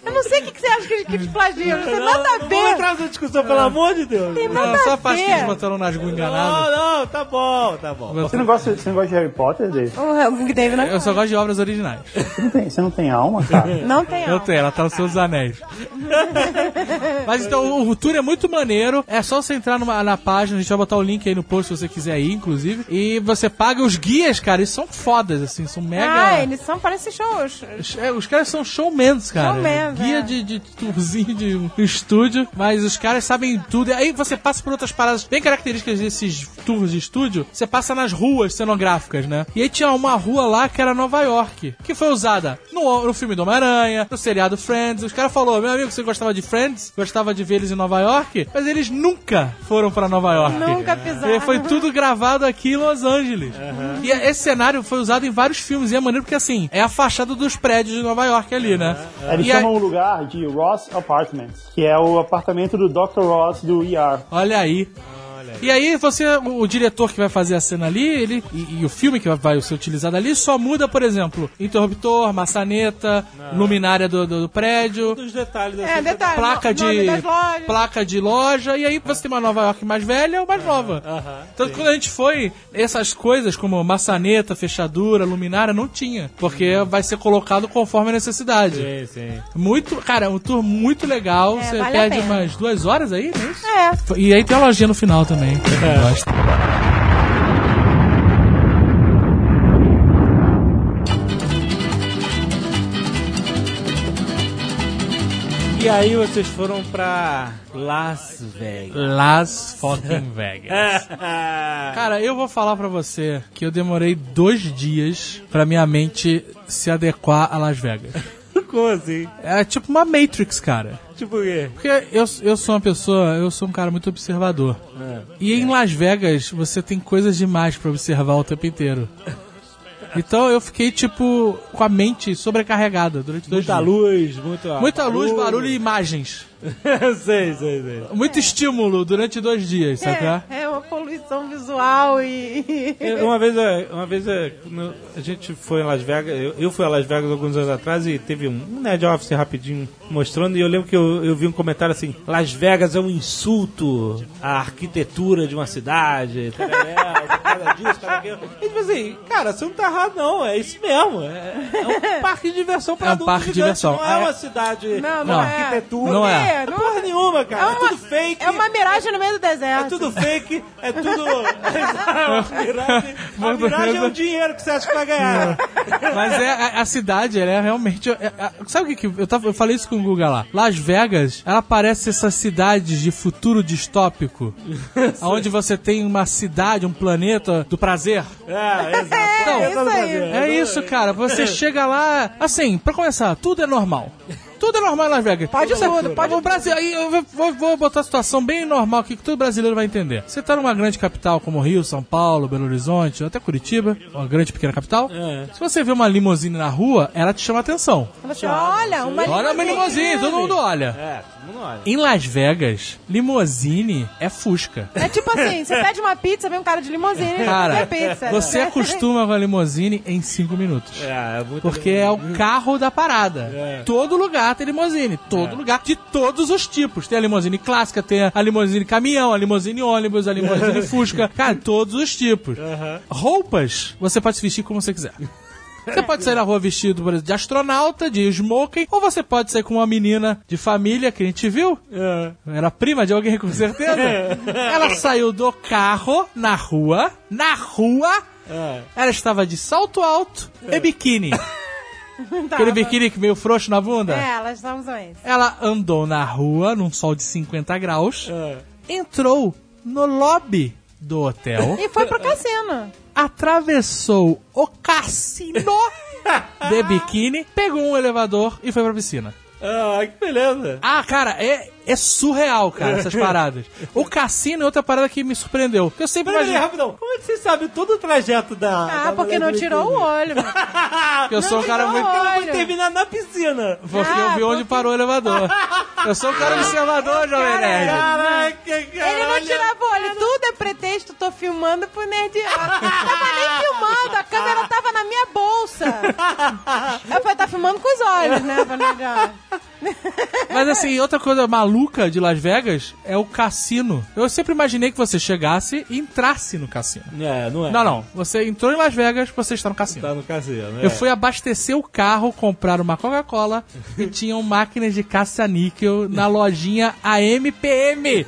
Speaker 6: Eu não sei o que, que você acha que que eles plagiam. Não tem nada a
Speaker 2: não vamos
Speaker 6: ver.
Speaker 2: entrar nessa discussão, Então, pelo
Speaker 7: É.
Speaker 2: amor de Deus.
Speaker 6: Tem nada
Speaker 7: não, é só
Speaker 6: a
Speaker 7: a parte que eles
Speaker 6: ver.
Speaker 7: botaram nas enganadas.
Speaker 2: Não, não, tá bom, tá bom.
Speaker 3: Você não gosta, você não gosta de Harry Potter, Dave?
Speaker 6: O Hulk Dave não,
Speaker 7: Eu só gosto de obras originais.
Speaker 3: Você não tem, você não tem alma, cara?
Speaker 6: não tem
Speaker 7: Eu
Speaker 6: alma.
Speaker 7: tenho, ela tá nos seus anéis. Mas então o, o tour é muito maneiro. É só você entrar numa- na página, a gente vai botar o link aí no post se você quiser ir, inclusive. E você paga os guias, cara, eles são fodas, assim, são mega.
Speaker 6: Ah, eles são, parecem shows.
Speaker 7: Os- é, os caras são showmans, cara.
Speaker 6: Showmans,
Speaker 7: Guia
Speaker 6: é.
Speaker 7: de, de tourzinho de um estúdio, mas os caras sabem tudo. E aí você passa por outras paradas bem características desses tours de estúdio. Você passa nas ruas cenográficas, né? E aí tinha uma rua lá que era Nova York, que foi usada no, no filme do Homem-Aranha, no seriado Friends. Os caras falaram, meu amigo, você gostava de Friends? Gostava de ver eles em Nova York? Mas eles nunca foram pra Nova York.
Speaker 6: Nunca pisaram.
Speaker 7: E foi tudo gravado aqui em Los Angeles. E esse cenário foi usado em vários filmes. E é maneiro porque, assim, é a fachada dos prédios de Nova York ali, né?
Speaker 3: Eles
Speaker 7: E aí-
Speaker 3: chamam o lugar de Ross Apartments, que é o apartamento do Dr. Ross do ER.
Speaker 7: Olha aí. E aí você, o, o diretor que vai fazer a cena ali, ele e, e o filme que vai, vai ser utilizado ali só muda, por exemplo, interruptor, maçaneta, luminária do, do- do prédio,
Speaker 2: Dos detalhes
Speaker 6: É,
Speaker 2: assim.
Speaker 6: detalhe.
Speaker 7: placa
Speaker 6: no- nome
Speaker 7: de
Speaker 6: das lojas.
Speaker 7: placa de loja e aí você tem uma Nova York mais velha ou mais nova. Tanto que quando a gente foi, essas coisas como maçaneta, fechadura, luminária não tinha, porque vai ser colocado conforme a necessidade.
Speaker 2: Sim, sim.
Speaker 7: Muito, cara, é um tour muito legal.
Speaker 6: É,
Speaker 7: você
Speaker 6: vale a
Speaker 7: perde
Speaker 6: pena.
Speaker 7: umas duas horas aí, não é isso?
Speaker 6: É.
Speaker 7: E aí tem a lojinha no final também, pra quem gosta.
Speaker 2: E aí vocês foram pra Las Vegas.
Speaker 7: Las fucking Vegas. É. Cara, eu vou falar pra você que eu demorei dois dias pra minha mente se adequar a Las Vegas.
Speaker 2: Como assim?
Speaker 7: É tipo uma Matrix, cara.
Speaker 2: Tipo o quê?
Speaker 7: Porque eu, eu sou uma pessoa, eu sou um cara muito observador.
Speaker 2: É.
Speaker 7: E em Las Vegas você tem coisas demais pra observar o tempo inteiro. Então eu fiquei, tipo, com a mente sobrecarregada durante dois
Speaker 2: Muita
Speaker 7: dias.
Speaker 2: luz, muito
Speaker 7: Muita luz, barulho e imagens.
Speaker 2: sei, sei, sei.
Speaker 7: Muito estímulo durante dois dias, sabe? qual é?
Speaker 6: É, é uma poluição visual e.
Speaker 2: Eu- Uma vez, eh, uma vez eh, no- a gente foi a Las Vegas, eu, eu fui a Las Vegas alguns anos atrás e teve um, um Nerd Office rapidinho mostrando, e eu lembro que eu, eu vi um comentário assim, Las Vegas é um insulto à arquitetura de uma cidade. tarará, cara disso, cara daquilo. E tipo assim, cara, você não tá errado, não. É isso mesmo. É, é um parque de diversão pra
Speaker 7: É um
Speaker 2: adultos
Speaker 7: parque de
Speaker 2: gigantes,
Speaker 7: diversão.
Speaker 2: Não é,
Speaker 7: É.
Speaker 2: uma cidade
Speaker 6: Não,
Speaker 2: com
Speaker 7: não é.
Speaker 2: arquitetura.
Speaker 7: Não é.
Speaker 6: Não-
Speaker 2: Porra nenhuma, cara.
Speaker 6: É
Speaker 2: É,
Speaker 6: uma-
Speaker 2: tudo fake.
Speaker 6: É uma miragem no meio do
Speaker 2: É
Speaker 6: deserto.
Speaker 2: tudo fake, é tudo. miragem, a
Speaker 7: Manda-
Speaker 2: miragem é o
Speaker 7: manda-
Speaker 2: dinheiro que você acha que vai ganhar.
Speaker 7: Mas é a, a cidade, ela é realmente. é- é- sabe o que, que eu, tava, eu falei isso com o Guga lá? Las Vegas, ela parece essas cidades de futuro distópico, onde você tem uma cidade, um planeta do prazer.
Speaker 2: É, exato.
Speaker 7: Então,
Speaker 2: Eu tô no Brasil.
Speaker 7: É isso, cara. Você chega lá. Assim, pra começar, tudo é normal. Tudo é normal em Las Vegas. Pode tudo, pode o Brasil. Aí eu vou- vou, vou botar a situação bem normal aqui que todo brasileiro vai entender. Você tá numa grande capital como Rio, São Paulo, Belo Horizonte, até Curitiba, uma grande pequena capital. Se você vê uma limousine na rua, ela te chama a atenção.
Speaker 6: Ela falou, assim, olha, uma
Speaker 7: Olha uma limousine, todo mundo olha.
Speaker 2: É, todo mundo olha.
Speaker 7: Em Las Vegas, limousine é fusca.
Speaker 6: É tipo assim, você pede uma pizza, vem um cara de limousine e
Speaker 7: Cara,
Speaker 6: pizza.
Speaker 7: você acostuma com a limousine em 5 minutos.
Speaker 2: É, é muito
Speaker 7: Porque é o carro da parada.
Speaker 2: É.
Speaker 7: Todo lugar tem limousine. Todo lugar. De todos os tipos. Tem a limousine clássica, tem a limousine caminhão, a limousine ônibus, a limousine fusca. Cara, todos os tipos. Roupas, você pode se vestir como você quiser. Você pode sair na rua vestido, por exemplo, de astronauta, de smoking, ou você pode sair com uma menina de família que a gente viu. Era prima de alguém, com certeza. Ela saiu do carro na rua, na rua.
Speaker 2: É,
Speaker 7: É. Ela estava de salto alto e biquíni. É. Aquele biquíni que meio frouxo na bunda.
Speaker 6: É, elas estavam zoando.
Speaker 7: Ela andou na rua, num sol de 50 graus, entrou no lobby do hotel,
Speaker 6: E foi pro cassino.
Speaker 7: atravessou o cassino
Speaker 2: é.
Speaker 7: de biquíni, pegou um elevador e foi pra piscina.
Speaker 2: Ah, que beleza.
Speaker 7: Ah, cara, é, é surreal, cara, essas paradas. O cassino é outra parada que me surpreendeu. Porque eu sempre
Speaker 2: Peraí,
Speaker 7: imaginei
Speaker 2: rapidão. Como é que você sabe todo o trajeto da.
Speaker 6: Ah, porque não tirou o olho.
Speaker 7: que eu sou um cara muito...
Speaker 2: Porque ela foi
Speaker 6: Olha.
Speaker 2: terminar na piscina.
Speaker 7: Porque eu vi onde parou o elevador. Eu sou um cara observador, Jovem
Speaker 2: é
Speaker 7: Nerd.
Speaker 2: Caraca, cara.
Speaker 6: Ele não tirava o olho, tudo é pretexto, tô filmando pro nerdear. Não tava nem filmando, a câmera tava na minha bolsa. Eu falei, tá filmando com os olhos, né, pra nerdear.
Speaker 7: Mas assim, outra coisa maluca de Las Vegas é o cassino. Eu sempre imaginei que você chegasse e entrasse no cassino.
Speaker 2: É, não é.
Speaker 7: Não, não. Você entrou em Las Vegas, você está no cassino.
Speaker 2: Tá no caseiro, né?
Speaker 7: Eu fui abastecer o carro, comprar uma Coca-Cola e tinham máquinas de caça-níquel na lojinha AMPM.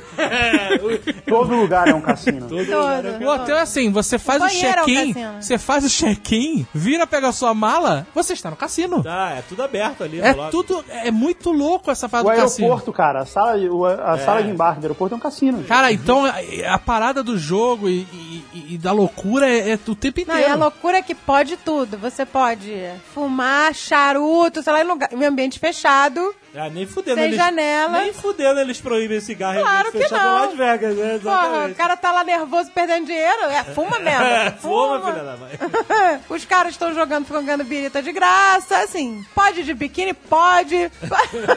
Speaker 3: Todo lugar é um cassino.
Speaker 7: O hotel é assim, você faz o,
Speaker 6: banheiro é um
Speaker 7: check-in,
Speaker 6: cassino.
Speaker 7: você faz o check-in, vira pegar sua mala, você está no cassino.
Speaker 2: Tá, é tudo aberto ali.
Speaker 7: É
Speaker 2: logo.
Speaker 7: tudo, é muito louco essa
Speaker 3: O
Speaker 7: parada do cassino.
Speaker 3: aeroporto, cara, a sala, o- a sala de embarque do aeroporto é um cassino.
Speaker 7: Cara, então a, a parada do jogo e, e- e da loucura é, é o tempo
Speaker 6: Não,
Speaker 7: inteiro.
Speaker 6: e a loucura é que pode tudo. Você pode fumar, charuto, sei lá, em, lugar, em ambiente fechado.
Speaker 2: Ah, nem fudendo.
Speaker 6: Sem
Speaker 2: eles,
Speaker 6: janela.
Speaker 2: Nem fudendo eles proíbem cigarro em
Speaker 6: Claro
Speaker 2: ambiente
Speaker 6: que
Speaker 2: fechado
Speaker 6: não.
Speaker 2: em Las Vegas, né?
Speaker 6: Porra, o
Speaker 2: Exatamente.
Speaker 6: cara tá lá nervoso perdendo dinheiro. É, fuma mesmo.
Speaker 2: Fuma, filha da mãe.
Speaker 6: Os caras estão jogando, ficam ganhando birita de graça, assim. Pode de biquíni? Pode.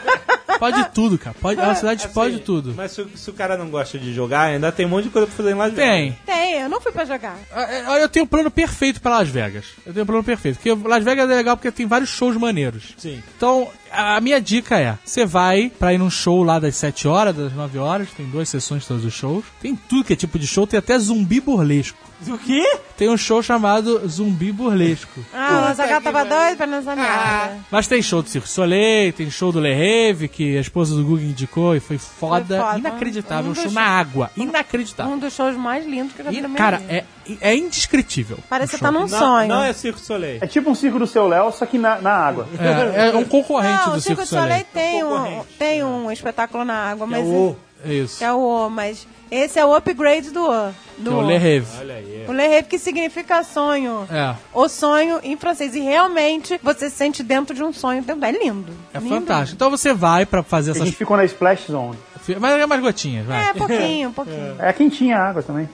Speaker 7: Pode tudo, cara. Pode,
Speaker 6: É,
Speaker 7: a cidade
Speaker 6: assim,
Speaker 7: pode tudo.
Speaker 2: Mas se, o- se o cara não gosta de jogar, ainda tem um monte de coisa pra fazer em Las Vegas.
Speaker 7: Tem.
Speaker 6: Tem, eu não fui pra jogar.
Speaker 7: Ah, é, ah, Eu tenho um plano perfeito pra Las Vegas. Eu tenho um plano perfeito. Porque Las Vegas é legal porque tem vários shows maneiros.
Speaker 2: Sim.
Speaker 7: Então, a a minha dica é: você vai pra ir num show lá das 7 horas, das 9 horas, tem duas sessões de todos os shows. Tem tudo que é tipo de show, tem até zumbi burlesco.
Speaker 2: O quê?
Speaker 7: Tem um show chamado Zumbi Burlesco.
Speaker 6: Ah, o Azaghal tava doido pra nessa merda.
Speaker 7: Mas tem show do Circo Soleil, tem show do Le Rave, que a esposa do Gugu indicou e foi foda.
Speaker 6: Foi foda.
Speaker 7: Inacreditável.
Speaker 6: Um
Speaker 7: Um
Speaker 6: dos-
Speaker 7: show na água. Inacreditável.
Speaker 6: Um dos shows mais lindos que eu já vi na
Speaker 7: tá. E,
Speaker 6: minha
Speaker 7: cara,
Speaker 6: vida.
Speaker 7: é, é indescritível.
Speaker 6: Parece que
Speaker 7: o
Speaker 6: você tá
Speaker 7: show.
Speaker 6: num
Speaker 2: Não,
Speaker 6: sonho.
Speaker 2: não é Circo Soleil.
Speaker 3: É tipo um circo do seu Léo, só que na, na água.
Speaker 7: É, é um concorrente
Speaker 6: Não,
Speaker 7: do
Speaker 6: o Circo de Soleil
Speaker 7: Soleil.
Speaker 6: tem um,
Speaker 2: Concorrente,
Speaker 6: tem um espetáculo na água, mas.
Speaker 7: né? É isso.
Speaker 6: que é o O, mas esse é o upgrade do O.
Speaker 7: Que
Speaker 6: Do
Speaker 7: é o
Speaker 6: O.
Speaker 7: Le Rave.
Speaker 2: Olha aí.
Speaker 6: O Le Rêve que significa sonho.
Speaker 7: É.
Speaker 6: O sonho em francês. E realmente você se sente dentro de um sonho. É lindo.
Speaker 7: É
Speaker 6: Lindo.
Speaker 7: fantástico. Então você vai pra fazer
Speaker 3: A gente
Speaker 7: essas.
Speaker 3: ficou na Splash Zone.
Speaker 7: Mas é mais gotinhas, vai.
Speaker 6: É, pouquinho, pouquinho.
Speaker 3: É quentinha a água também.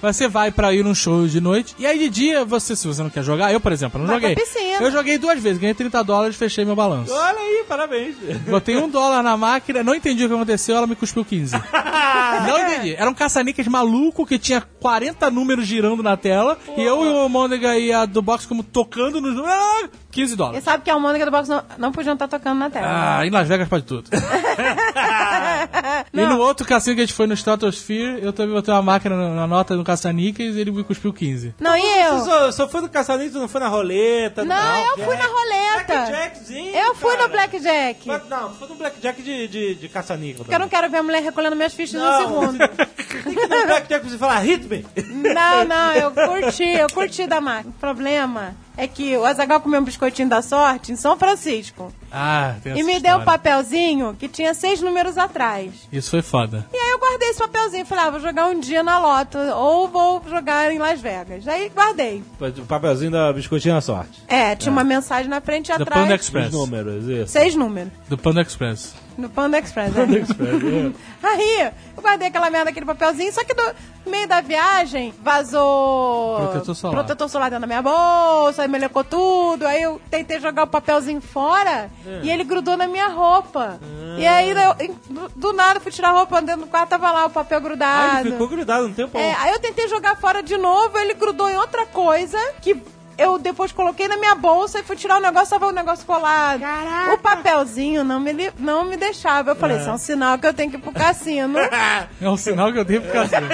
Speaker 7: Você vai pra ir num show de noite. E aí de dia, você, se você não quer jogar, eu, por exemplo, não
Speaker 6: Vai pra
Speaker 7: joguei.
Speaker 6: piscina.
Speaker 7: Eu joguei duas vezes, ganhei 30 dólares, fechei meu balanço.
Speaker 2: Olha aí, parabéns.
Speaker 7: Botei um dólar na máquina, não entendi o que aconteceu, ela me cuspiu 15. não entendi. Era um caça-níqueis maluco que tinha 40 números girando na tela. E eu e o Mônica e a do box como tocando nos números. Ah, 15
Speaker 6: E
Speaker 7: dólares.
Speaker 6: sabe que a Mônica do Box não, não podiam estar tocando na tela.
Speaker 7: Ah, em Las Vegas pode tudo. e no outro cassino que a gente foi no Stratosphere, eu também botei uma máquina na na nota no caça-níqueis e ele me cuspiu 15.
Speaker 6: Não, e eu?
Speaker 2: Você só, só foi no caçadinho, tu não foi na roleta?
Speaker 6: Não, eu fui na roleta.
Speaker 2: Blackjackzinho,
Speaker 6: Eu fui
Speaker 2: cara.
Speaker 6: no blackjack.
Speaker 2: Mas Não, foi no blackjack de, de, de caça-níquel.
Speaker 6: Porque eu não quero ver a mulher recolhendo minhas fichas
Speaker 2: Não.
Speaker 6: no segundo.
Speaker 2: Tem que ir no blackjack pra tá? você falar, hit me.
Speaker 6: Não, não, eu curti, eu curti da marca. O problema é que o Azagal comeu um biscoitinho da sorte em São Francisco.
Speaker 7: Ah, tem essa
Speaker 6: e me deu
Speaker 7: história.
Speaker 6: um papelzinho que tinha seis números atrás.
Speaker 7: Isso foi foda.
Speaker 6: E aí eu guardei esse papelzinho. Falei, ah, vou jogar um dia na loto ou vou jogar em Las Vegas. Aí guardei.
Speaker 2: O papelzinho da biscoitinha da sorte.
Speaker 6: É, tinha uma mensagem na frente e
Speaker 7: Do
Speaker 6: atrás.
Speaker 7: Panda Express.
Speaker 2: Os números, isso.
Speaker 6: Seis números.
Speaker 7: Do Panda Express.
Speaker 6: No Panda Express, né?
Speaker 7: Panda Express, é.
Speaker 6: Aí, eu guardei aquela merda, aquele papelzinho, só que do- no meio da viagem vazou.
Speaker 7: Protetor solar.
Speaker 6: protetor solar dentro da minha bolsa, aí melecou tudo. Aí eu tentei jogar o papelzinho fora
Speaker 10: É.
Speaker 6: e ele grudou na minha roupa. E aí,
Speaker 7: Ah.
Speaker 6: eu- do, do nada, eu fui tirar a roupa dentro do quarto, tava lá o papel grudado.
Speaker 2: Ah, ele ficou grudado no tempo.
Speaker 6: É, aí eu tentei jogar fora de novo, ele grudou em outra coisa que eu depois coloquei na minha bolsa e fui tirar o negócio, tava o negócio colado. Caraca. O papelzinho não me, li- não me deixava. Eu falei,
Speaker 7: É.
Speaker 6: isso é um sinal que eu tenho que ir pro cassino
Speaker 7: É um sinal que eu dei pro caseiro.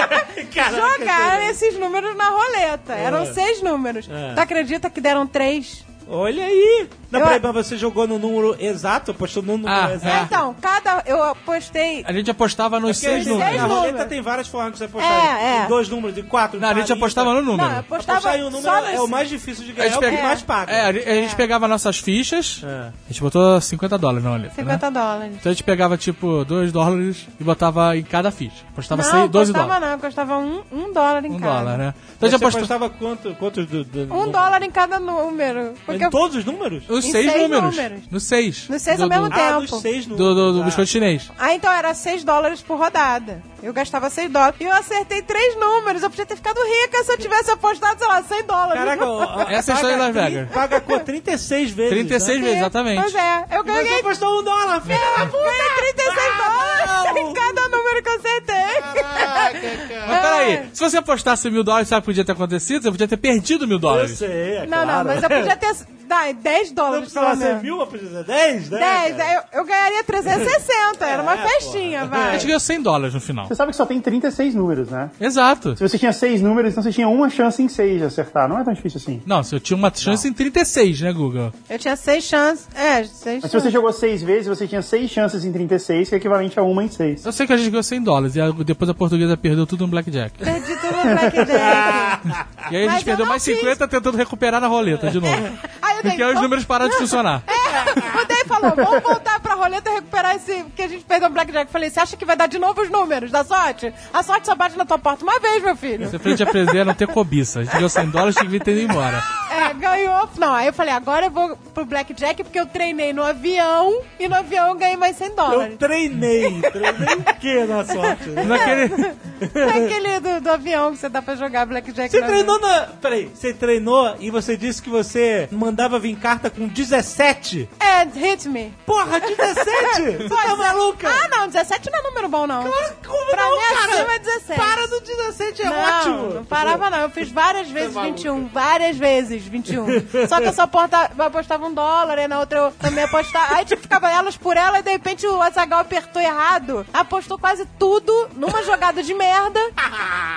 Speaker 6: jogar esses números na roleta.
Speaker 2: É.
Speaker 6: Eram seis números.
Speaker 2: É.
Speaker 6: Tu acredita que deram três?
Speaker 2: Olha aí. Não,
Speaker 6: Eu-
Speaker 2: peraí, mas você jogou no número exato, postou no número exato.
Speaker 6: Então, cada. Eu apostei.
Speaker 7: A gente apostava nos
Speaker 2: Porque
Speaker 7: seis números.
Speaker 2: A roleta tem várias formas de você apostar.
Speaker 6: É, é.
Speaker 2: Tem dois números, de quatro.
Speaker 7: Não, a gente apostava no número.
Speaker 6: Não, eu apostava
Speaker 2: Apostar em um número
Speaker 6: só
Speaker 2: é,
Speaker 6: nesse-
Speaker 2: o mais difícil de
Speaker 7: A
Speaker 2: ganhar, é
Speaker 7: gente,
Speaker 2: o que
Speaker 7: pega-
Speaker 2: mais paga.
Speaker 7: É, a gente- a gente pegava nossas fichas.
Speaker 6: É.
Speaker 7: A gente botou 50 dólares na olheta, né?
Speaker 6: 50 dólares.
Speaker 7: Então a gente pegava, tipo, 2 dólares e botava em cada ficha. Apostava
Speaker 6: não,
Speaker 7: 6, 12
Speaker 6: custava
Speaker 7: dólares.
Speaker 6: não, custava um, um dólar em
Speaker 7: Um
Speaker 6: cada.
Speaker 7: dólar, né?
Speaker 2: Então
Speaker 7: Então
Speaker 2: você
Speaker 7: a gente apostou...
Speaker 2: apostava quanto, quantos... Do, do-
Speaker 6: Um
Speaker 2: do-
Speaker 6: dólar em cada número.
Speaker 2: Em
Speaker 6: Porque eu-
Speaker 2: todos os números? Ah,
Speaker 7: Nos
Speaker 6: em
Speaker 7: seis,
Speaker 6: seis
Speaker 7: números.
Speaker 6: números.
Speaker 7: Nos seis.
Speaker 6: Nos seis ao
Speaker 7: Do-
Speaker 6: mesmo
Speaker 7: do-
Speaker 6: tempo.
Speaker 2: seis
Speaker 7: Do, do, do biscoito chinês.
Speaker 6: Ah, então era 6 dólares por rodada. Eu gastava 6 dólares. E eu acertei três números. Eu podia ter ficado rica se eu tivesse apostado, sei lá, 100 dólares.
Speaker 2: Ah. Caraca, ó, ó,
Speaker 7: Essa é a história de Las Vegas.
Speaker 2: Paga com 36 vezes. né?
Speaker 7: 36 vezes, exatamente.
Speaker 6: Pois é, eu ganhei.
Speaker 2: Você apostou um dólar, filha da puta!
Speaker 6: Ganhei 36 dólares em cada número que eu acertei.
Speaker 7: Mas peraí,
Speaker 6: É.
Speaker 7: se você apostasse mil dólares, sabe o que podia ter acontecido? Você podia ter perdido mil dólares.
Speaker 2: Eu sei, é
Speaker 6: Não, não,
Speaker 2: claro.
Speaker 6: mas eu podia né?" ter. Dá, 10
Speaker 2: Não
Speaker 6: dólares.
Speaker 2: precisava
Speaker 6: pelo
Speaker 2: ser
Speaker 6: menos.
Speaker 2: mil, mas podia ser 10, né?
Speaker 6: 10,
Speaker 2: cara?
Speaker 6: aí eu, eu ganharia 360. Era uma festinha,
Speaker 7: A
Speaker 6: vai.
Speaker 7: É, gente ganhou 100 dólares no final.
Speaker 3: Você sabe que só tem 36 números, né?
Speaker 7: Exato.
Speaker 3: Se você tinha seis números, então você tinha uma chance em seis de acertar. Não é tão difícil assim.
Speaker 7: Não, se eu tinha uma chance em 36, né, Guga?
Speaker 6: Eu tinha 6 chances. É, 6
Speaker 3: Mas se você
Speaker 6: chances.
Speaker 3: jogou seis vezes, você tinha seis chances em 36, que é equivalente a uma em seis.
Speaker 7: Eu sei que a gente ganhou 100 dólares e a- depois a portuguesa perdeu tudo no Blackjack.
Speaker 6: Perdi tudo no Blackjack.
Speaker 7: E aí a
Speaker 6: Mas
Speaker 7: gente
Speaker 6: eu
Speaker 7: perdeu
Speaker 6: não
Speaker 7: mais 50 tentando recuperar na roleta de novo.
Speaker 6: Aí eu dei,
Speaker 7: Porque aí os números pararam de funcionar.
Speaker 6: É, o Dave falou, vamos voltar pra roleta e recuperar esse que a gente perdeu o Blackjack. Eu Falei, você acha que vai dar de novo os números da sorte? A sorte só bate na tua porta uma vez, meu filho.
Speaker 7: Você aprende a aprender a não ter cobiça. A gente ganhou 100 dólares tinha que ter ido embora.
Speaker 6: É, ganhou. Não, aí eu falei, agora eu vou pro Blackjack porque eu treinei no avião e no avião eu ganhei mais 100
Speaker 2: Eu
Speaker 6: dólares.
Speaker 2: treinei. Treinei o quê na sorte? né?
Speaker 7: Naquele...
Speaker 6: É aquele do, do avião que você dá pra jogar Blackjack.
Speaker 2: Você
Speaker 6: no
Speaker 2: treinou na... Peraí, você treinou e você disse que você mandava vir carta com 17?
Speaker 6: avião. É, hit me.
Speaker 2: Porra, 17? Você tá maluca?
Speaker 6: Ah, não, 17 não é número bom, não.
Speaker 2: Claro, que como
Speaker 6: pra
Speaker 2: não,
Speaker 6: mim,
Speaker 2: cara?
Speaker 6: acima é 17.
Speaker 2: assim, Para do 17, é
Speaker 6: não,
Speaker 2: ótimo.
Speaker 6: Não parava, não. Eu fiz várias vezes 21. Várias vezes 21. Só que eu só porta- eu apostava um dólar, e na outra eu também apostava. Aí, tipo, ficava elas por ela, e de repente o Azagal apertou errado. Apostou quase tudo numa jogada de merda.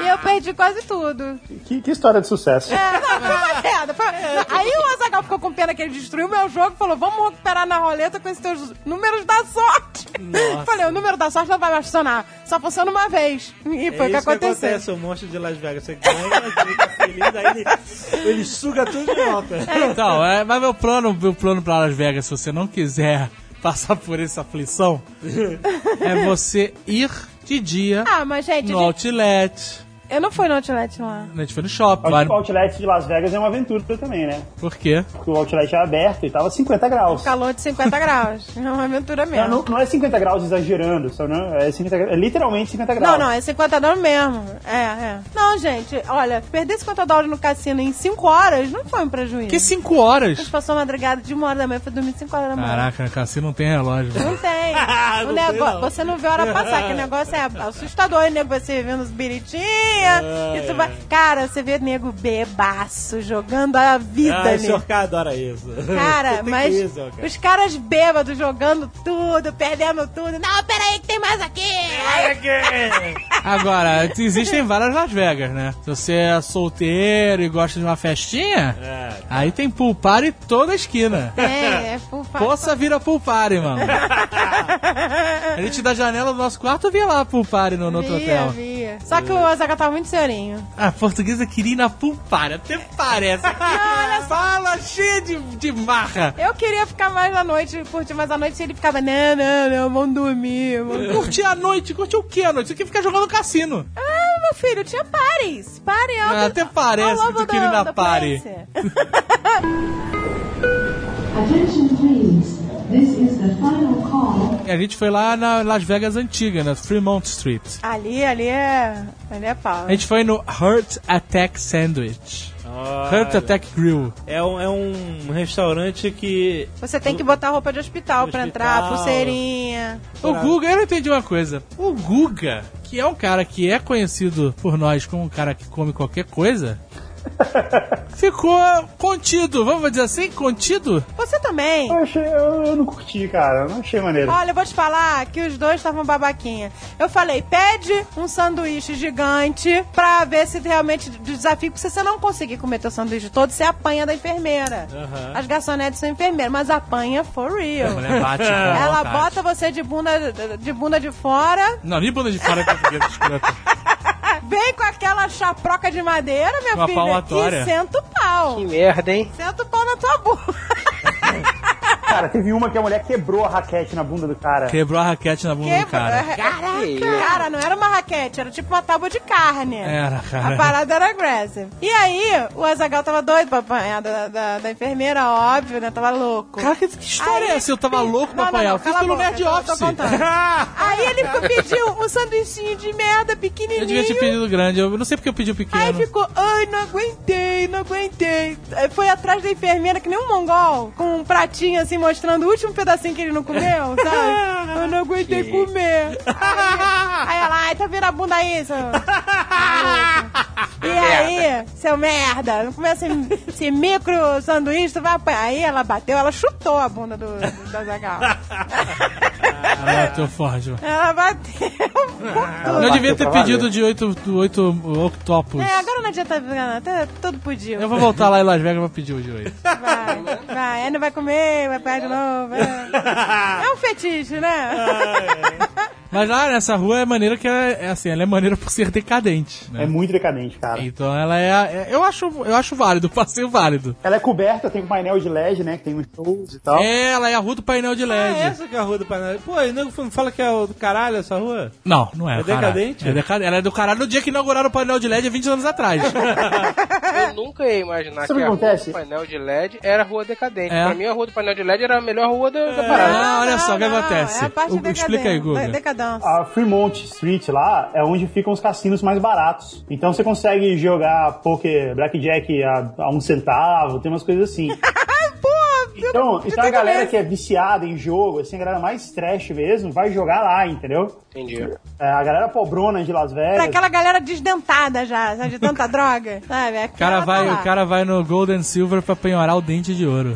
Speaker 6: e eu perdi quase tudo.
Speaker 3: Que, que história de sucesso.
Speaker 6: É, não, foi uma merda. foi-
Speaker 2: É.
Speaker 6: Aí o Azagal ficou com pena que ele destruiu meu jogo e falou: vamos recuperar na roleta com esses teus números da sorte. Falei, o número da sorte não vai mais funcionar. Só funciona uma vez. E foi o que
Speaker 2: É isso
Speaker 6: aconteceu.
Speaker 2: acontece, o monstro de Las Vegas. Você ganha, fica feliz, aí ele, ele suga tudo de volta.
Speaker 7: Então, é, mas meu plano, meu plano pra Las Vegas, se você não quiser passar por essa aflição, é você ir de dia
Speaker 6: Ah, mas gente,
Speaker 7: no
Speaker 6: a gente-
Speaker 7: outlet.
Speaker 6: eu não fui no outlet lá.
Speaker 7: A gente foi no shopping.
Speaker 3: O
Speaker 7: Vai... no-
Speaker 3: Outlet de Las Vegas é uma aventura também, né?
Speaker 7: Por quê?
Speaker 3: Porque o Outlet é aberto e tava 50 graus.
Speaker 6: Calor de 50 graus. É uma aventura mesmo.
Speaker 3: Não, não é 50 graus exagerando, só não, é, 50, gra- é literalmente 50 graus.
Speaker 6: Não, não, é 50 dólares mesmo. É, é. Não, gente, olha, perder 50 dólares no cassino em 5 horas não foi um prejuízo.
Speaker 7: Que 5
Speaker 6: A gente
Speaker 7: horas?
Speaker 6: passou a madrugada de 1 hora da manhã, foi dormir 5 horas da manhã.
Speaker 7: Caraca, no cassino não tem relógio. mano.
Speaker 6: Não tem.
Speaker 2: Ah,
Speaker 6: o
Speaker 2: não tem,
Speaker 6: negócio,
Speaker 2: não.
Speaker 6: né? Você não vê a hora passar, que o negócio é assustador. O nego vai se vendo os biritinhos, bolinha. e tu vai... Cara, você vê nego bebaço jogando a vida
Speaker 2: Ah, o
Speaker 6: ali.
Speaker 2: senhor K adora isso.
Speaker 6: né? Cara,
Speaker 2: Tem que
Speaker 6: mas
Speaker 2: ir, senhor K.
Speaker 6: os caras bêbados jogando tudo, perdendo tudo. Não, peraí que tem mais aqui.
Speaker 7: Agora, existem várias Las Vegas, né? Se você é solteiro e gosta de uma festinha,
Speaker 2: É.
Speaker 7: aí tem pool party toda a esquina.
Speaker 6: É, é full party.
Speaker 7: Poça vira pool party, mano. A gente da janela do nosso quarto via lá pool party no, no outro
Speaker 6: Via,
Speaker 7: hotel.
Speaker 6: via. Só que o Osaka tava muito senhorinho.
Speaker 7: A portuguesa queria ir na pool party, até parece. Fala cheia de, de marra.
Speaker 6: Eu queria ficar mais à noite, curtir mais à noite, e ele ficava, não, não, não, vamos dormir. Vamos...
Speaker 7: Curtir a noite, curtir o que à noite? Você quer ficar jogando cassino.
Speaker 6: Ah, meu filho, tinha pares. Pare é
Speaker 7: Ah,
Speaker 6: algo-
Speaker 7: até parece
Speaker 6: ao
Speaker 7: que tu
Speaker 6: longo
Speaker 7: queria ir
Speaker 6: da-
Speaker 7: na
Speaker 6: da
Speaker 7: party.
Speaker 6: aparência.
Speaker 10: Attention please, this is the final call.
Speaker 7: A gente foi lá na Las Vegas antiga, na Fremont Street.
Speaker 6: Ali, ali é. Ali é pau.
Speaker 7: A gente foi no Heart Attack Sandwich. Heart
Speaker 2: Olha.
Speaker 7: Attack Grill.
Speaker 2: Ah, É um, é um restaurante que.
Speaker 6: Você tem que botar roupa de hospital
Speaker 2: Do
Speaker 6: pra entrar,
Speaker 2: hospital.
Speaker 6: pulseirinha.
Speaker 7: O Guga, eu não entendi uma coisa. O Guga, que é um cara que é conhecido por nós como um cara que come qualquer coisa, ficou contido, vamos dizer assim, contido?
Speaker 6: Você também.
Speaker 3: Eu, achei- eu- eu não curti, cara. Eu Não achei maneiro.
Speaker 6: Olha, eu vou te falar que os dois estavam babaquinha. Eu falei, pede um sanduíche gigante pra ver se realmente d- desafio, porque se você não conseguir comer teu sanduíche todo, você apanha da enfermeira.
Speaker 10: Aham.
Speaker 6: As garçonetes são enfermeiras, mas apanha for real.
Speaker 7: A É, mulher bate com
Speaker 6: Ela
Speaker 7: vontade.
Speaker 6: bota você de bunda de, bunda de fora,
Speaker 7: Não, nem banda de fora que eu fiquei escroto.
Speaker 6: vem com aquela chaproca de madeira, minha
Speaker 7: Uma
Speaker 6: filha,
Speaker 7: palmatória.
Speaker 6: e senta o pau. Que
Speaker 4: merda, hein?
Speaker 6: Senta o pau na tua boca. é.
Speaker 3: Cara, teve uma que a mulher quebrou a raquete na bunda do cara.
Speaker 7: Quebrou a raquete na bunda do Hum, cara.
Speaker 6: Caraca! Cara, não era uma raquete, era tipo uma tábua de carne.
Speaker 7: Era, cara.
Speaker 6: A parada era aggressive. E aí, o Azagal tava doido pra apanhar da, da, da enfermeira, óbvio, né? Tava louco.
Speaker 7: Cara, que história é essa? Eu tava louco pra
Speaker 6: Não, não,
Speaker 7: apanhar.
Speaker 6: não,
Speaker 7: Eu fiz
Speaker 6: cala a
Speaker 7: pelo
Speaker 6: boca,
Speaker 7: Nerd
Speaker 6: eu tô-
Speaker 7: Office.
Speaker 6: tô contando. aí ele pediu um sanduichinho de merda pequenininho.
Speaker 7: Eu devia ter pedido grande. Eu não sei porque eu pedi o pequeno.
Speaker 6: Aí ficou, ai, não aguentei, não aguentei. Aí Foi atrás da enfermeira, que nem um mongol, com um pratinho assim, mostrando o último pedacinho que ele não comeu, sabe? Eu não aguentei comer. Aí, aí ela, ai, tá vendo a bunda aí, seu... E aí, seu merda, não começa esse, esse micro sanduíche, tu vai apanhar. Aí ela bateu, ela chutou a bunda do, do, da Zagal.
Speaker 7: Ah, teu forte.
Speaker 6: Ela bateu.
Speaker 7: Eu não devia ter pedido de oito, do oito octopus.
Speaker 6: É, agora não adianta, não, tá- tudo podia.
Speaker 7: Eu vou voltar lá em Las Vegas pra pedir o de oito.
Speaker 6: Vai, vai. Aí não vai comer, vai parar de novo. É, É um fetiche,
Speaker 7: Ah,
Speaker 6: né?
Speaker 7: Mas lá nessa rua é maneira que ela é é assim, ela é maneira por ser decadente. Né?
Speaker 3: É muito decadente, cara.
Speaker 7: Então ela é, é- eu acho, eu acho válido, passeio válido.
Speaker 3: Ela é coberta, tem um painel de LED, né? Que tem uns shows e tal.
Speaker 7: É, ela é a rua do painel de LED.
Speaker 2: É essa que é a rua do Painel. Pô, e o nego não fala que é o do caralho essa rua?
Speaker 7: Não, não é.
Speaker 2: É
Speaker 7: caralho.
Speaker 2: decadente?
Speaker 7: É decadente. Ela é do caralho no dia que inauguraram o painel de LED há 20 anos atrás.
Speaker 4: Eu nunca ia imaginar
Speaker 7: Sabe
Speaker 4: que
Speaker 7: o
Speaker 4: a rua
Speaker 7: que acontece?
Speaker 4: do painel de LED era a rua decadente.
Speaker 7: É.
Speaker 4: Pra mim, a rua do painel de LED era a melhor rua da, da parada.
Speaker 7: Ah, olha só o que
Speaker 4: não,
Speaker 7: acontece.
Speaker 4: é a parte
Speaker 7: O-
Speaker 4: decadente.
Speaker 7: explica aí,
Speaker 6: é
Speaker 7: Guga.
Speaker 3: A Fremont Street lá é onde ficam os cassinos mais baratos. Então você consegue jogar poker, blackjack a, a um centavo, tem umas coisas assim.
Speaker 6: Ah,
Speaker 3: então, então a galera que é viciada em jogo, assim, a galera mais trash mesmo, vai jogar lá, entendeu?
Speaker 4: Entendi.
Speaker 3: É, a galera pobrona de Las
Speaker 6: Pra
Speaker 3: Vegas.
Speaker 6: Tá aquela galera desdentada já, sabe? De tanta droga, sabe? É tá
Speaker 7: O cara, vai, o cara vai no Gold and Silver pra penhorar o dente de ouro.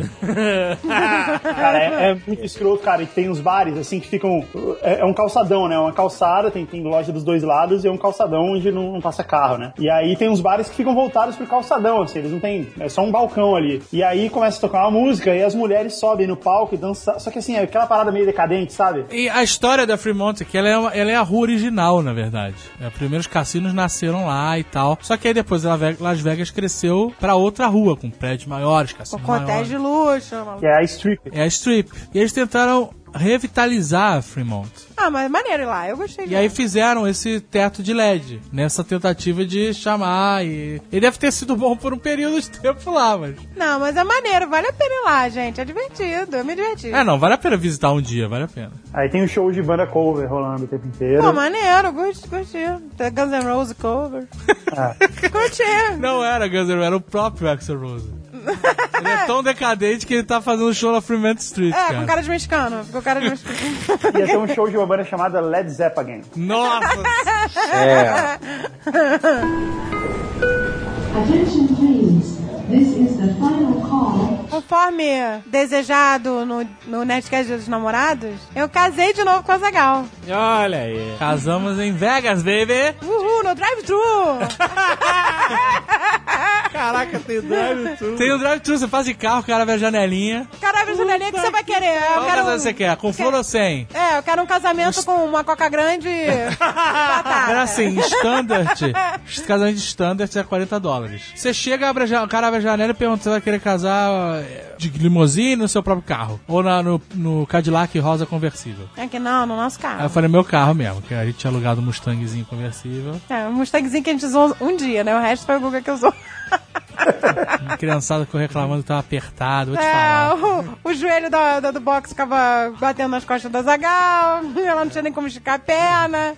Speaker 3: Cara, é, é muito escroto, cara. E tem uns bares, assim, que ficam. É, é um calçadão, né? Uma calçada, tem, tem loja dos dois lados e é um calçadão onde não, não passa carro, né? E aí tem uns bares que ficam voltados pro calçadão, assim, eles não tem. É só um balcão ali. E aí começa a tocar uma música e as mulheres sobem no palco e dançam. Só que assim, é aquela parada meio decadente, sabe?
Speaker 7: E a história da Fremont é que ela é, uma- ela é a rua original, na verdade. É, primeiros cassinos nasceram lá e tal. Só que aí depois ela ve- Las Vegas cresceu pra outra rua, com prédios maiores, cassinos
Speaker 6: Cotéis
Speaker 7: maiores.
Speaker 6: de luxo. maluco.
Speaker 3: É a Strip.
Speaker 7: É a Strip. E eles tentaram revitalizar a Fremont.
Speaker 6: Ah, mas maneiro ir lá, eu gostei de
Speaker 7: E aí fizeram esse teto de LED, nessa tentativa de chamar e... Ele deve ter sido bom por um período de tempo lá, mas...
Speaker 6: Não, mas é maneiro, vale a pena ir lá, gente. É divertido, eu me diverti.
Speaker 7: É, não, vale a pena visitar um dia, vale a pena.
Speaker 3: Aí tem um show de banda cover rolando o tempo inteiro.
Speaker 6: Pô, maneiro, gost- gostei. Guns N' Roses cover. Curti.
Speaker 3: É.
Speaker 7: Não era Guns N' Roses, era o próprio Axl Rose. Ele é tão decadente que ele tá fazendo show na Fremont Street,
Speaker 6: É,
Speaker 7: cara.
Speaker 6: com cara de mexicano. Ficou cara de mexicano.
Speaker 3: Ia ter um show de uma banda chamada Led Zeppelin.
Speaker 7: Nossa!
Speaker 10: É. Attention please. This is the final call.
Speaker 6: Conforme desejado no, no Nerdcast Dia dos Namorados, eu casei de novo com a Zagal.
Speaker 7: Olha aí. Casamos em Vegas, baby.
Speaker 6: Uhul, no drive-thru!
Speaker 2: Caraca, tem drive-thru.
Speaker 7: Tem um drive-thru, você faz de carro, o cara vê a janelinha.
Speaker 6: Caralho, a janelinha que você vai querer. Eu
Speaker 7: Qual
Speaker 6: quero
Speaker 7: casal
Speaker 6: um,
Speaker 7: você quer? Com flor ou sem?
Speaker 6: é, eu quero um casamento com uma coca grande.
Speaker 7: Era assim, standard. Casamento de standard é 40 dólares. Você chega, abre a ja- o cara abre a janela e pergunta se vai querer casar eh, de limousine no seu próprio carro. Ou na- no, no Cadillac rosa conversível.
Speaker 6: É que não, no nosso
Speaker 7: Aí eu
Speaker 6: carro.
Speaker 7: falei meu carro mesmo, que a gente tinha alugado um Mustangzinho conversível.
Speaker 6: É, um Mustangzinho que a gente usou um dia, né? O resto foi o Guga que usou.
Speaker 7: Uma criançada ficou reclamando que tava apertado, vou te falar.
Speaker 6: É, o, o joelho da- da- do box ficava batendo nas costas da Zagal, ela não tinha nem como esticar a perna.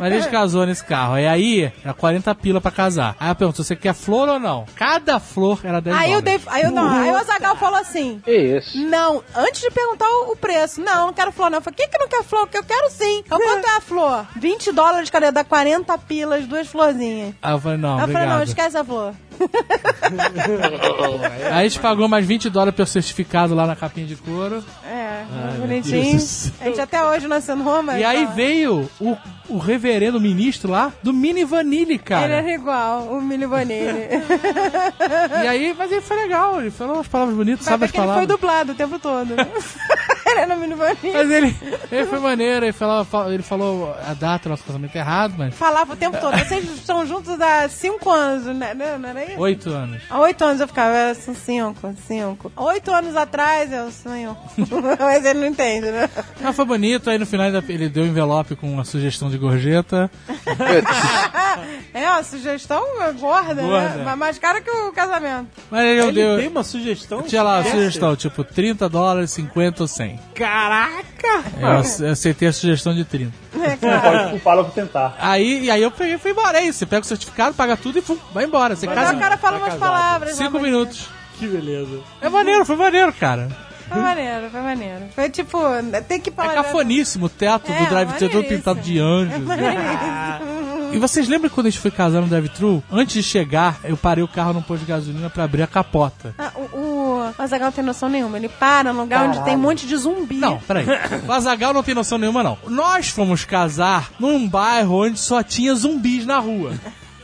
Speaker 7: Mas a gente casou nesse carro. E aí, era 40 pila pra casar. Aí ela perguntou, você quer flor ou não? Cada flor era 10
Speaker 6: Aí eu dei.
Speaker 7: dólares.
Speaker 6: Aí eu não. Aí o Azagal falou assim.
Speaker 4: Isso.
Speaker 6: Não, antes de perguntar o, o preço. Não, não quero flor, não. Eu falei, que que não quer flor? Que eu quero sim. Eu, quanto é a flor? 20 dólares, cara, dá 40 pilas, duas florzinhas.
Speaker 7: Aí eu falei, não,
Speaker 6: aí eu
Speaker 7: obrigado.
Speaker 6: falei, não, esquece a flor. é-
Speaker 7: Aí a gente pagou mais 20 dólares pelo certificado lá na capinha de couro.
Speaker 6: É,
Speaker 7: Ai, meu
Speaker 6: bonitinho.
Speaker 7: Deus do céu.
Speaker 6: A gente até hoje não assinou, mas.
Speaker 7: E aí
Speaker 6: tá.
Speaker 7: veio o, o reverendo ministro lá do Mini Vanille,
Speaker 6: Ele é-
Speaker 7: cara.
Speaker 6: era igual, o Milho Vanille.
Speaker 7: E aí, mas ele foi legal, ele falou umas palavras bonitas, sabe
Speaker 6: Sabe
Speaker 7: as
Speaker 6: que ele foi
Speaker 7: palavras.
Speaker 6: dublado o tempo todo. ele era o Milho Vanille.
Speaker 7: Mas ele, ele foi maneiro, ele falou, fa- ele falou a data do nosso casamento errado, mas.
Speaker 6: Falava o tempo todo. Vocês estão juntos há 5 anos, né? Não era isso?
Speaker 7: Oito anos.
Speaker 6: Há oito anos eu ficava, eu sou cinco, cinco. Há Oito anos atrás eu sonho. Mas ele não entende, né?
Speaker 7: Mas Ah, foi bonito, aí no final ainda ele deu um envelope com uma sugestão de gorjeta.
Speaker 6: É uma sugestão gorda,
Speaker 7: Gorda.
Speaker 6: né? Mas mais cara que o casamento.
Speaker 7: Mas ele,
Speaker 2: Ele
Speaker 7: deu.
Speaker 2: tem uma sugestão?
Speaker 7: Tinha lá a
Speaker 2: Esquece.
Speaker 7: sugestão, tipo 30 dólares, 50 ou 100.
Speaker 2: Caraca!
Speaker 7: Eu ace- eu aceitei a sugestão de 30.
Speaker 6: É,
Speaker 3: Não pode culpá-la por tentar.
Speaker 7: Aí, e aí eu peguei e fui embora. Aí você pega o certificado, paga tudo e fu- vai embora. Você
Speaker 6: Mas
Speaker 7: casa.
Speaker 6: o cara fala umas palavras.
Speaker 7: tá Cinco
Speaker 6: né?
Speaker 7: minutos.
Speaker 2: Que beleza.
Speaker 7: É maneiro, foi maneiro, cara.
Speaker 6: Foi maneiro, foi maneiro. Foi tipo, tem que
Speaker 7: É
Speaker 6: falar.
Speaker 7: cafoníssimo o teto
Speaker 6: É,
Speaker 7: do drive-thru todo
Speaker 6: maneiríssimo.
Speaker 7: pintado de anjos.
Speaker 6: é
Speaker 7: Ah. E vocês lembram quando a gente foi casar no drive-thru? Antes de chegar, eu parei o carro num posto de gasolina pra abrir a capota.
Speaker 6: Ah, o, o Azaghal não tem noção nenhuma. Ele para num lugar onde
Speaker 7: Caralho.
Speaker 6: tem um monte de zumbi.
Speaker 7: Não, peraí. O Azagal não tem noção nenhuma, não. Nós fomos casar num bairro onde só tinha zumbis na rua.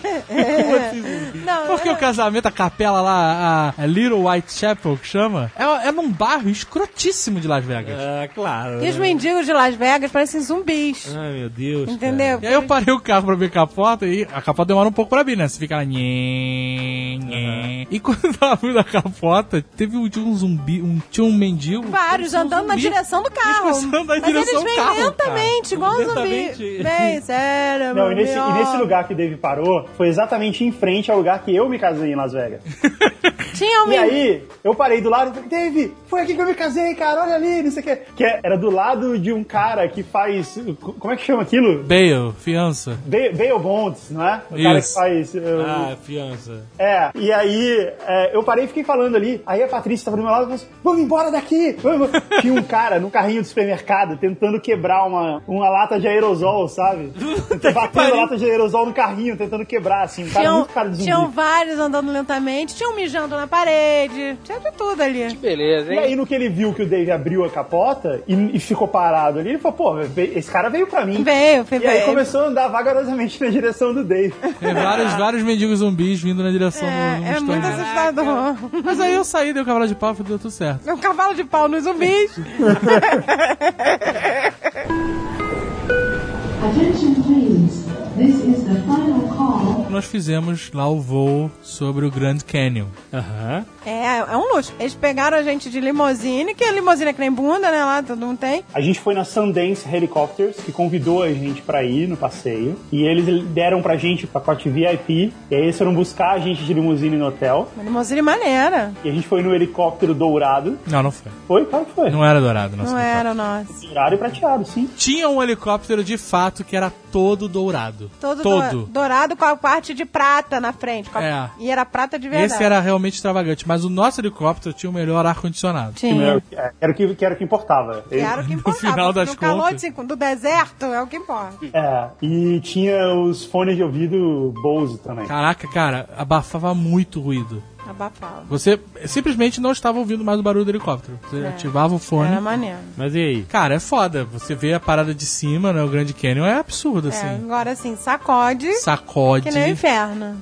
Speaker 6: Não, é,
Speaker 7: Porque o casamento, a capela lá, a- a Little Whitechapel, que chama, é, é num bairro escrotíssimo de Las Vegas.
Speaker 2: É, claro.
Speaker 6: E os mendigos de Las Vegas parecem zumbis.
Speaker 2: Ai, meu Deus.
Speaker 7: Ah,
Speaker 6: Entendeu?
Speaker 7: E aí eu parei o carro pra abrir a capota e a capota demora um pouco pra abrir, né? Você fica lá... nhê, nhê. E quando eu tava abrindo a capota, teve um, tinha um zumbi, um, tinha um mendigo...
Speaker 6: Vários
Speaker 7: parecia um
Speaker 6: andando na
Speaker 7: zumbi.
Speaker 6: direção do carro.
Speaker 7: Eles passando na
Speaker 6: Mas
Speaker 7: direção
Speaker 6: eles
Speaker 7: do
Speaker 6: vêm
Speaker 7: carro,
Speaker 6: lentamente, igual um zumbi.
Speaker 7: Lentamente.
Speaker 6: Vem, sério,
Speaker 3: Não,
Speaker 6: meu
Speaker 3: e nesse,
Speaker 6: amigo.
Speaker 3: e nesse lugar que o Dave parou, foi exatamente em frente ao lugar que eu me casei em Las Vegas.
Speaker 6: Tinha um
Speaker 3: E aí, eu parei do lado e falei, Dave, foi aqui que eu me casei, cara, olha ali, não sei o que. Que é- era do lado de um cara que faz. Como é que chama aquilo?
Speaker 7: Bail, fiança.
Speaker 3: Ba- Bail Bonds, não é? O cara que
Speaker 7: Isso.
Speaker 3: faz. uh,
Speaker 2: Ah, fiança.
Speaker 3: É, e aí é, eu parei e fiquei falando ali. Aí a Patrícia tava do meu lado e falou assim: vamos embora daqui! vamos embora." Tinha um cara no carrinho do supermercado tentando quebrar uma, uma lata de aerosol, sabe? Batendo a lata de aerosol no carrinho, tentando quebrar, assim. Um cara
Speaker 6: Tinham,
Speaker 3: muito cara de zumbi.
Speaker 6: tinham vários andando lentamente, tinham mijando na parede, tinha de tudo ali.
Speaker 4: Beleza,
Speaker 3: E
Speaker 4: hein?
Speaker 3: aí, no que ele viu que o Dave abriu a capota e, e ficou parado ali, ele falou: pô, esse cara veio pra mim.
Speaker 6: Veio, foi
Speaker 3: E aí
Speaker 6: veio.
Speaker 3: começou a andar vagarosamente na direção do Dave.
Speaker 7: Tem vários, vários mendigos zumbis vindo na direção do do
Speaker 6: É, é
Speaker 3: um
Speaker 7: Mustang.
Speaker 6: muito assustador.
Speaker 7: Mas aí eu saí, dei o cavalo de pau e deu tudo certo.
Speaker 6: Um cavalo de pau nos zumbis.
Speaker 10: Attention please. This is the final call.
Speaker 7: Nós fizemos lá o voo sobre o Grand Canyon.
Speaker 2: Aham.
Speaker 6: É, é um luxo. Eles pegaram a gente de limousine, que a limousine é que nem bunda, né? Lá todo mundo tem.
Speaker 3: A gente foi na Sundance Helicopters, que convidou a gente pra ir no passeio. E eles deram pra gente o pacote VIP. E aí eles foram buscar a gente de limusine no hotel.
Speaker 6: Uma limousine maneira.
Speaker 3: E a gente foi no helicóptero dourado.
Speaker 7: Não, não foi.
Speaker 3: Foi? Claro que foi.
Speaker 7: Não era dourado, nossa.
Speaker 6: Não era o nosso.
Speaker 3: Dourado e prateado, sim.
Speaker 7: Tinha um helicóptero de fato que era todo dourado.
Speaker 6: Todo,
Speaker 7: Todo.
Speaker 6: doura- dourado com a parte de prata na frente. com a-
Speaker 7: É.
Speaker 6: E era prata de verdade.
Speaker 7: Esse era realmente extravagante, mas o nosso helicóptero tinha o melhor ar-condicionado.
Speaker 6: Tinha.
Speaker 3: É, Era o que, que era o que importava.
Speaker 6: Era o que importava.
Speaker 7: No final das
Speaker 6: no calor
Speaker 7: contas.
Speaker 6: de cinco- do deserto é o que importa.
Speaker 3: É, e tinha os fones de ouvido Bose também.
Speaker 7: Caraca, cara, abafava muito o ruído.
Speaker 6: Abafava.
Speaker 7: Você simplesmente não estava ouvindo mais o barulho do helicóptero. Você
Speaker 6: É.
Speaker 7: ativava o fone.
Speaker 6: Era maneiro.
Speaker 7: Mas e aí? Cara, é foda. Você vê a parada de cima, né? O Grande Canyon é
Speaker 6: É,
Speaker 7: absurdo, assim.
Speaker 6: agora assim, sacode.
Speaker 7: Sacode.
Speaker 6: Que nem o inferno.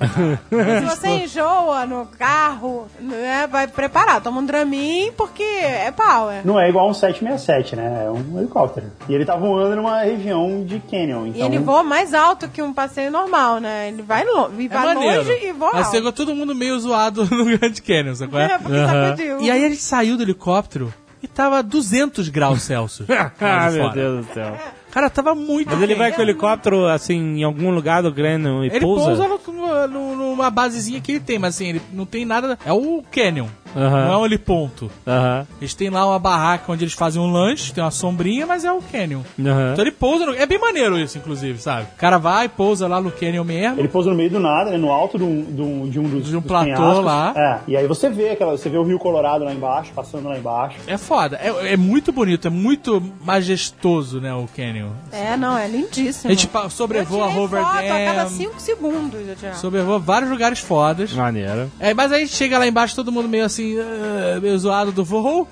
Speaker 6: Se você enjoa no carro, né, vai preparar, toma um Dramin, porque é power.
Speaker 3: Não é igual a um 767, né? É um helicóptero. E ele tá voando numa região de canyon.
Speaker 6: E
Speaker 3: Então...
Speaker 6: ele voa mais alto que um passeio normal, né? Ele vai, lo e vai longe e voa
Speaker 7: É Mas
Speaker 6: alto.
Speaker 7: chegou todo mundo meio zoado no Grande Canyon, sabe qual é?
Speaker 6: É, porque
Speaker 7: Aham.
Speaker 6: sacudiu.
Speaker 7: E aí a gente saiu do helicóptero e tava 200 graus Celsius.
Speaker 2: ah, meu Deus do céu.
Speaker 7: Cara, tava muito
Speaker 2: Mas ele vai com o
Speaker 7: quente.
Speaker 2: helicóptero, assim, em algum lugar do Grêmio e
Speaker 7: Ele pousa, no- no- numa basezinha que ele tem, mas assim, ele não tem nada. É o Canyon.
Speaker 2: Aham.
Speaker 7: Não é um heliponto.
Speaker 2: Aham.
Speaker 7: Eles têm lá uma barraca onde eles fazem um lanche, tem uma sombrinha, mas é o Canyon.
Speaker 2: Aham.
Speaker 7: Então ele pousa no... É bem maneiro isso, inclusive, sabe? O cara vai, pousa lá no Canyon mesmo.
Speaker 3: Ele pousa no meio do nada, né? No alto de um, de um, de um dos. De um
Speaker 7: platô lá.
Speaker 3: É. E aí você vê aquela. Você vê o Rio Colorado lá embaixo, passando lá embaixo.
Speaker 7: É foda. É, é muito bonito, é muito majestoso, né, o Canyon.
Speaker 6: É, não, é lindíssimo.
Speaker 7: A gente pa- sobrevoa
Speaker 6: Eu tirei
Speaker 7: Hoover
Speaker 6: foto a cada
Speaker 7: Dam.
Speaker 6: 5 segundos, eu tirava.
Speaker 7: Sobrevoa vários lugares fodas.
Speaker 2: Ah.
Speaker 13: Maneiro.
Speaker 7: É, mas aí chega lá embaixo, todo mundo meio assim, ah, meio zoado do voo.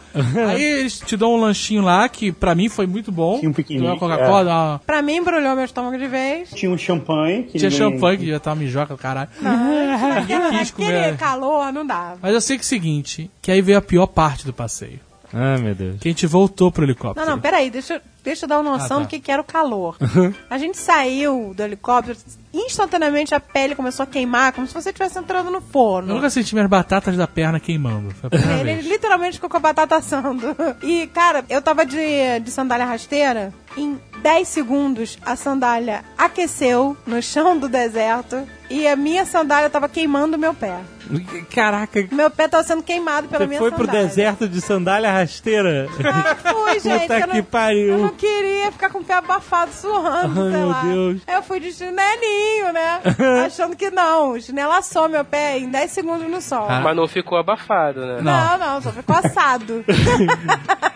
Speaker 7: aí eles te dão um lanchinho lá, que pra mim foi muito bom. Tinha um
Speaker 3: pequenininho,
Speaker 7: Uma Coca-Cola, uma-
Speaker 6: Pra mim, embrulhou meu estômago de vez.
Speaker 3: Tinha um champanhe. Que
Speaker 7: Tinha
Speaker 3: ninguém-
Speaker 7: champanhe, que já tava mijoca do caralho.
Speaker 6: Ah. Naquela-
Speaker 7: quis
Speaker 6: Naquele
Speaker 7: comer.
Speaker 6: calor, não dava.
Speaker 7: Mas eu sei que é o seguinte, que aí veio a pior parte do passeio.
Speaker 13: Ah, meu Deus.
Speaker 7: Que a gente voltou pro helicóptero.
Speaker 6: Não, não, peraí, deixa, eu- deixa eu dar uma noção
Speaker 7: Ah, tá. Uhum.
Speaker 6: do que, que era o calor. A gente saiu do helicóptero, instantaneamente a pele começou a queimar, como se você estivesse entrando no forno.
Speaker 7: Eu nunca senti minhas batatas da perna queimando. Foi a primeira
Speaker 6: Ele
Speaker 7: vez.
Speaker 6: literalmente ficou com a batata assando. E, cara, eu tava de, de sandália rasteira. Em 10 segundos, a sandália aqueceu no chão do deserto. E a minha sandália tava queimando o meu pé.
Speaker 2: Caraca.
Speaker 6: Meu pé tava sendo queimado pela
Speaker 2: Você
Speaker 6: minha
Speaker 2: foi pro
Speaker 6: sandália.
Speaker 2: deserto de sandália rasteira?
Speaker 6: Fui, gente.
Speaker 2: Puta
Speaker 6: eu não-
Speaker 2: que pariu.
Speaker 6: Eu não queria ficar com o pé abafado, suando,
Speaker 2: Ai,
Speaker 6: sei
Speaker 2: meu
Speaker 6: lá.
Speaker 2: Deus.
Speaker 6: Aí Eu fui de chinelinho, né? Achando que não. O chinelo assou meu pé em 10 segundos no sol.
Speaker 4: Mas não ficou abafado, né?
Speaker 6: Não, não, só ficou assado.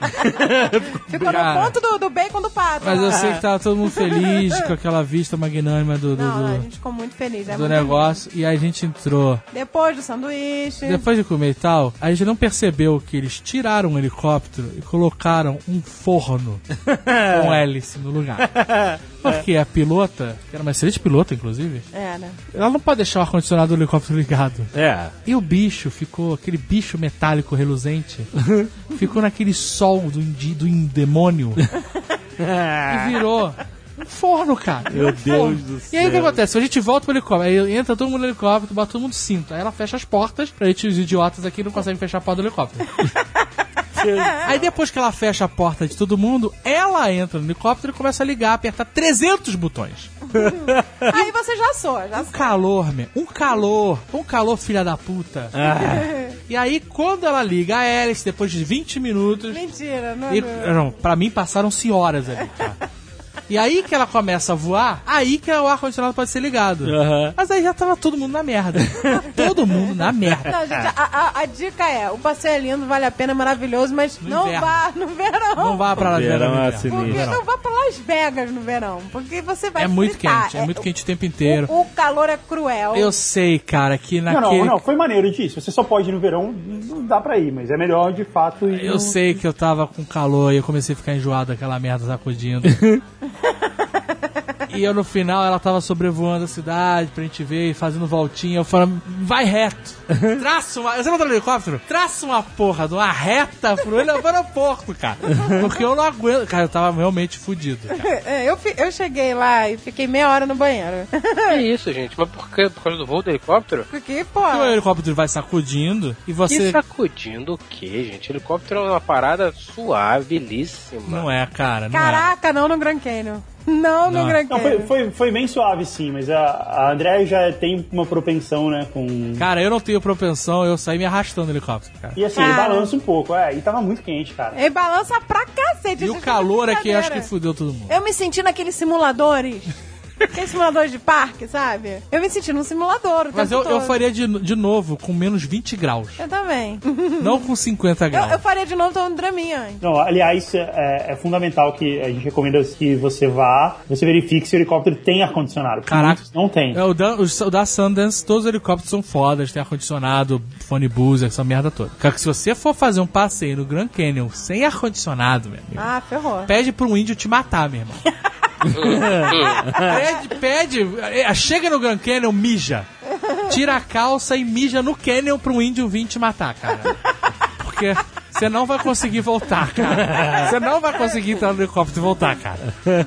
Speaker 6: ficou no
Speaker 7: Cara.
Speaker 6: ponto do, do bacon do pato. Ah,
Speaker 7: Mas eu
Speaker 6: lá.
Speaker 7: sei que tava todo mundo feliz com aquela vista magnânima do, do,
Speaker 6: Não, não, a
Speaker 7: do-
Speaker 6: gente ficou muito feliz. é
Speaker 7: do
Speaker 6: muito
Speaker 7: negócio. E a gente entrou.
Speaker 6: lindo. Depois do sanduíche.
Speaker 7: Depois de comer e tal, a gente não percebeu que eles tiraram um helicóptero e colocaram um forno com hélice no lugar. Porque a pilota, que era uma excelente pilota, inclusive,
Speaker 6: É, né?
Speaker 7: ela não pode deixar o ar-condicionado do helicóptero ligado.
Speaker 13: É.
Speaker 7: E o bicho ficou, aquele bicho metálico reluzente, ficou naquele sol do, indi- do demônio e virou um forno, cara.
Speaker 2: Meu
Speaker 7: Um forno.
Speaker 2: Deus do
Speaker 7: E aí o que
Speaker 2: céu.
Speaker 7: acontece? A gente volta pro helicóptero, aí entra todo mundo no helicóptero, bota todo mundo cinto. Aí ela fecha as portas, pra gente, os idiotas aqui, não conseguem fechar a porta do helicóptero. aí depois que ela fecha a porta de todo mundo, ela entra no helicóptero e começa a ligar, apertar 300 botões.
Speaker 6: Aí você já assou, já assou.
Speaker 7: calor, meu. Um calor. Um calor, filha da puta.
Speaker 3: Ah.
Speaker 7: E aí, quando ela liga a hélice, depois de 20 minutos.
Speaker 6: Mentira, não é?
Speaker 7: E,
Speaker 6: não.
Speaker 7: não, pra mim passaram-se horas ali, cara. E aí que ela começa a voar, aí que o ar-condicionado pode ser ligado.
Speaker 2: Aham.
Speaker 7: Mas aí já tava todo mundo na merda. todo mundo na merda.
Speaker 6: Não, gente, a, a- a dica é: o passeio é lindo, vale a pena, é maravilhoso, mas não
Speaker 7: inverno.
Speaker 6: vá no verão.
Speaker 7: Não vá pra Las Vegas.
Speaker 13: Verão
Speaker 2: um
Speaker 7: no
Speaker 13: é
Speaker 3: assim.
Speaker 7: inverno.
Speaker 13: sinistro.
Speaker 6: Porque não vá pra Las Vegas no verão, porque você vai
Speaker 7: É muito
Speaker 6: fritar.
Speaker 7: quente, é muito quente o tempo inteiro.
Speaker 6: O, o calor é cruel.
Speaker 7: Eu sei, cara, que
Speaker 3: Não,
Speaker 7: naquele.
Speaker 3: não, não, foi maneiro disso. Você só pode ir no verão, não dá pra ir, mas é melhor de fato ir.
Speaker 7: Eu
Speaker 3: no-
Speaker 7: sei que eu tava com calor e eu comecei a ficar enjoado daquela merda sacudindo. e eu no final ela tava sobrevoando a cidade pra gente ver e fazendo voltinha. Eu falando, vai reto. Traça uma. Você não tá no helicóptero? Traça uma porra de uma reta pro heli- pro aeroporto, cara. Porque eu não aguento. Cara, eu tava realmente fudido. cara.
Speaker 6: É, eu, fi- eu cheguei lá e fiquei meia hora no banheiro.
Speaker 4: É isso, gente. Mas por quê? Por causa do voo do helicóptero?
Speaker 6: Porque, pô.
Speaker 7: Porque o helicóptero vai sacudindo e
Speaker 4: E
Speaker 7: você.
Speaker 6: é
Speaker 4: sacudindo o quê, gente? Helicóptero é uma parada suave, belíssima.
Speaker 7: Não é, cara. Não é.
Speaker 6: Caraca, não no Gran Canyon. Não, no Gran
Speaker 3: Não, foi,
Speaker 6: Canyon.
Speaker 3: foi, foi bem suave, sim, mas a, a Andréia já tem uma propensão, né, com...
Speaker 7: Cara, eu não tenho propensão, eu saí me arrastando no helicóptero, cara.
Speaker 3: E assim, ele balança um pouco, é, e tava muito quente, cara.
Speaker 6: Ele balança pra cacete.
Speaker 7: E
Speaker 6: isso
Speaker 7: o
Speaker 6: é
Speaker 7: calor é que acho que
Speaker 6: brincadeira.
Speaker 7: fudeu todo mundo.
Speaker 6: Eu me senti naqueles simuladores. Aquele simulador de parque, sabe? Eu me senti num simulador o
Speaker 7: Mas eu,
Speaker 6: tempo
Speaker 7: eu
Speaker 6: todo.
Speaker 7: faria de, de novo com menos 20 graus.
Speaker 6: Eu também.
Speaker 7: Não com 50
Speaker 6: Eu,
Speaker 7: graus.
Speaker 6: eu faria de novo tomando draminha antes.
Speaker 3: Não, aliás, é, é fundamental que a gente recomenda que você vá, você verifique se o helicóptero tem ar-condicionado. porque
Speaker 7: Caraca.
Speaker 3: muitos Não tem.
Speaker 7: É, o, da, os- o da Sundance, todos os helicópteros são fodas, tem ar-condicionado, fone buzzer, essa merda toda. Cara, que se você for fazer um passeio no Grand Canyon sem ar-condicionado, meu amigo,
Speaker 6: Ah, ferrou.
Speaker 7: pede pra um índio te matar, meu irmão. pede, pede, é, chega no Grand Canyon, mija. Tira a calça e mija no Canyon pra um índio vir te matar, cara. Porque você não vai conseguir voltar, cara. Você não vai conseguir entrar no helicóptero e voltar, cara.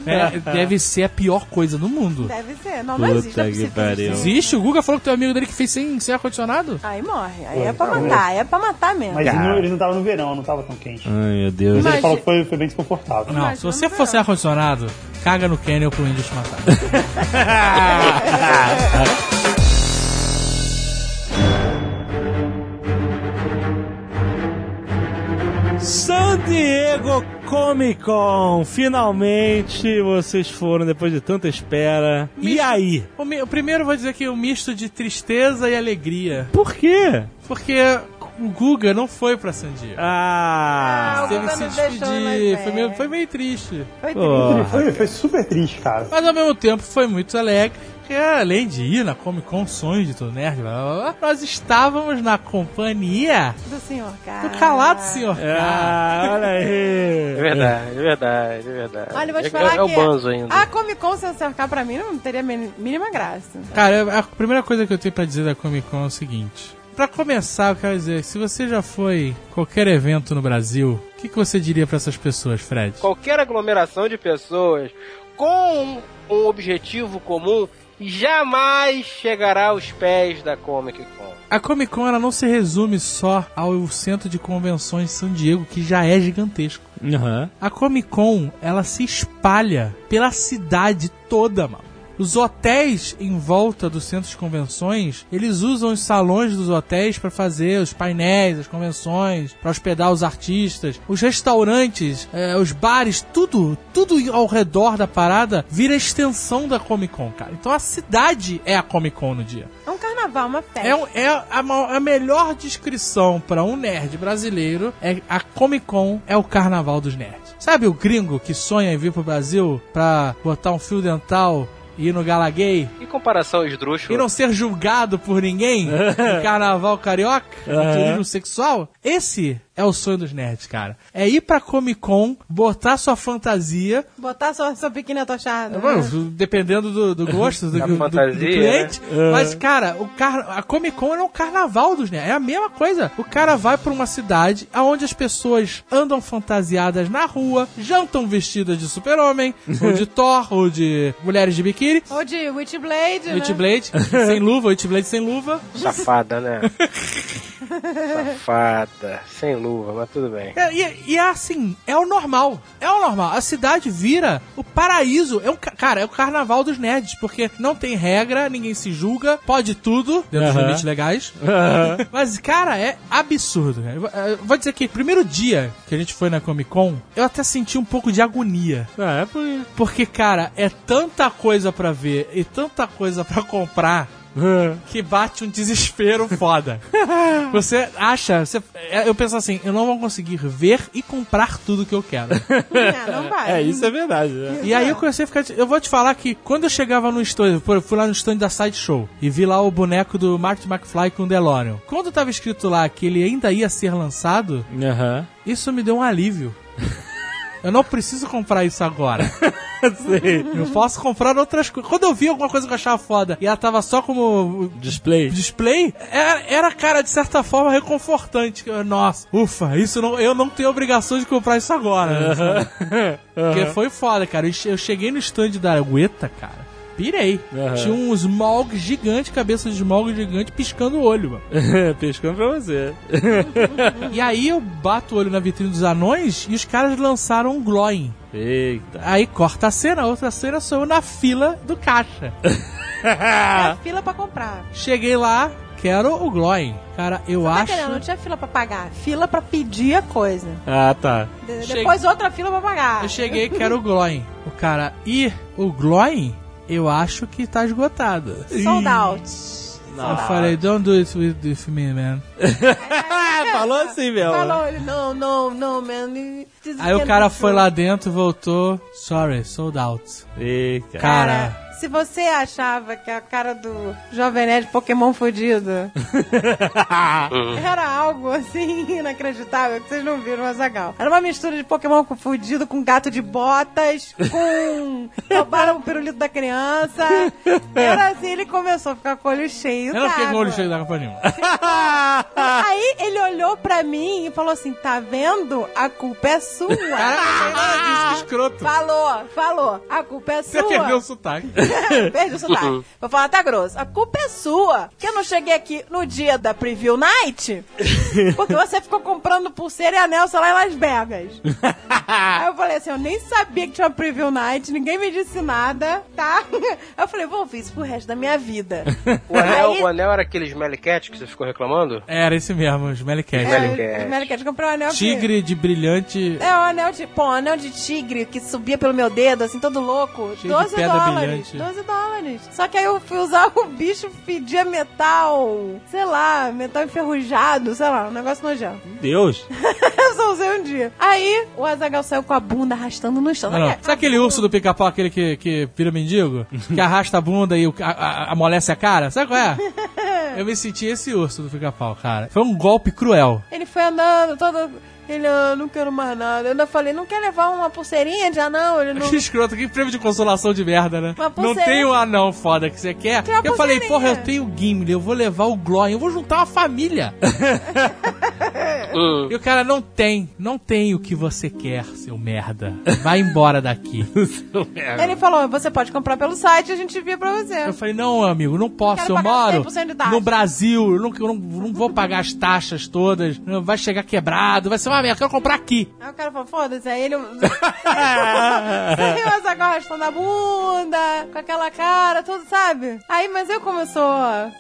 Speaker 7: É, deve ser a pior coisa do mundo.
Speaker 6: Deve ser. Não, não existe. não é possível.
Speaker 7: Existe? O Guga falou que tem um amigo dele que fez sem, sem ar-condicionado?
Speaker 6: Aí morre. Aí é pra matar. Aí é pra matar mesmo.
Speaker 3: Mas
Speaker 7: Cara.
Speaker 3: não- eles não estavam no verão, não estava tão quente.
Speaker 13: Ai, meu
Speaker 3: Mas
Speaker 13: Deus.
Speaker 3: ele falou que foi, foi bem desconfortável.
Speaker 7: Não, se você for sem ar-condicionado, caga no Canyon pro índio te matar.
Speaker 2: San Diego Comic Con, finalmente vocês foram depois de tanta espera. E aí?
Speaker 7: O, mi- o primeiro eu vou dizer que é um misto de tristeza e alegria.
Speaker 2: Por quê?
Speaker 7: Porque o Guga não foi pra San Diego.
Speaker 2: Ah,
Speaker 7: teve que se despedir. Foi meio, foi meio triste.
Speaker 6: Foi
Speaker 2: Porra.
Speaker 3: Foi, foi super triste, cara.
Speaker 7: Mas ao mesmo tempo foi muito alegre. Porque além de ir na Comic Con, sonho de todo nerd, blá, blá, blá, nós estávamos na companhia
Speaker 6: Do senhor, cara.
Speaker 7: do calado senhor.
Speaker 2: Ah, olha aí.
Speaker 4: É verdade, é verdade, é verdade.
Speaker 6: Olha, eu vou te
Speaker 4: É-
Speaker 6: falar
Speaker 4: é, é o
Speaker 6: que
Speaker 4: Banzo ainda.
Speaker 6: A Comic Con sem cercar pra mim não teria mini- mínima graça.
Speaker 7: Cara, eu- a primeira coisa que eu tenho pra dizer da Comic Con é o seguinte. Pra começar, eu quero dizer, se você já foi em qualquer evento no Brasil, o que, que você diria pra essas pessoas, Fred?
Speaker 4: Qualquer aglomeração de pessoas com um objetivo comum jamais chegará aos pés da Comic Con.
Speaker 7: A Comic Con ela não se resume só ao centro de convenções San Diego, que já é gigantesco. A Comic Con ela se espalha pela cidade toda, mano. Os hotéis em volta dos centros de convenções, eles usam os salões dos hotéis para fazer os painéis, as convenções, para hospedar os artistas, os restaurantes, eh, os bares, tudo, tudo ao redor da parada vira extensão da Comic Con, cara. Então a cidade é a Comic Con no dia.
Speaker 6: É um carnaval, uma festa.
Speaker 7: É, um- é a, ma- a melhor descrição pra um nerd brasileiro é a Comic Con é o carnaval dos nerds. Sabe o gringo que sonha em vir pro Brasil pra botar um fio dental e ir no galaguei
Speaker 4: Em comparação esdrúxula.
Speaker 7: e não ser julgado por ninguém no carnaval carioca, no
Speaker 4: Aham.
Speaker 7: turismo sexual? Esse é o sonho dos nerds, cara. É ir pra Comic Con, botar sua fantasia,
Speaker 6: Botar sua, sua biquíni
Speaker 3: É
Speaker 6: atochada.
Speaker 7: É,
Speaker 6: né?
Speaker 7: Mano, dependendo do, do gosto do,
Speaker 4: Da
Speaker 7: do- do- do
Speaker 4: fantasia,
Speaker 7: cliente.
Speaker 4: né?
Speaker 7: Mas, cara, o car... a Comic Con é um carnaval dos nerds. É a mesma coisa. O cara vai pra uma cidade onde as pessoas andam fantasiadas na rua, jantam vestidas de super-homem, ou de Thor, ou de mulheres de biquíni.
Speaker 6: Ou de Witchblade, né?
Speaker 7: Witchblade sem luva, Witchblade sem luva.
Speaker 4: Safada, né? Safada, sem luva, mas tudo bem.
Speaker 7: É, E, e é assim, é o normal. É o normal. A cidade vira o paraíso. É um, ca- cara, é o carnaval dos nerds, porque não tem regra, ninguém se julga, pode tudo, dentro um dos
Speaker 2: Aham.
Speaker 7: limites legais.
Speaker 2: Aham.
Speaker 7: Mas, cara, é absurdo. cara. Eu vou- Eu vou dizer que, primeiro dia que a gente foi na Comic Con, eu até senti um pouco de agonia.
Speaker 2: Ah, é por isso.
Speaker 7: Porque, cara, é tanta coisa pra ver e tanta coisa pra comprar que bate um desespero foda. Você acha, você- é, eu penso assim, eu não vou conseguir ver e comprar tudo que eu quero.
Speaker 6: não vai.
Speaker 2: É, isso é verdade, né?
Speaker 7: E aí eu comecei a ficar. Eu vou te falar que quando eu chegava no stand, pô, eu fui lá no stand da Sideshow e vi lá o boneco do Marty McFly com o DeLorean. Quando tava escrito lá que ele ainda ia ser lançado,
Speaker 2: Aham.
Speaker 7: isso me deu um alívio. Eu não preciso comprar isso agora. Sei. Eu posso comprar outras coisas. Quando eu vi alguma coisa que eu achava foda e ela tava só como.
Speaker 2: Display.
Speaker 7: Display, era, era, cara, de certa forma, reconfortante. Eu, Nossa, ufa, isso não, eu não tenho obrigação de comprar isso agora.
Speaker 2: Aham.
Speaker 7: sabe? Porque foi foda, cara. Eu che- eu cheguei no stand da Gueta, cara. Pirei.
Speaker 2: Aham.
Speaker 7: Tinha um smog gigante, cabeça de smog gigante, piscando o olho, mano.
Speaker 2: Piscando pra você.
Speaker 7: E aí eu bato o olho na vitrine dos anões e os caras lançaram um Gloin.
Speaker 2: Eita.
Speaker 7: Aí corta a cena, a outra cena sou eu na fila do caixa.
Speaker 6: Tinha fila pra comprar.
Speaker 7: Cheguei lá, quero o Gloin. Cara, eu
Speaker 6: Tá
Speaker 7: acho.
Speaker 6: querendo? Não tinha fila pra pagar. Fila pra pedir a coisa.
Speaker 7: Ah, tá.
Speaker 6: De- Depois outra fila pra pagar.
Speaker 7: Eu cheguei, quero o Gloin. O cara, e o Gloin eu acho que tá esgotado.
Speaker 6: Sold out.
Speaker 7: Eu falei, don't do it with, with me, man.
Speaker 2: Falou assim, meu.
Speaker 6: Falou, ele, não, não, não, man. This is
Speaker 7: né? Aí o
Speaker 6: not
Speaker 7: cara
Speaker 6: true."
Speaker 7: foi lá dentro, voltou. Sorry, sold out.
Speaker 2: Eita.
Speaker 7: Cara,
Speaker 6: Se você achava que a cara do Jovem Nerd Pokémon fudido era algo assim inacreditável, que vocês não viram, Azagal. Era uma mistura de Pokémon com- fudido com gato de botas, com. roubaram o pirulito da criança. Era assim, ele começou a ficar com o olho cheio.
Speaker 7: eu não fiquei com o olho
Speaker 6: d'água.
Speaker 7: cheio da capa nenhuma.
Speaker 6: Aí ele olhou pra mim e falou assim: tá vendo? A culpa é sua.
Speaker 7: Caraca, que escroto.
Speaker 6: Falou, falou. A culpa é
Speaker 7: Você
Speaker 6: sua.
Speaker 7: perdeu o sotaque.
Speaker 6: Perde o sotaque. Vou falar, tá grosso. A culpa é sua. Que eu não cheguei aqui no dia da preview night porque você ficou comprando pulseira e anel, sei lá, em Las Vegas. Aí eu falei assim: eu nem sabia que tinha uma preview night, ninguém me disse nada, tá? Eu falei: vou ouvir isso pro resto da minha vida.
Speaker 4: O anel, o anel era aquele Smelly Cat que você ficou reclamando?
Speaker 7: Era esse mesmo, os Melicat.
Speaker 6: É, o Melicat comprou um anel que-
Speaker 7: Tigre de brilhante.
Speaker 6: É, o anel de. Pô, um anel de tigre que subia pelo meu dedo, assim, todo louco.
Speaker 7: Cheio de
Speaker 6: 12
Speaker 7: pedra
Speaker 6: dólares.
Speaker 7: brilhante.
Speaker 6: 12 dólares. Só que aí eu fui usar o bicho, pedia metal. Sei lá, metal enferrujado, sei lá, um negócio nojento.
Speaker 2: Deus.
Speaker 6: eu só usei um dia. Aí o Azagal saiu com a bunda arrastando no chão.
Speaker 7: Não, não. Sabe aquele urso do pica-pau, aquele que, que vira mendigo? Que arrasta a bunda e o, a, a- amolece a cara? Sabe qual é? Eu me senti esse urso do pica-pau, cara. Foi um golpe cruel.
Speaker 6: Ele foi andando, todo. Ele, ah, não quero mais nada. Eu ainda falei, não quer levar uma pulseirinha de anão? Ele não.
Speaker 7: Que escroto, que prêmio de consolação de merda, né?
Speaker 6: Uma
Speaker 7: Não
Speaker 6: pulseirinha.
Speaker 7: tem o anão foda que você quer.
Speaker 6: Tem uma
Speaker 7: Eu falei,
Speaker 6: pulseirinha.
Speaker 7: porra, eu tenho o Gimli, eu vou levar o Glória, eu vou juntar uma família. e o cara, não tem, não tem o que você quer, seu merda. Vai embora daqui.
Speaker 6: Ele falou, você pode comprar pelo site, a gente via pra você.
Speaker 7: É. Eu falei, não, amigo, não posso,
Speaker 6: Quero
Speaker 7: eu
Speaker 6: pagar
Speaker 7: moro
Speaker 6: 100% de taxa.
Speaker 7: no Brasil, eu não, eu não, não vou pagar as taxas todas, vai chegar quebrado, vai ser uma merda, eu quero comprar aqui.
Speaker 6: Aí o cara falou, foda-se, aí ele... Saiu essa gosta na bunda, com aquela cara, tudo, sabe? Aí, mas eu como eu sou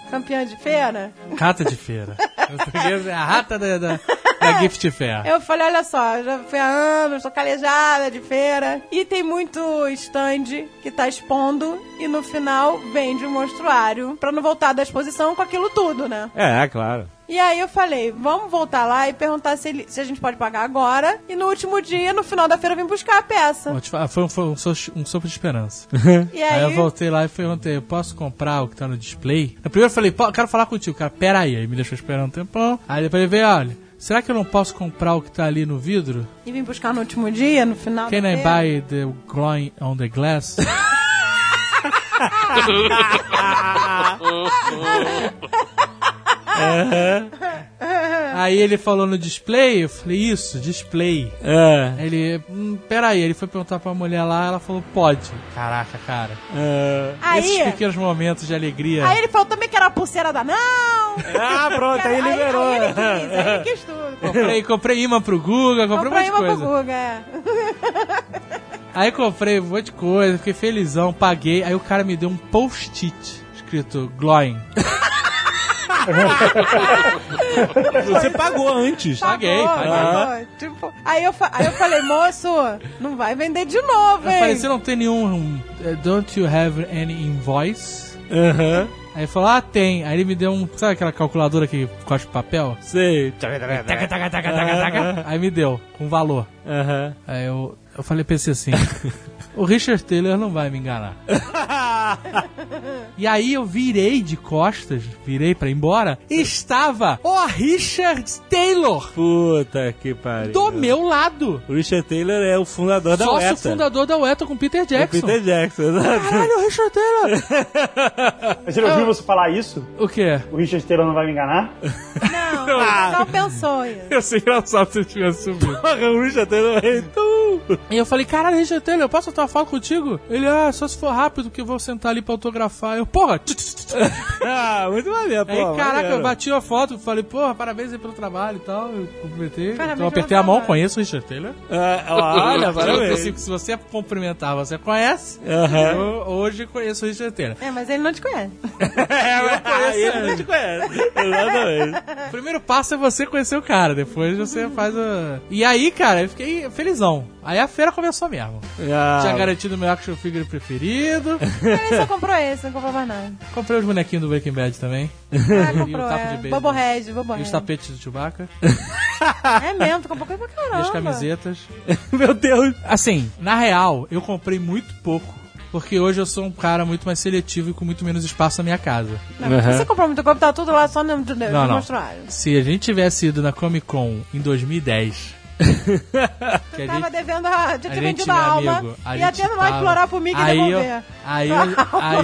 Speaker 6: campeã de feira,
Speaker 7: Rata de feira. Português é a rata da, da, da gift fair.
Speaker 6: eu falei, olha só, eu já fui há anos, tô calejada de feira, e tem muito stand que tá expondo, e no final vende um monstruário, pra não voltar da exposição com aquilo tudo, né?
Speaker 2: É, claro.
Speaker 6: E aí eu falei, vamos voltar lá e perguntar se, ele- se a gente pode pagar agora, e no último dia, no final da feira, eu vim buscar a peça.
Speaker 7: Vou te falar, Foi, um- foi um, so- um sopro de esperança.
Speaker 6: E aí-
Speaker 7: eu voltei lá e perguntei: posso comprar o que tá no display? Eu primeiro falei: "Pô, quero falar contigo, cara. Pera aí. Aí me deixou esperando um tempão. Aí depois ele veio: olha, será que eu não posso comprar o que tá ali no vidro?
Speaker 6: E vim buscar no último dia, no final
Speaker 7: Can
Speaker 6: da
Speaker 7: I
Speaker 6: feira.
Speaker 7: buy the groin on the glass? Aham. Aí ele falou no display, eu falei, isso, display.
Speaker 2: É.
Speaker 7: Ele, hum, peraí, ele foi perguntar pra mulher lá, ela falou, pode. Caraca, cara.
Speaker 2: É.
Speaker 6: Aí-
Speaker 7: Esses pequenos momentos de alegria.
Speaker 6: Aí ele falou também que era a pulseira da não.
Speaker 2: Ah, pronto, aí liberou.
Speaker 6: Aí, ele quis, aí ele quis tudo.
Speaker 7: Comprei, comprei imã pro Guga, comprei, um monte de
Speaker 6: uma
Speaker 7: coisa.
Speaker 6: bubuga, é.
Speaker 7: Aí comprei um monte de coisa, fiquei felizão, paguei. Aí o cara me deu um post-it escrito Gloin.
Speaker 2: Você pagou antes.
Speaker 6: Tá
Speaker 7: Paguei,
Speaker 6: Pagou,
Speaker 7: paguei.
Speaker 6: pagou. Tipo, aí, eu fa- aí eu falei, moço, não vai vender de novo,
Speaker 7: Eu
Speaker 6: hein?
Speaker 7: falei, você não tem nenhum. eh, Don't you have any invoice?
Speaker 2: Aham.
Speaker 7: Aí ele falou, ah, tem. Aí ele me deu um. Sabe aquela calculadora que cospe papel?
Speaker 2: Sei.
Speaker 7: Taca, taca, taca, taca, taca. Aí me deu, com valor.
Speaker 2: Aham.
Speaker 7: Aí eu, eu falei, pensei assim: o Richard Taylor não vai me enganar. e aí eu virei de costas, virei pra ir embora, e estava o Richard Taylor
Speaker 2: Puta que pariu.
Speaker 7: do meu lado.
Speaker 2: O Richard Taylor é o fundador da
Speaker 7: Sócio
Speaker 2: UETA.
Speaker 7: fundador da UETA com Peter
Speaker 2: É o
Speaker 7: Jackson.
Speaker 2: Peter Jackson, exato.
Speaker 7: Caralho, o Richard Taylor!
Speaker 3: Mas ele ouviu você falar isso?
Speaker 7: O quê?
Speaker 3: O Richard Taylor não vai me enganar?
Speaker 6: Não, só pensou. isso.
Speaker 7: Eu sei engraçado se eu tivesse subido.
Speaker 2: Porra, o Richard Taylor é tu.
Speaker 7: E eu falei, caralho, Richard Taylor, eu posso tirar foto contigo? Ele, ah, só se for rápido que eu vou sentar ali pra autografar. Eu, porra! tch, tch, tch.
Speaker 2: Ah, muito maneiro, pô.
Speaker 7: Aí, caraca,
Speaker 2: maneiro.
Speaker 7: eu bati a foto, falei, porra, parabéns aí pelo trabalho e tal. Eu cumprimentei.
Speaker 6: Parabéns
Speaker 7: Então eu apertei a
Speaker 6: pelo
Speaker 7: mão,
Speaker 6: trabalho.
Speaker 7: conheço o Richard Taylor.
Speaker 2: Ah, olha,
Speaker 7: Eu
Speaker 2: parabéns.
Speaker 7: sei que se você cumprimentar, você conhece.
Speaker 2: Aham.
Speaker 7: Eu, hoje conheço o Richard Taylor.
Speaker 6: É, mas ele não te conhece.
Speaker 2: É, mas- ah, ele não te conhece. Exatamente.
Speaker 7: O primeiro passo é você conhecer o cara, depois você faz a. E aí, cara, eu fiquei felizão. Aí a feira começou mesmo.
Speaker 2: Ah.
Speaker 7: Tinha garantido o meu action figure preferido.
Speaker 6: Ele só comprou esse, não comprou mais nada.
Speaker 7: Comprei os bonequinhos do Breaking Bad também.
Speaker 6: Ah,
Speaker 7: e o
Speaker 6: comprou,
Speaker 7: tapo de
Speaker 6: é.
Speaker 7: beijo.
Speaker 6: Bobo Red, Bobo
Speaker 7: E os
Speaker 6: Red.
Speaker 7: tapetes do Chewbacca.
Speaker 6: É mesmo, tu comprou coisa pra
Speaker 7: E
Speaker 6: caramba.
Speaker 7: as camisetas. Meu Deus! Assim, na real, eu comprei muito pouco. Porque hoje eu sou um cara muito mais seletivo e com muito menos espaço na minha casa.
Speaker 6: Não, Você comprou muito corpo, tá tudo lá só no no- no
Speaker 7: Não, não.
Speaker 6: mostruário.
Speaker 7: Se a gente tivesse ido na Comic Con em 2010, que a
Speaker 6: Tava
Speaker 7: gente,
Speaker 6: devendo a. Já
Speaker 7: a
Speaker 6: tinha
Speaker 7: gente
Speaker 6: vendido
Speaker 7: meu
Speaker 6: a Tipo, alma.
Speaker 7: amigo, a
Speaker 6: e
Speaker 7: gente
Speaker 6: até mais
Speaker 7: tava-
Speaker 6: explorar pro Mickey e
Speaker 7: aí eu,
Speaker 6: devolver.
Speaker 7: aí eu, aí eu, aí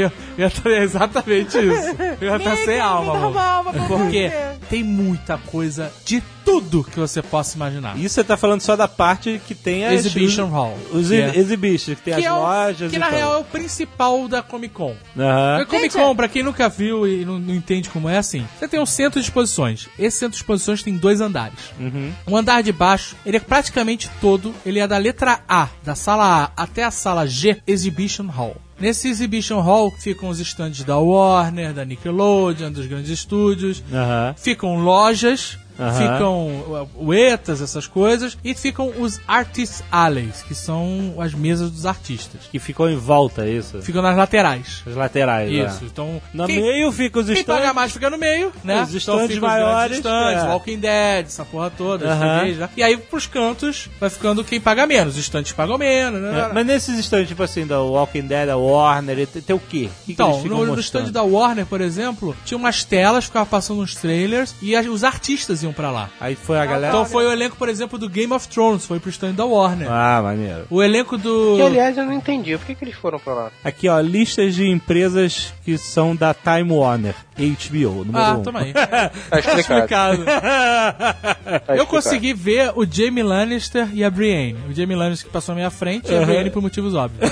Speaker 7: eu, eu tô- exatamente isso. Eu ia estar sem alma,
Speaker 6: dá uma alma pra
Speaker 7: amor. Porque
Speaker 6: você.
Speaker 7: tem muita coisa de tudo que você possa imaginar.
Speaker 2: Isso você tá falando só da parte que tem as...
Speaker 7: Exhibition
Speaker 2: os-
Speaker 7: Hall.
Speaker 2: Os
Speaker 7: Que
Speaker 2: e-
Speaker 7: é-
Speaker 2: exhibitions, que tem as
Speaker 7: é o-
Speaker 2: lojas
Speaker 7: que
Speaker 2: e
Speaker 7: na
Speaker 2: tal.
Speaker 7: real é o principal da Comic Con.
Speaker 2: Aham.
Speaker 7: A Comic Con, pra quem nunca viu e não, não entende como é assim, você tem um centro de exposições. Esse centro de exposições tem dois andares.
Speaker 2: Uhum.
Speaker 7: O andar de baixo, ele é praticamente todo, ele é da letra A, da sala A até a sala G, Exhibition Hall. Nesse Exhibition Hall ficam os estandes da Warner, da Nickelodeon, dos grandes estúdios,
Speaker 2: Aham.
Speaker 7: ficam lojas,
Speaker 2: Aham.
Speaker 7: ficam uh, uetas, essas coisas, e ficam os Artist Alleys, que são as mesas dos artistas.
Speaker 2: Que ficou em volta, isso?
Speaker 7: Ficam nas laterais.
Speaker 2: As laterais,
Speaker 7: Isso,
Speaker 2: é.
Speaker 7: então...
Speaker 2: No
Speaker 7: quem-
Speaker 2: meio fica os
Speaker 7: quem
Speaker 2: estandes.
Speaker 7: paga mais fica no meio, né?
Speaker 2: Os
Speaker 7: Então
Speaker 2: estandes
Speaker 7: fica os grandes
Speaker 2: maiores,
Speaker 7: estandes,
Speaker 2: é.
Speaker 7: Walking Dead, essa porra toda, os
Speaker 2: Aham.
Speaker 7: CDs, né? E aí pros cantos vai ficando quem paga menos. Os estantes pagam menos, né?
Speaker 2: É, mas nesses estandes, tipo assim, da Walking Dead, da Warner, e tem, tem o quê? O que que eles
Speaker 7: Então,
Speaker 2: ficam
Speaker 7: no, no
Speaker 2: mostrando?
Speaker 7: stand da Warner, por exemplo, tinha umas telas, ficava passando uns trailers e as- os artistas iam pra lá.
Speaker 2: Aí foi a galera...
Speaker 7: Então foi o elenco, por exemplo, do Game of Thrones, foi pro stand da Warner.
Speaker 2: Ah, maneiro.
Speaker 7: O elenco do.
Speaker 4: Que, aliás, eu não entendi. Por que, que eles foram pra lá?
Speaker 2: Aqui, ó, listas de empresas que são da Time Warner, HBO, número
Speaker 7: Ah,
Speaker 2: um.
Speaker 7: toma aí.
Speaker 2: Tá explicado. Tá
Speaker 7: Eu consegui ver o Jamie Lannister e a Brienne. O Jamie Lannister que passou à minha frente e a
Speaker 2: Uhum.
Speaker 7: Brienne por motivos óbvios.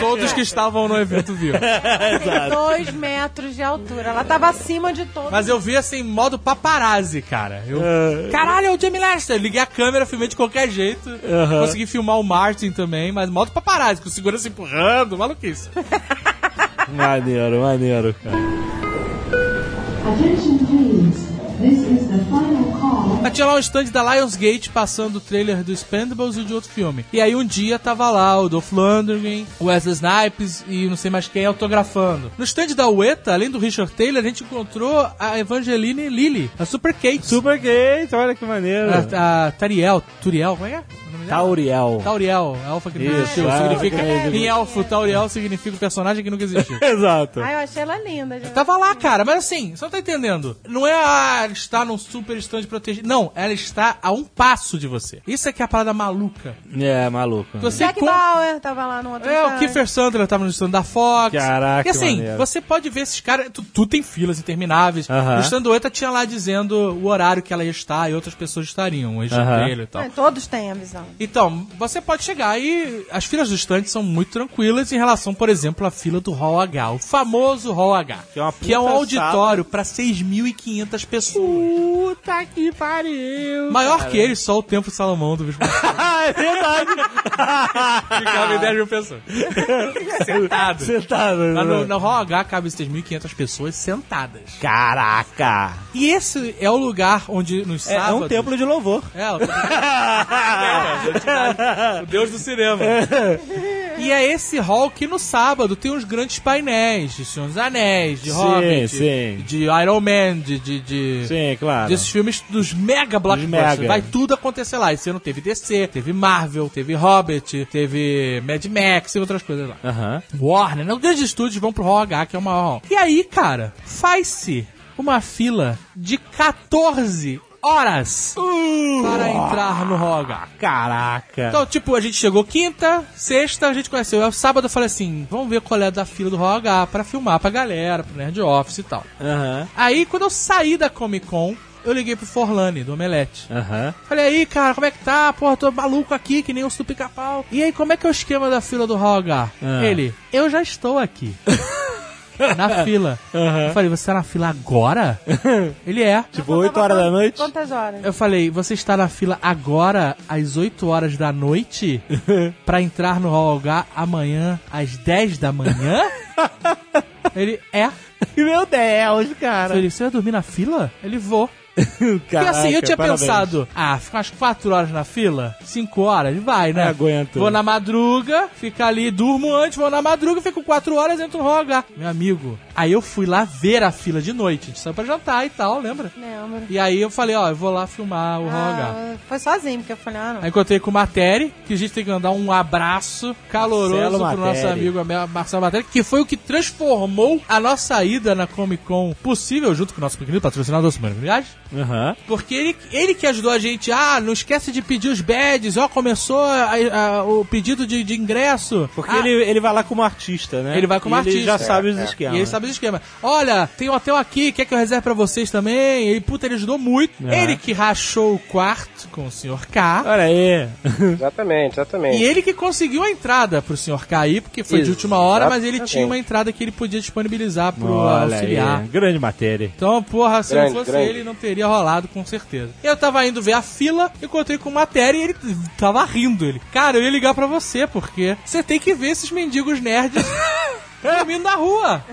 Speaker 7: Todos que estavam no evento viram.
Speaker 6: Dois metros de altura. Ela tava acima de todo
Speaker 7: Mas eu vi assim, em modo paparazzi, cara. Eu, Caralho, é o Jamie Lannister. Liguei a câmera, filmei de qualquer jeito.
Speaker 2: Uhum.
Speaker 7: Consegui filmar o Martin também, mas modo paparazzi, com o segurança empurrando, maluquice.
Speaker 2: maneiro, maneiro, cara.
Speaker 10: Attention please. This is the final call.
Speaker 7: Mas tinha lá um stand da Lionsgate passando o trailer do Spendables e de outro filme. E aí um dia tava lá o Dolph Lundgren, o Wesley Snipes e não sei mais quem autografando. No stand da Ueta, além do Richard Taylor, a gente encontrou a Evangeline Lilly, a Super Kate.
Speaker 2: Super Kate, olha que maneiro.
Speaker 7: A, a Tariel, Turiel, como é? que é o nome dela?
Speaker 2: Tauriel.
Speaker 7: Tauriel, Alpha que não
Speaker 2: Isso, é,
Speaker 7: existiu.
Speaker 2: Alpha
Speaker 7: Significa,
Speaker 2: que não existiu.
Speaker 7: em elfo, Tauriel significa o personagem que nunca existiu.
Speaker 2: Exato.
Speaker 6: Ai, eu achei ela linda. gente.
Speaker 7: Tava lá, cara, mas assim, você não tá entendendo. Não é ah, ela está num super stand protegido. Não, ela está a um passo de você. Isso é que é a parada maluca.
Speaker 2: É, maluco.
Speaker 7: Você
Speaker 6: Jack
Speaker 7: com-
Speaker 6: Bauer tava lá no outro
Speaker 7: É, o
Speaker 6: stand.
Speaker 7: Kiefer Sandler tava no stand da Fox.
Speaker 2: Caraca,
Speaker 7: E assim,
Speaker 2: maneiro.
Speaker 7: você pode ver esses caras. tu- Tudo tem filas intermináveis.
Speaker 2: Aham.
Speaker 7: No stand do Eta tinha lá dizendo o horário que ela ia estar e outras pessoas estariam, o
Speaker 2: Aham.
Speaker 7: dele e tal.
Speaker 6: É, todos têm a visão.
Speaker 7: Então, você pode chegar e as filas do stand são muito tranquilas em relação, por exemplo, à fila do Hall H, o famoso Hall H, que é, um
Speaker 2: puta
Speaker 7: auditório para 6.500 pessoas.
Speaker 2: Puta que pariu.
Speaker 7: Maior que ele, só o Templo Salomão do Bispo.
Speaker 2: é verdade.
Speaker 7: Ficava em 10 mil pessoas. Sentado.
Speaker 2: Sentado.
Speaker 7: Lá no, no Hall H cabe 6.500 pessoas sentadas.
Speaker 2: Caraca.
Speaker 7: E esse é o lugar onde nos
Speaker 2: É, é
Speaker 7: sábados...
Speaker 2: um templo de louvor.
Speaker 7: É, o templo- o Deus do cinema. E é esse hall que no sábado tem uns grandes painéis de Senhor dos Anéis, de
Speaker 2: Sim,
Speaker 7: Hobbit,
Speaker 2: sim.
Speaker 7: de Iron Man, de. de, de-
Speaker 2: Sim, claro.
Speaker 7: Desses filmes dos mega
Speaker 2: mega.
Speaker 7: blockbusters. Vai tudo acontecer lá. Esse ano teve DC, teve Marvel, teve Hobbit, teve Mad Max e outras coisas lá.
Speaker 2: Aham.
Speaker 7: Warner, né? Os grandes estúdios vão pro Hall H, que é o maior hall. E aí, cara, faz-se uma fila de 14 horas
Speaker 2: Uh!
Speaker 7: para entrar no Hall H.
Speaker 2: Caraca.
Speaker 7: Então, tipo, a gente chegou quinta, sexta, a gente conheceu. Aí, sábado eu falei assim, vamos ver qual é da fila do Hall H pra filmar pra galera, pro Nerd Office e tal.
Speaker 2: Aham.
Speaker 7: Aí, quando eu saí da Comic Con, eu liguei pro Forlane, do Omelete.
Speaker 2: Aham.
Speaker 7: Falei aí, cara, como é que tá? Porra, tô maluco aqui, que nem urso do pica-pau. E aí, como é que é o esquema da fila do Hall H?
Speaker 2: Ah.
Speaker 7: Ele, eu já estou aqui. na fila. Eu falei, você tá na fila agora? Ele é.
Speaker 2: Tipo, 8 horas da noite.
Speaker 6: Quantas horas?
Speaker 7: Eu falei, você está na fila agora, às 8 horas da noite, pra entrar no Hall H amanhã, às 10 da manhã? Ele, é.
Speaker 2: Meu Deus,
Speaker 7: Eu
Speaker 2: cara.
Speaker 7: falei, você vai dormir na fila? Ele, vou. Porque assim, eu tinha
Speaker 11: parabéns.
Speaker 7: pensado, ah, ficar umas 4 horas na fila, 5 horas, vai, né?
Speaker 11: Eu aguento.
Speaker 7: Vou na madruga, fica ali, durmo antes, vou na madruga, fico 4 horas, entro no rogar. Meu amigo, aí eu fui lá ver a fila de noite, a gente saiu pra jantar e tal, lembra?
Speaker 6: Lembro.
Speaker 7: E aí eu falei, ó, eu vou lá filmar o rogar.
Speaker 6: Ah, foi sozinho, porque eu falei, ah, não.
Speaker 7: Aí encontrei com o Matéri, que a gente tem que mandar um abraço
Speaker 11: Marcelo
Speaker 7: caloroso pro nosso
Speaker 11: Materi.
Speaker 7: amigo Amel- Marcelo Matéri, que foi o que transformou a nossa ida na Comic Con possível, junto com o nosso pequenino patrocinador da Semana de Viagem. Porque ele, ele que ajudou a gente, ah, não esquece de pedir os badges, ó, começou a- a- o pedido de, de ingresso.
Speaker 2: Porque
Speaker 7: Ah,
Speaker 2: ele, é ele vai lá como artista, né?
Speaker 7: Ele vai como
Speaker 2: E
Speaker 7: artista.
Speaker 2: Ele já sabe os
Speaker 7: É, é.
Speaker 2: esquemas.
Speaker 7: E ele sabe os esquemas. Olha, tem um hotel aqui, quer que eu reserve pra vocês também? E, puta, ele ajudou muito.
Speaker 2: Aham.
Speaker 7: Ele que rachou o quarto com o Sr. K.
Speaker 2: Olha aí.
Speaker 4: Exatamente, exatamente.
Speaker 7: E ele que conseguiu a entrada pro senhor cair, porque foi de
Speaker 4: Isso,
Speaker 7: última hora, mas ele
Speaker 4: exatamente.
Speaker 7: tinha uma entrada que ele podia disponibilizar pro
Speaker 11: Olha
Speaker 7: auxiliar.
Speaker 11: aí, grande matéria.
Speaker 7: Então, porra, se
Speaker 11: Grande,
Speaker 7: não fosse
Speaker 11: grande.
Speaker 7: ele, não teria rolado, com certeza. Eu tava indo ver a fila, encontrei com o Matéria e ele tava rindo. Ele, cara, eu ia ligar pra você, porque você tem que ver esses mendigos nerds dormindo na rua.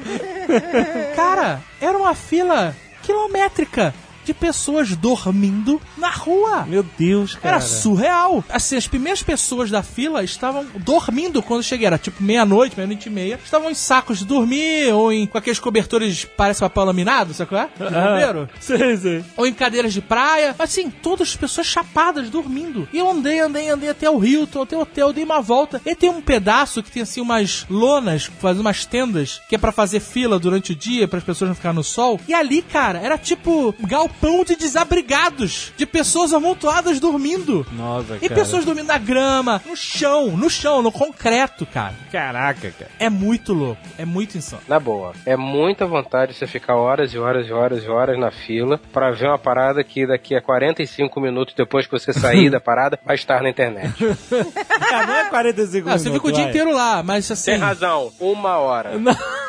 Speaker 7: Cara, era uma fila quilométrica de pessoas dormindo na rua.
Speaker 2: Meu Deus,
Speaker 7: Era surreal. Assim, as primeiras pessoas da fila estavam dormindo quando eu cheguei. Era tipo meia-noite, meia-noite e meia. Estavam em sacos de dormir, ou em, com aqueles cobertores parece papel laminado, sabe qual é? De bombeiro.
Speaker 2: Sim, sim.
Speaker 7: Ou em cadeiras de praia. Assim, todas as pessoas chapadas, dormindo. E eu andei, andei, andei até o Hilton, até o hotel, dei uma volta. E tem um pedaço que tem assim umas lonas, fazendo umas tendas, que é pra fazer fila durante o dia, para as pessoas não ficarem no sol. E ali, cara, era tipo galpão de desabrigados, de pessoas amontoadas dormindo.
Speaker 11: Nossa,
Speaker 7: E pessoas dormindo na grama, no chão, no chão, no concreto, cara.
Speaker 11: Caraca, cara.
Speaker 7: É muito louco, é muito insano.
Speaker 4: Na boa. É muita vontade você ficar horas e horas e horas e horas na fila pra ver uma parada que daqui a 45 minutos depois que você sair da parada vai estar na internet.
Speaker 2: não é 45
Speaker 7: Ah, você fica o dia inteiro lá, mas assim.
Speaker 4: Tem razão. Uma hora.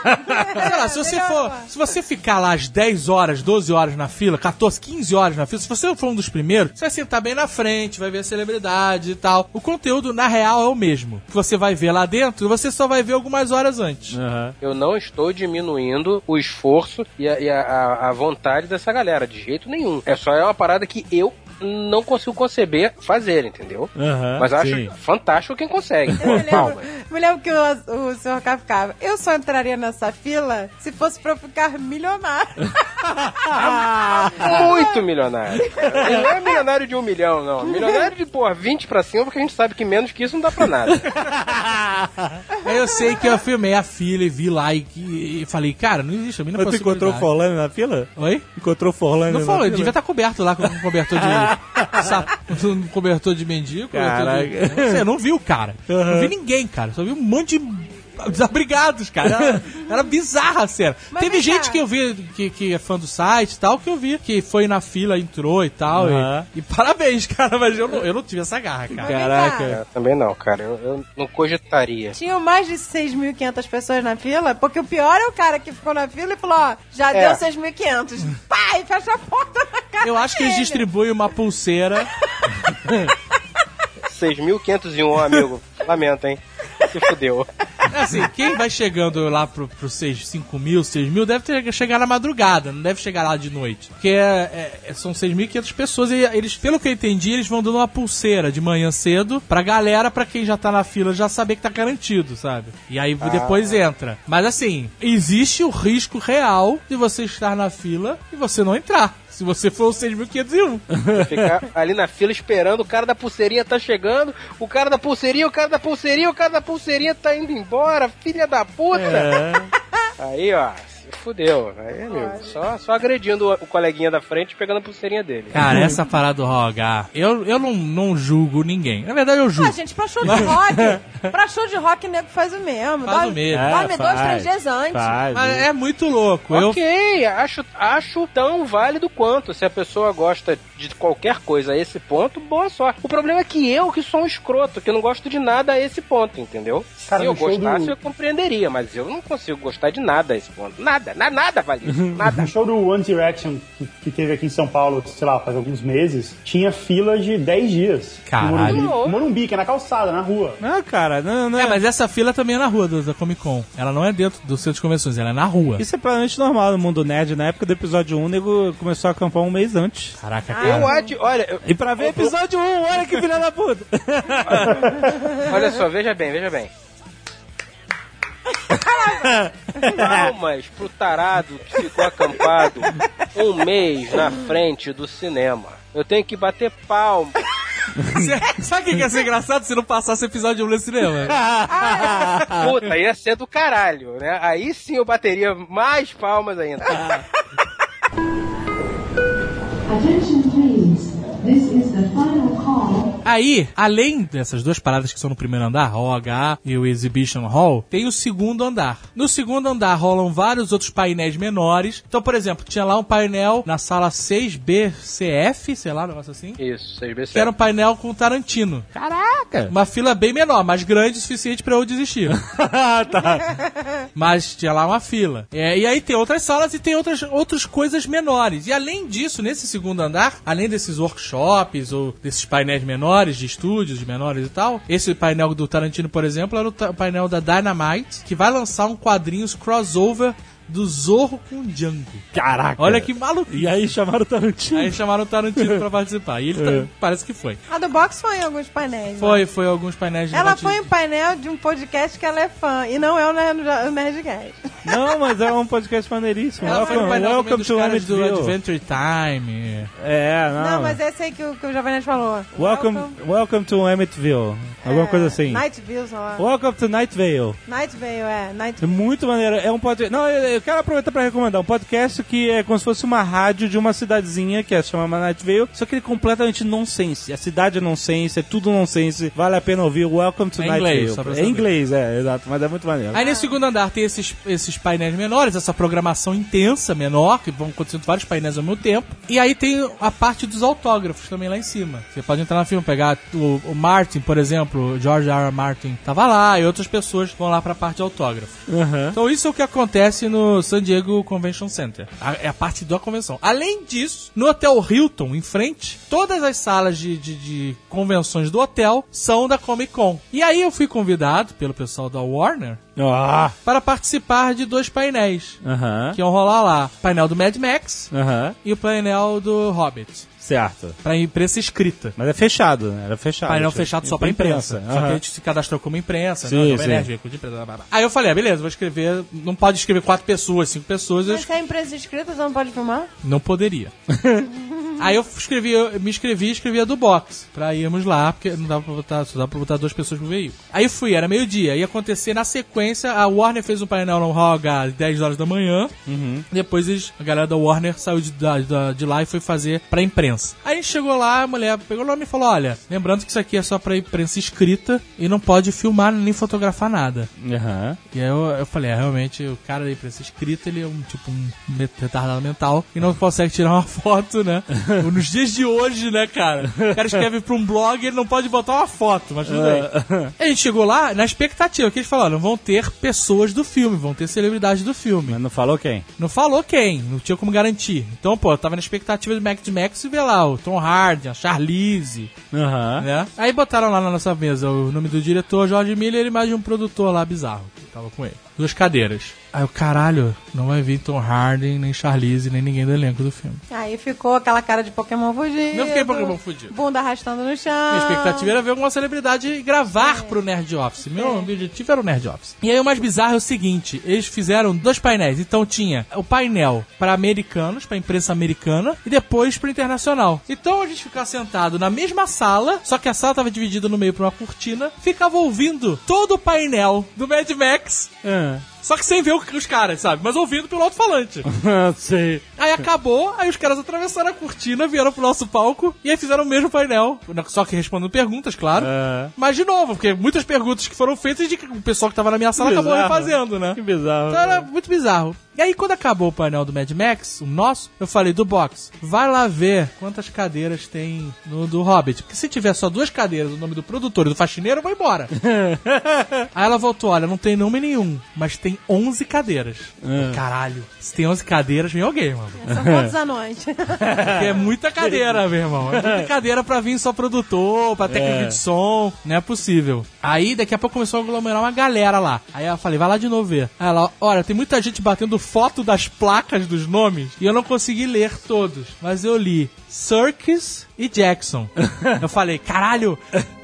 Speaker 7: Sei lá, se
Speaker 6: É
Speaker 7: você for. Se você ficar lá às 10 horas, 12 horas na fila, 14, 15 horas na fila, se você for um dos primeiros, você vai sentar bem na frente, vai ver a celebridade e tal. O conteúdo, na real, é o mesmo. Que você vai ver lá dentro, você só vai ver algumas horas antes.
Speaker 4: Eu não estou diminuindo o esforço e a, e a- a- a vontade dessa galera, de jeito nenhum. É só é uma parada que eu não consigo conceber fazer, entendeu?
Speaker 7: É.
Speaker 11: Aham,
Speaker 4: Mas acho
Speaker 11: sim.
Speaker 4: fantástico quem consegue. Pô, palmas.
Speaker 6: Me lembro que o, o senhor K ficava. Eu só entraria nessa fila se fosse pra eu ficar milionário.
Speaker 4: Muito milionário. Ele não é milionário de um milhão, não. Milionário de, porra, 20 pra cima, porque a gente sabe que menos que isso não dá pra nada.
Speaker 7: Aí eu sei que eu filmei a fila e vi lá e, e- e falei, cara, não existe a mínima
Speaker 2: Mas tu encontrou o
Speaker 7: possibilidade.
Speaker 2: Forlane na fila?
Speaker 7: Oi?
Speaker 2: Encontrou o Forlane
Speaker 7: Não
Speaker 2: na
Speaker 7: falou,
Speaker 2: fila?
Speaker 7: ele devia estar coberto lá com um cobertor de. sapo, um cobertor de mendigo. cobertor de-
Speaker 2: Caraca.
Speaker 7: Não sei, eu não vi o cara. Não vi ninguém, cara. Só vi um monte de. Desabrigados, cara. Era, era bizarra a cena.
Speaker 11: Mas
Speaker 7: Teve
Speaker 11: vem cá.
Speaker 7: gente que eu vi que, que é fã do site e tal, que eu vi que foi na fila, entrou e tal. e-
Speaker 4: Aham.
Speaker 7: E, parabéns, cara, mas eu não, eu não tive essa garra, cara.
Speaker 4: Caraca. Eu É, também não, cara. Eu, eu não cogitaria.
Speaker 6: Tinham mais de 6.500 pessoas na fila, porque o pior é o cara que ficou na fila e falou: ó, já
Speaker 7: É.
Speaker 6: deu 6.500. Pai, fecha a porta na cara.
Speaker 7: Eu acho que eles
Speaker 6: dele.
Speaker 7: distribuem uma pulseira.
Speaker 4: 6.501, amigo. Lamento, hein? Se fudeu.
Speaker 7: É assim, quem vai chegando lá pro, pro 6, 5 mil, 6 mil, deve ter, chegar na madrugada, não deve chegar lá de noite. Porque é, é, são 6.500 pessoas e eles, pelo que eu entendi, eles vão dando uma pulseira de manhã cedo pra galera, pra quem já tá na fila, já saber que tá garantido, sabe? E aí
Speaker 11: Ah.
Speaker 7: depois entra. Mas assim, existe o risco real de você estar na fila e você não entrar. Se você for o 6.501.
Speaker 4: Ficar ali na fila esperando, o cara da pulseirinha tá chegando, o cara da pulseirinha, o cara da pulseirinha, o cara da pulseirinha tá indo embora, filha da puta! Aí, ó, se fudeu. Aí, amigo, só, só agredindo o, o coleguinha da frente e pegando a pulseirinha dele.
Speaker 7: Cara, essa parada do rogar, eu, eu não, não julgo ninguém. Na verdade, eu julgo.
Speaker 6: Ah, gente, pra show de rock, pra show de rock, o nego faz o mesmo.
Speaker 7: Faz
Speaker 6: dorme
Speaker 7: o mesmo.
Speaker 6: dorme
Speaker 7: É,
Speaker 6: dois,
Speaker 7: faz,
Speaker 6: três dias antes.
Speaker 2: Tá,
Speaker 7: faz. Mas é muito louco. Eu-
Speaker 4: Ok, acho, acho tão válido quanto. Se a pessoa gosta de qualquer coisa a esse ponto, boa sorte. O problema é que eu, que sou um escroto, que não gosto de nada a esse ponto, entendeu?
Speaker 11: Cara,
Speaker 4: Se eu
Speaker 11: no show
Speaker 4: gostasse,
Speaker 11: do-
Speaker 4: eu compreenderia, mas eu não consigo gostar de nada a esse ponto. Nada, nada, nada vale.
Speaker 3: No show do One Direction que, que teve aqui em São Paulo, sei lá, faz alguns meses, tinha fila de 10 dias.
Speaker 7: Caralho.
Speaker 3: No Morumbi, no Morumbi, que é na calçada, na rua.
Speaker 2: Ah, cara. Não, não
Speaker 7: é, mas essa fila também é na rua da, da Comic Con. Ela não é dentro do centro de convenções, ela é na rua.
Speaker 2: Isso é plenamente normal no mundo nerd. Na época do episódio 1, o nego começou a acampar um mês antes.
Speaker 7: Caraca,
Speaker 4: Eu acho, olha. eu-
Speaker 2: E pra ver
Speaker 7: Ah,
Speaker 4: eu-
Speaker 2: episódio 1, olha que filha da puta.
Speaker 4: Olha só, veja bem, veja bem. Palmas pro tarado que ficou acampado um mês na frente do cinema. Eu tenho que bater palma.
Speaker 7: Cê- Sabe o que que ia ser engraçado se não passasse episódio 1 no cinema?
Speaker 6: Ah.
Speaker 4: Puta, ia ser do caralho, né? Aí sim eu bateria mais palmas ainda.
Speaker 6: Ah.
Speaker 10: Attention please. This is the final call.
Speaker 7: Aí, além dessas duas paradas que são no primeiro andar, OH e o Exhibition Hall, tem o segundo andar. No segundo andar rolam vários outros painéis menores. Então, por exemplo, tinha lá um painel na sala 6BCF, sei lá, um negócio assim.
Speaker 4: Isso, 6BCF.
Speaker 7: Que era um painel com o Tarantino.
Speaker 4: Caraca!
Speaker 7: Uma fila bem menor, mas grande o suficiente pra eu desistir. Ah, tá. Mas tinha lá uma fila. É, e aí tem outras salas e tem outras, outras coisas menores. E além disso, nesse segundo andar, além desses workshops ou desses painéis menores, de estúdios menores e tal, esse painel do Tarantino, por exemplo, era o ta- painel da Dynamite, que vai lançar um quadrinhos crossover do Zorro com Django.
Speaker 2: Caraca.
Speaker 7: Olha que maluco.
Speaker 2: E aí chamaram o Tarantino.
Speaker 7: Aí chamaram o Tarantino pra participar. E ele tá-
Speaker 2: É.
Speaker 7: parece que foi.
Speaker 6: A do box foi em alguns painéis. né?
Speaker 7: Foi, foi alguns painéis de
Speaker 6: Ela
Speaker 7: bate-
Speaker 6: foi em painel de um podcast que ela é fã. E não é o Nerd- o Nerdcast.
Speaker 2: Não, mas é um podcast maneiríssimo.
Speaker 7: Ela foi no
Speaker 2: Welcome,
Speaker 7: painel também
Speaker 2: welcome
Speaker 7: dos
Speaker 2: to
Speaker 7: caras do
Speaker 2: Amityville.
Speaker 7: Adventure Time.
Speaker 2: É,
Speaker 7: Ah.
Speaker 2: não.
Speaker 6: Não, mas esse aí que o, que o Jovem Nerd falou.
Speaker 2: Welcome, welcome to Emmettville. Alguma coisa assim.
Speaker 6: É, Night View, sei lá.
Speaker 2: Welcome to Night Vale.
Speaker 6: Night veio, é. Night
Speaker 2: É muito maneiro. É um podcast. Não, eu, eu quero aproveitar pra recomendar um podcast que é como se fosse uma rádio de uma cidadezinha que é chama Night Vale, só que ele é completamente nonsense. A cidade é nonsense, é tudo nonsense. Vale a pena ouvir. Welcome to
Speaker 7: É
Speaker 2: Night
Speaker 7: inglês,
Speaker 2: Vale.
Speaker 7: só pra
Speaker 2: é
Speaker 7: saber.
Speaker 2: inglês, é, exato, mas é muito maneiro.
Speaker 7: Aí nesse segundo andar tem esses, esses painéis menores, essa programação intensa, menor, que vão acontecendo vários painéis ao mesmo tempo. E aí tem a parte dos autógrafos também lá em cima. Você pode entrar na filme, pegar o, o Martin, por exemplo, o George R. R. Martin tava lá, e outras pessoas vão lá pra parte de autógrafo.
Speaker 2: Aham.
Speaker 7: Então isso é o que acontece no San Diego Convention Center. A- é a parte da convenção. Além disso, no Hotel Hilton, em frente, todas as salas de, de- de convenções do hotel são da Comic Con. E aí eu fui convidado pelo pessoal da Warner
Speaker 2: Ah!
Speaker 7: para participar de dois painéis.
Speaker 2: Aham.
Speaker 7: Que iam rolar lá. O painel do Mad Max
Speaker 2: Aham.
Speaker 7: e o painel do Hobbit.
Speaker 2: Certo.
Speaker 7: Pra imprensa escrita.
Speaker 2: Mas é fechado, né? Era fechado.
Speaker 7: painel
Speaker 2: Tipo,
Speaker 7: fechado só pra imprensa. Só que
Speaker 2: Aham.
Speaker 7: a gente se cadastrou como imprensa,
Speaker 2: Sim,
Speaker 7: né? Jovem
Speaker 2: sim.
Speaker 7: Nerd, veículo de imprensa, blá, blá, blá. Aí eu falei, ah, beleza, vou escrever. Não pode escrever quatro pessoas, cinco pessoas. eu
Speaker 6: Mas se é imprensa escrita, você não pode filmar?
Speaker 7: Não poderia. Aí eu escrevi, eu me inscrevi e escrevi a do box. Pra irmos lá, porque não dava pra botar, só dava pra botar duas pessoas no veículo. Aí fui, era meio-dia. Ia acontecer na sequência, a Warner fez um painel no Roga às 10 horas da manhã. Depois eles- a galera da Warner saiu de, da- da- de lá e foi fazer pra imprensa. Aí a gente chegou lá, a mulher pegou o nome e falou: Olha, lembrando que isso aqui é só pra imprensa escrita e não pode filmar nem fotografar nada.
Speaker 2: Aham.
Speaker 7: E aí eu, eu falei, é, realmente, o cara da imprensa escrita, ele é um tipo um me- retardado mental e não consegue tirar uma foto, né? Nos dias de hoje, né, cara? O cara escreve pra um blog ele não pode botar uma foto, mas tudo bem. A gente chegou lá na expectativa, que eles falaram, vão ter pessoas do filme, vão ter celebridades do filme.
Speaker 2: Mas não falou quem?
Speaker 7: Não falou quem, não tinha como garantir. Então, pô, eu tava na expectativa do Max Max e vê lá o Tom Hardy, a Charlize,
Speaker 2: Aham.
Speaker 7: né? Aí botaram lá na nossa mesa o nome do diretor, Jorge Miller, e mais de um produtor lá bizarro que tava com ele. Duas cadeiras. Aí o caralho, não vai vir Tom Hardy, nem Charlize, nem ninguém do elenco do filme.
Speaker 6: Aí ficou aquela cara de Pokémon fugido.
Speaker 7: Não fiquei Pokémon fudido.
Speaker 6: Bunda arrastando no chão.
Speaker 7: Minha expectativa era ver alguma celebridade e gravar pro Nerd Office. Meu objetivo era o Nerd Office. E aí o mais bizarro é o seguinte: eles fizeram dois painéis. Então tinha o painel para americanos, para imprensa americana, e depois para internacional. Então a gente ficava sentado na mesma sala, só que a sala tava dividida no meio por uma cortina, ficava ouvindo todo o painel do Mad Max. Só que sem ver o- os caras, sabe? Mas ouvindo pelo alto-falante.
Speaker 2: Sei.
Speaker 7: Aí acabou, aí os caras atravessaram a cortina, vieram pro nosso palco e aí fizeram o mesmo painel. Só que respondendo perguntas, claro.
Speaker 2: É.
Speaker 7: Mas de novo, porque muitas perguntas que foram feitas de que o pessoal que tava na minha sala acabou
Speaker 2: bizarro.
Speaker 7: refazendo, né?
Speaker 2: Que bizarro.
Speaker 7: Então era muito bizarro. E aí, quando acabou o painel do Mad Max, o nosso, eu falei do box, vai lá ver quantas cadeiras tem no do Hobbit. Porque se tiver só duas cadeiras, o nome do produtor e do faxineiro, eu vou embora. aí ela voltou, olha, não tem nome nenhum, mas tem 11 cadeiras.
Speaker 2: É.
Speaker 7: Caralho, se tem 11 cadeiras, vem alguém, mano.
Speaker 6: São quantos anões?
Speaker 7: Porque é muita cadeira, meu irmão. É muita cadeira pra vir só produtor, pra técnico
Speaker 2: É.
Speaker 7: de som. Não é possível. Aí daqui a pouco começou a aglomerar uma galera lá. Aí eu falei, vai lá de novo ver. Aí ela, olha, tem muita gente batendo foto das placas dos nomes e eu não consegui ler todos. Mas eu li Circus e Jackson. eu falei, caralho,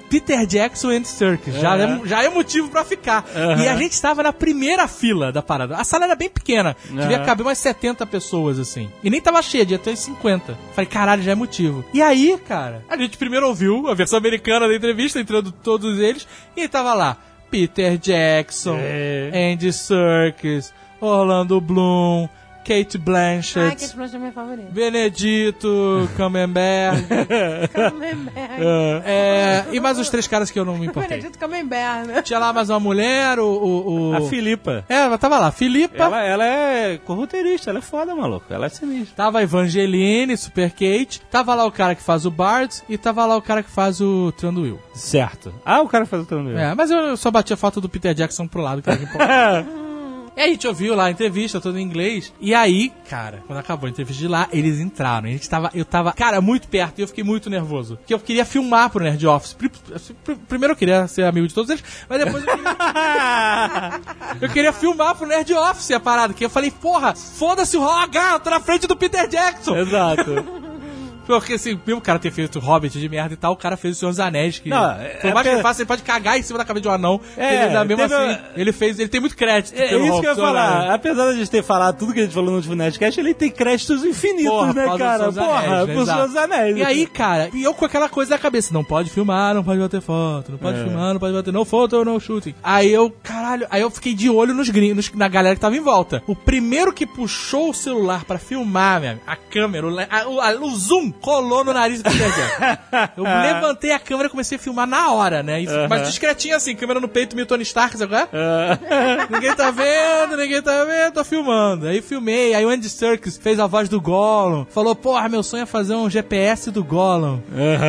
Speaker 7: Peter Jackson and Circus. Já, é,
Speaker 2: Aham.
Speaker 7: já é motivo pra ficar.
Speaker 2: Aham.
Speaker 7: E a gente estava na primeira fila da parada. A sala era bem pequena. Devia
Speaker 2: Aham.
Speaker 7: caber umas 70 pessoas, assim. E nem tava cheia, devia ter uns 50. Falei, caralho, já é motivo. E aí, cara, a gente primeiro ouviu a versão americana da entrevista, entrando todos eles, e aí tava lá. Peter Jackson,
Speaker 2: É.
Speaker 7: Andy Serkis, Orlando Bloom, Kate Blanchett.
Speaker 6: Ai, que explosão é minha favorita.
Speaker 7: Benedito Camembert.
Speaker 6: Camembert.
Speaker 7: É, e mais os três caras que eu não me importei.
Speaker 6: Benedito Camembert, né?
Speaker 7: Tinha lá mais uma mulher, o. o, o...
Speaker 2: A Filipa.
Speaker 7: É, ela tava lá, Filipa.
Speaker 2: Ela, ela é corroteirista, ela é foda, maluco. Ela é sinistra.
Speaker 7: Tava a Evangeline, Super Kate. Tava lá o cara que faz o Bard. E tava lá o cara que faz o Tranduil.
Speaker 2: Certo. Ah, o cara faz o Tranduil.
Speaker 7: É, mas eu só bati a foto do Peter Jackson pro lado, que era o que importava. E aí a gente ouviu lá a entrevista, toda em inglês. E aí, cara, quando acabou a entrevista de lá, eles entraram. E a gente tava, eu tava, cara, muito perto e eu fiquei muito nervoso. Porque eu queria filmar pro Nerd Office. Pri- assim, pri- primeiro eu queria ser amigo de todos eles, mas depois eu queria, eu queria filmar pro Nerd Office a parada. Que eu falei, porra, foda-se o H, eu tô na frente do Peter Jackson.
Speaker 2: Exato.
Speaker 7: Porque assim, mesmo o cara ter feito Hobbit de merda e tal, o cara fez o Senhor dos Anéis. Que,
Speaker 2: Não, é-
Speaker 7: por mais
Speaker 2: é
Speaker 7: que
Speaker 2: pe-
Speaker 7: ele faça, ele pode cagar em cima da cabeça de um anão.
Speaker 2: É,
Speaker 7: ele ainda mesmo
Speaker 2: teve
Speaker 7: assim,
Speaker 2: a-
Speaker 7: ele fez, ele tem muito crédito.
Speaker 2: É
Speaker 7: pelo
Speaker 2: isso que eu ia
Speaker 7: Hobbit, né? Senhor dos
Speaker 2: falar.
Speaker 7: Anéis.
Speaker 2: Apesar da gente ter falado tudo que a gente falou no último Nerdcast, ele tem créditos infinitos,
Speaker 7: Porra, por
Speaker 2: né,
Speaker 7: causa
Speaker 2: cara?
Speaker 7: dos Senhor dos
Speaker 2: Porra,
Speaker 7: Anéis, assim. né?
Speaker 2: pros
Speaker 7: Exato.
Speaker 2: seus anéis.
Speaker 7: E aí, cara, e eu com aquela coisa na cabeça, não pode filmar, não pode bater foto, não pode
Speaker 2: É.
Speaker 7: filmar, não pode bater, não foto, não shooting. Aí eu, caralho, aí eu fiquei de olho nos gringos, na galera que tava em volta. O primeiro que puxou o celular pra filmar, minha, a câmera, o, le- a- o- a- o zoom colou no nariz do Peter Jackson. Eu levantei a câmera e comecei a filmar na hora, né? E-
Speaker 2: Aham.
Speaker 7: Mas discretinho assim, câmera no peito, Milton Stark, sabe qual é? ninguém tá vendo, ninguém tá vendo, tô filmando. Aí filmei, aí o Andy Serkis fez a voz do Gollum, falou, porra, meu sonho é fazer um GPS do Gollum.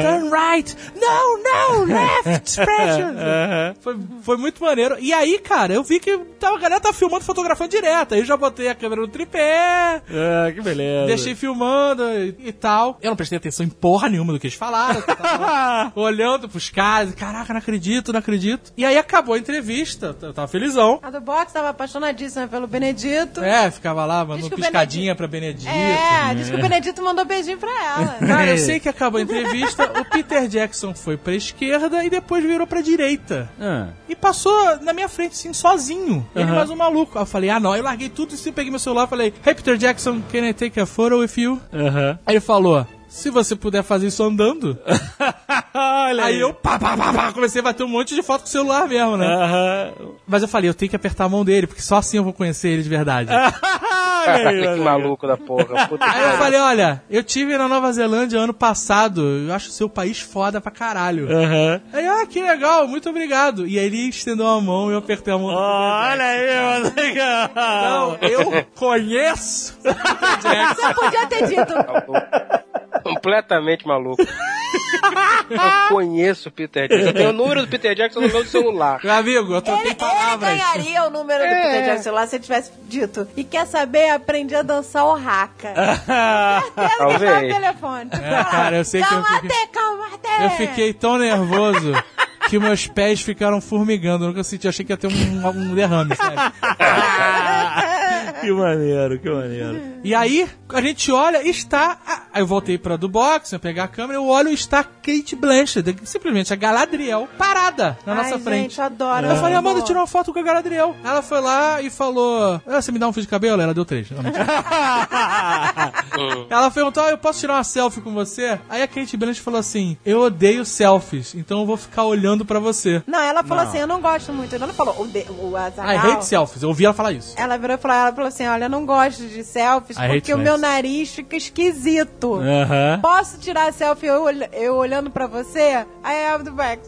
Speaker 7: Turn right, no, no, left, precious. foi, foi muito maneiro. E aí, cara, eu vi que tava, a galera tava filmando, fotografando direto. Aí eu já botei a câmera no tripé,
Speaker 2: Ah, que beleza.
Speaker 7: Deixei filmando e, e tal. Eu não prestei atenção em porra nenhuma do que eles falaram. eu tava olhando pros caras, caraca, não acredito, não acredito. E aí acabou a entrevista, eu tava felizão.
Speaker 6: A do box tava apaixonadíssima pelo Benedito.
Speaker 7: É, ficava lá, mandou
Speaker 6: Diz que o
Speaker 7: piscadinha pra Benedito. né?
Speaker 6: É, diz que o Benedito mandou beijinho pra ela.
Speaker 7: Cara, eu sei que acabou a entrevista, o Peter Jackson foi pra esquerda e depois virou pra direita. E passou na minha frente, assim, sozinho. Ele
Speaker 2: Ah. Aham.
Speaker 7: mais um maluco. Aí eu falei, ah não, Aí eu larguei tudo e assim, peguei meu celular e falei, Hey Peter Jackson, can I take a photo with you?
Speaker 2: Aham.
Speaker 7: Aí ele falou, se você puder fazer isso andando.
Speaker 2: Olha
Speaker 7: aí eu pá, pá, pá, pá, comecei a bater um monte de foto com o celular mesmo, né? Mas eu falei, eu tenho que apertar a mão dele, porque só assim eu vou conhecer ele de verdade.
Speaker 4: que maluco da porra. Puta que
Speaker 7: Aí eu
Speaker 4: pariu.
Speaker 7: falei, olha, eu tive na Nova Zelândia ano passado, eu acho o seu país foda pra caralho.
Speaker 2: Aham.
Speaker 7: Aí, ah, que legal, muito obrigado. E aí ele estendeu a mão e eu apertei a mão. Olha
Speaker 2: aí, mano,
Speaker 7: legal. Então, eu conheço.
Speaker 6: Você podia ter dito.
Speaker 4: Completamente maluco. Eu conheço o Peter Jackson. Eu tenho o número do Peter Jackson no meu celular.
Speaker 7: Meu amigo, eu troquei
Speaker 6: Ele ganharia o número do Peter Jackson celular se ele tivesse dito. E quer saber? Aprendi a dançar o raca. Ela que tava no
Speaker 7: Ah, Talvez.
Speaker 6: telefone.
Speaker 7: É, cara, eu sei que eu
Speaker 6: Calma-te,
Speaker 7: fiquei-
Speaker 6: calma-te.
Speaker 7: Eu fiquei tão nervoso que meus pés ficaram formigando. Eu nunca senti, eu achei que ia ter um, um derrame, sabe?
Speaker 2: que maneiro, que maneiro.
Speaker 7: E aí, a gente olha, está. a- Aí eu voltei pra do box, eu pegar a câmera, eu olho, está a Kate Blanchett, simplesmente a Galadriel, parada na
Speaker 6: Ai,
Speaker 7: nossa
Speaker 6: gente,
Speaker 7: frente.
Speaker 6: adoro,
Speaker 7: Eu falei,
Speaker 6: amor.
Speaker 7: Amanda, tirou uma foto com a Galadriel. Ela foi lá e falou: ah, Você me dá um fio de cabelo? Ela deu três. Não, mentira.
Speaker 2: Ah.
Speaker 7: Ela perguntou: ah, Eu posso tirar uma selfie com você? Aí a Kate Blanchett falou assim: Eu odeio selfies, então eu vou ficar olhando pra você.
Speaker 6: Não, ela falou
Speaker 7: Não. Ah,
Speaker 6: assim, eu não gosto muito. Ela não falou o, de, o
Speaker 7: I
Speaker 6: Azaghal.
Speaker 7: hate selfies. Eu ouvi ela falar isso.
Speaker 6: Ela virou e falou, ela falou assim, olha, eu não gosto de selfies
Speaker 7: I
Speaker 6: porque
Speaker 7: hate
Speaker 6: o meu
Speaker 7: selfies.
Speaker 6: nariz fica esquisito.
Speaker 7: Aham.
Speaker 6: Posso tirar a selfie eu, olh- eu olhando pra você? Aí ela do Max,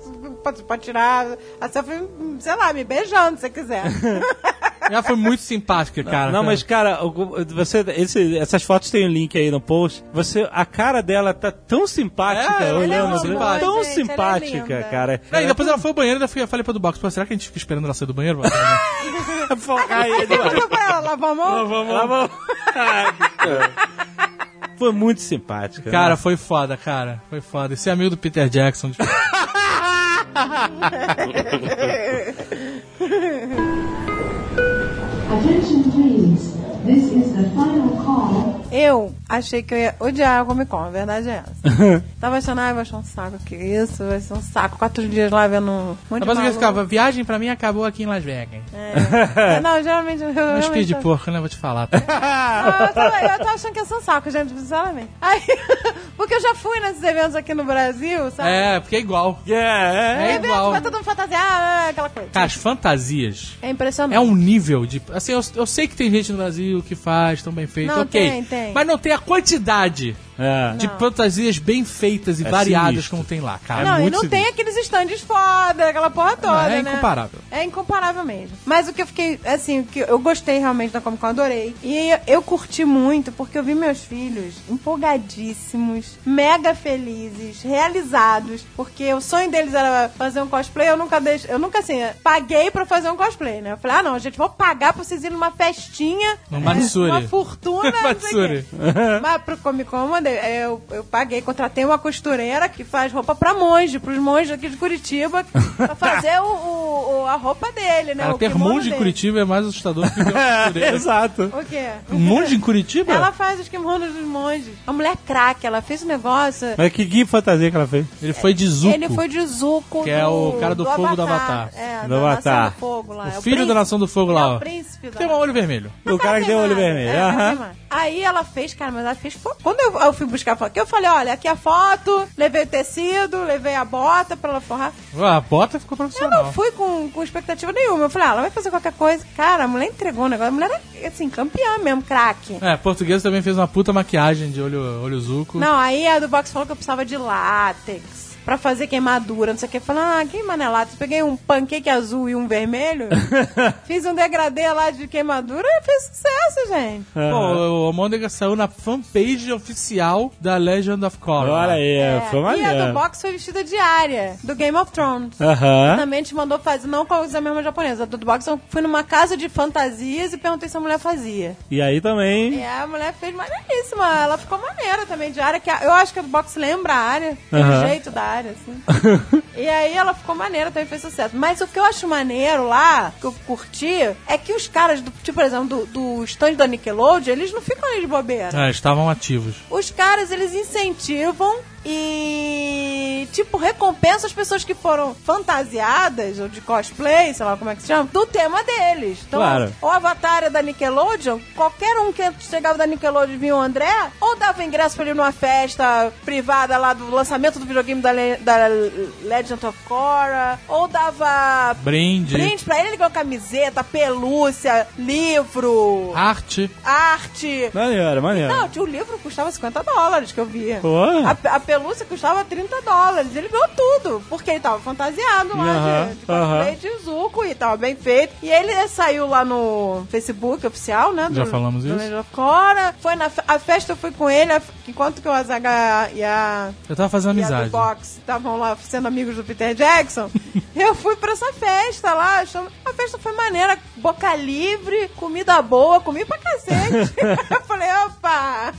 Speaker 6: pode, pode tirar a selfie, sei lá, me beijando se você quiser.
Speaker 7: Ela foi muito simpática, cara.
Speaker 2: Não, mas cara, o- você, esse- essas fotos tem um link aí no post. Você, a cara dela tá tão simpática,
Speaker 7: É, ela é
Speaker 2: olhando, assim,
Speaker 7: um amor,
Speaker 2: tão
Speaker 7: gente,
Speaker 2: simpática, cara.
Speaker 7: Não, e depois ela foi ao banheiro e ainda fiquei- falei pro do box, pô, será que a gente fica esperando ela sair do banheiro?
Speaker 2: Aí,
Speaker 6: Olha pra ela, lava a mão.
Speaker 2: Foi muito simpática.
Speaker 7: cara, foi foda, cara. Foi foda. Esse amigo do Peter Jackson.
Speaker 10: Attention please, this is the final call.
Speaker 6: Eu achei que eu ia odiar a Comic Con, a verdade é essa. Tava achando, ai, vai ser um saco que isso, vai ser um saco. Quatro dias lá vendo um monte de
Speaker 7: Mas É que
Speaker 6: maluco.
Speaker 7: ficava, assim, viagem pra mim acabou aqui em Las Vegas.
Speaker 6: É, então. não, geralmente eu
Speaker 7: Um
Speaker 6: realmente
Speaker 7: speed
Speaker 6: tava-
Speaker 7: porco, né? Vou te falar.
Speaker 6: Ah, eu tava, eu tava achando que eu sou um saco, gente, sinceramente. Aí, porque eu já fui nesses eventos aqui no Brasil, sabe?
Speaker 7: É, porque é igual.
Speaker 2: É,
Speaker 7: é
Speaker 6: Eventos,
Speaker 7: igual.
Speaker 6: mas né? todo mundo fantasia, ah, ah, aquela coisa.
Speaker 7: Cara, as fantasias.
Speaker 6: É impressionante.
Speaker 7: É um nível de. Assim, eu, eu sei que tem gente no Brasil que faz tão bem feito,
Speaker 6: Não,
Speaker 7: ok.
Speaker 6: tem, tem.
Speaker 7: Mas não tem a quantidade
Speaker 2: É.
Speaker 7: de
Speaker 6: Não.
Speaker 7: fantasias bem feitas e
Speaker 11: É
Speaker 7: variadas
Speaker 11: sinistro.
Speaker 7: como tem lá, cara.
Speaker 6: não, e não tem aqueles stands foda, aquela porra toda,
Speaker 7: É Não, é
Speaker 6: né?
Speaker 7: incomparável.
Speaker 6: É incomparável mesmo. Mas o que eu fiquei, assim, o que eu gostei realmente da Comic Con, adorei. E eu curti muito porque eu vi meus filhos empolgadíssimos, mega felizes, realizados, porque o sonho deles era fazer um cosplay, eu nunca deixo, eu nunca assim, paguei pra fazer um cosplay, né? Eu falei: "Ah, não, gente, vou pagar pra vocês irem numa festinha,
Speaker 7: No
Speaker 6: é,
Speaker 7: Matsuri.
Speaker 6: uma fortuna, não sei o quê."
Speaker 7: Matsuri.
Speaker 6: Mas pro Comic Con eu mandei. é, Eu, eu paguei, contratei uma costureira que faz roupa pra monge, pros monges aqui de Curitiba, pra fazer o, o- o- a roupa dele, né?
Speaker 7: Cara,
Speaker 6: o
Speaker 7: ter
Speaker 6: kimono
Speaker 7: monge em
Speaker 6: dele.
Speaker 7: Curitiba é mais assustador que ter
Speaker 2: É, Exato.
Speaker 6: O quê?
Speaker 2: Um
Speaker 7: Monge em Curitiba?
Speaker 6: Ela faz os kimonos dos monges. A mulher é craque, ela fez um negócio.
Speaker 2: Mas que, que fantasia que ela fez?
Speaker 7: Ele foi de Zuko.
Speaker 6: Ele foi de Zuko.
Speaker 7: Que é o cara do fogo do Avatar.
Speaker 6: É,
Speaker 7: Do
Speaker 6: da Nação
Speaker 7: Avatar.
Speaker 6: do fogo lá. é
Speaker 7: o filho da Nação do Fogo lá, ó.
Speaker 6: príncipe da
Speaker 7: Tem um olho vermelho.
Speaker 2: O cara que deu o olho vermelho.
Speaker 6: É,
Speaker 2: aham.
Speaker 6: tem mais. Aí ela fez, cara, mas ela fez. fo- Quando eu, eu fui buscar a foto, aqui, eu falei: olha, aqui a foto, levei o tecido, levei a bota pra ela forrar.
Speaker 7: Ah, A bota ficou
Speaker 6: Eu
Speaker 7: profissional.
Speaker 6: não fui com, com expectativa nenhuma. Eu falei: ah, ela vai fazer qualquer coisa. Cara, a mulher entregou o negócio. A mulher era, assim, campeã mesmo, craque.
Speaker 7: É, português também fez uma puta maquiagem de olho, olho zuco.
Speaker 6: Não, aí a do box falou que eu precisava de látex. Pra fazer queimadura, não sei o que. Eu Falei, ah, queima né, látex. Peguei um pancake azul e um vermelho. fiz um degradê lá de queimadura e fez sucesso, gente.
Speaker 2: É.
Speaker 7: Pô, o Mônica saiu na fanpage oficial da Legend of Korra.
Speaker 2: Olha aí,
Speaker 6: É,
Speaker 2: foi
Speaker 6: e a do
Speaker 2: maneiro.
Speaker 6: box foi vestida de área, do Game of Thrones.
Speaker 2: Aham.
Speaker 6: Também te mandou fazer, não com a mesma japonesa. A do box eu fui numa casa de fantasias e perguntei se a mulher fazia.
Speaker 2: E aí também.
Speaker 6: E a mulher fez maneiríssima, ela ficou maneira também de área. Que a- eu acho que a do box lembra a área,
Speaker 2: Aham.
Speaker 6: o jeito da área, assim. e aí ela ficou maneira, também fez sucesso. Mas o que eu acho maneiro lá, que eu curti, é que os caras, do, tipo, por exemplo, do, do stand da Nickelodeon, eles não ficam ali de bobeira.
Speaker 7: Ah, estavam ativos.
Speaker 6: Os caras, eles incentivam e, tipo, recompensam as pessoas que foram fantasiadas, ou de cosplay, sei lá como é que se chama, do tema deles. Então,
Speaker 2: Claro.
Speaker 6: o Avatar é da Nickelodeon, qualquer um que chegava da Nickelodeon e vinha o André, ou dava ingresso pra ele numa festa privada lá do lançamento do videogame da, Le- da Legend of Korra, ou dava
Speaker 7: Brinde.
Speaker 6: brinde pra ele, ele ganhou camiseta, pelúcia, livro,
Speaker 7: Arte.
Speaker 6: arte.
Speaker 2: Maneiro, maneiro.
Speaker 6: Não, tinha o livro custava 50 dólares que eu via.
Speaker 2: Pô.
Speaker 6: A, a pelúcia custava 30 dólares. Ele ganhou tudo, porque ele tava fantasiado lá
Speaker 2: Aham,
Speaker 6: de, de cosplay
Speaker 2: aham.
Speaker 6: de Zuko e tava bem feito. E ele saiu lá no Facebook oficial, né?
Speaker 7: Já falamos
Speaker 6: do
Speaker 7: isso.
Speaker 6: Legend of Korra. Foi na fe- a festa, eu fui com ele, a- enquanto que o Azaga e a
Speaker 7: Eu tava fazendo
Speaker 6: e a
Speaker 7: amizade.
Speaker 6: do box estavam lá sendo amigos do Peter Jackson. eu fui pra essa festa lá, achando- a festa foi maneira, boca livre, comida boa, comi pra cacete. eu falei, opa!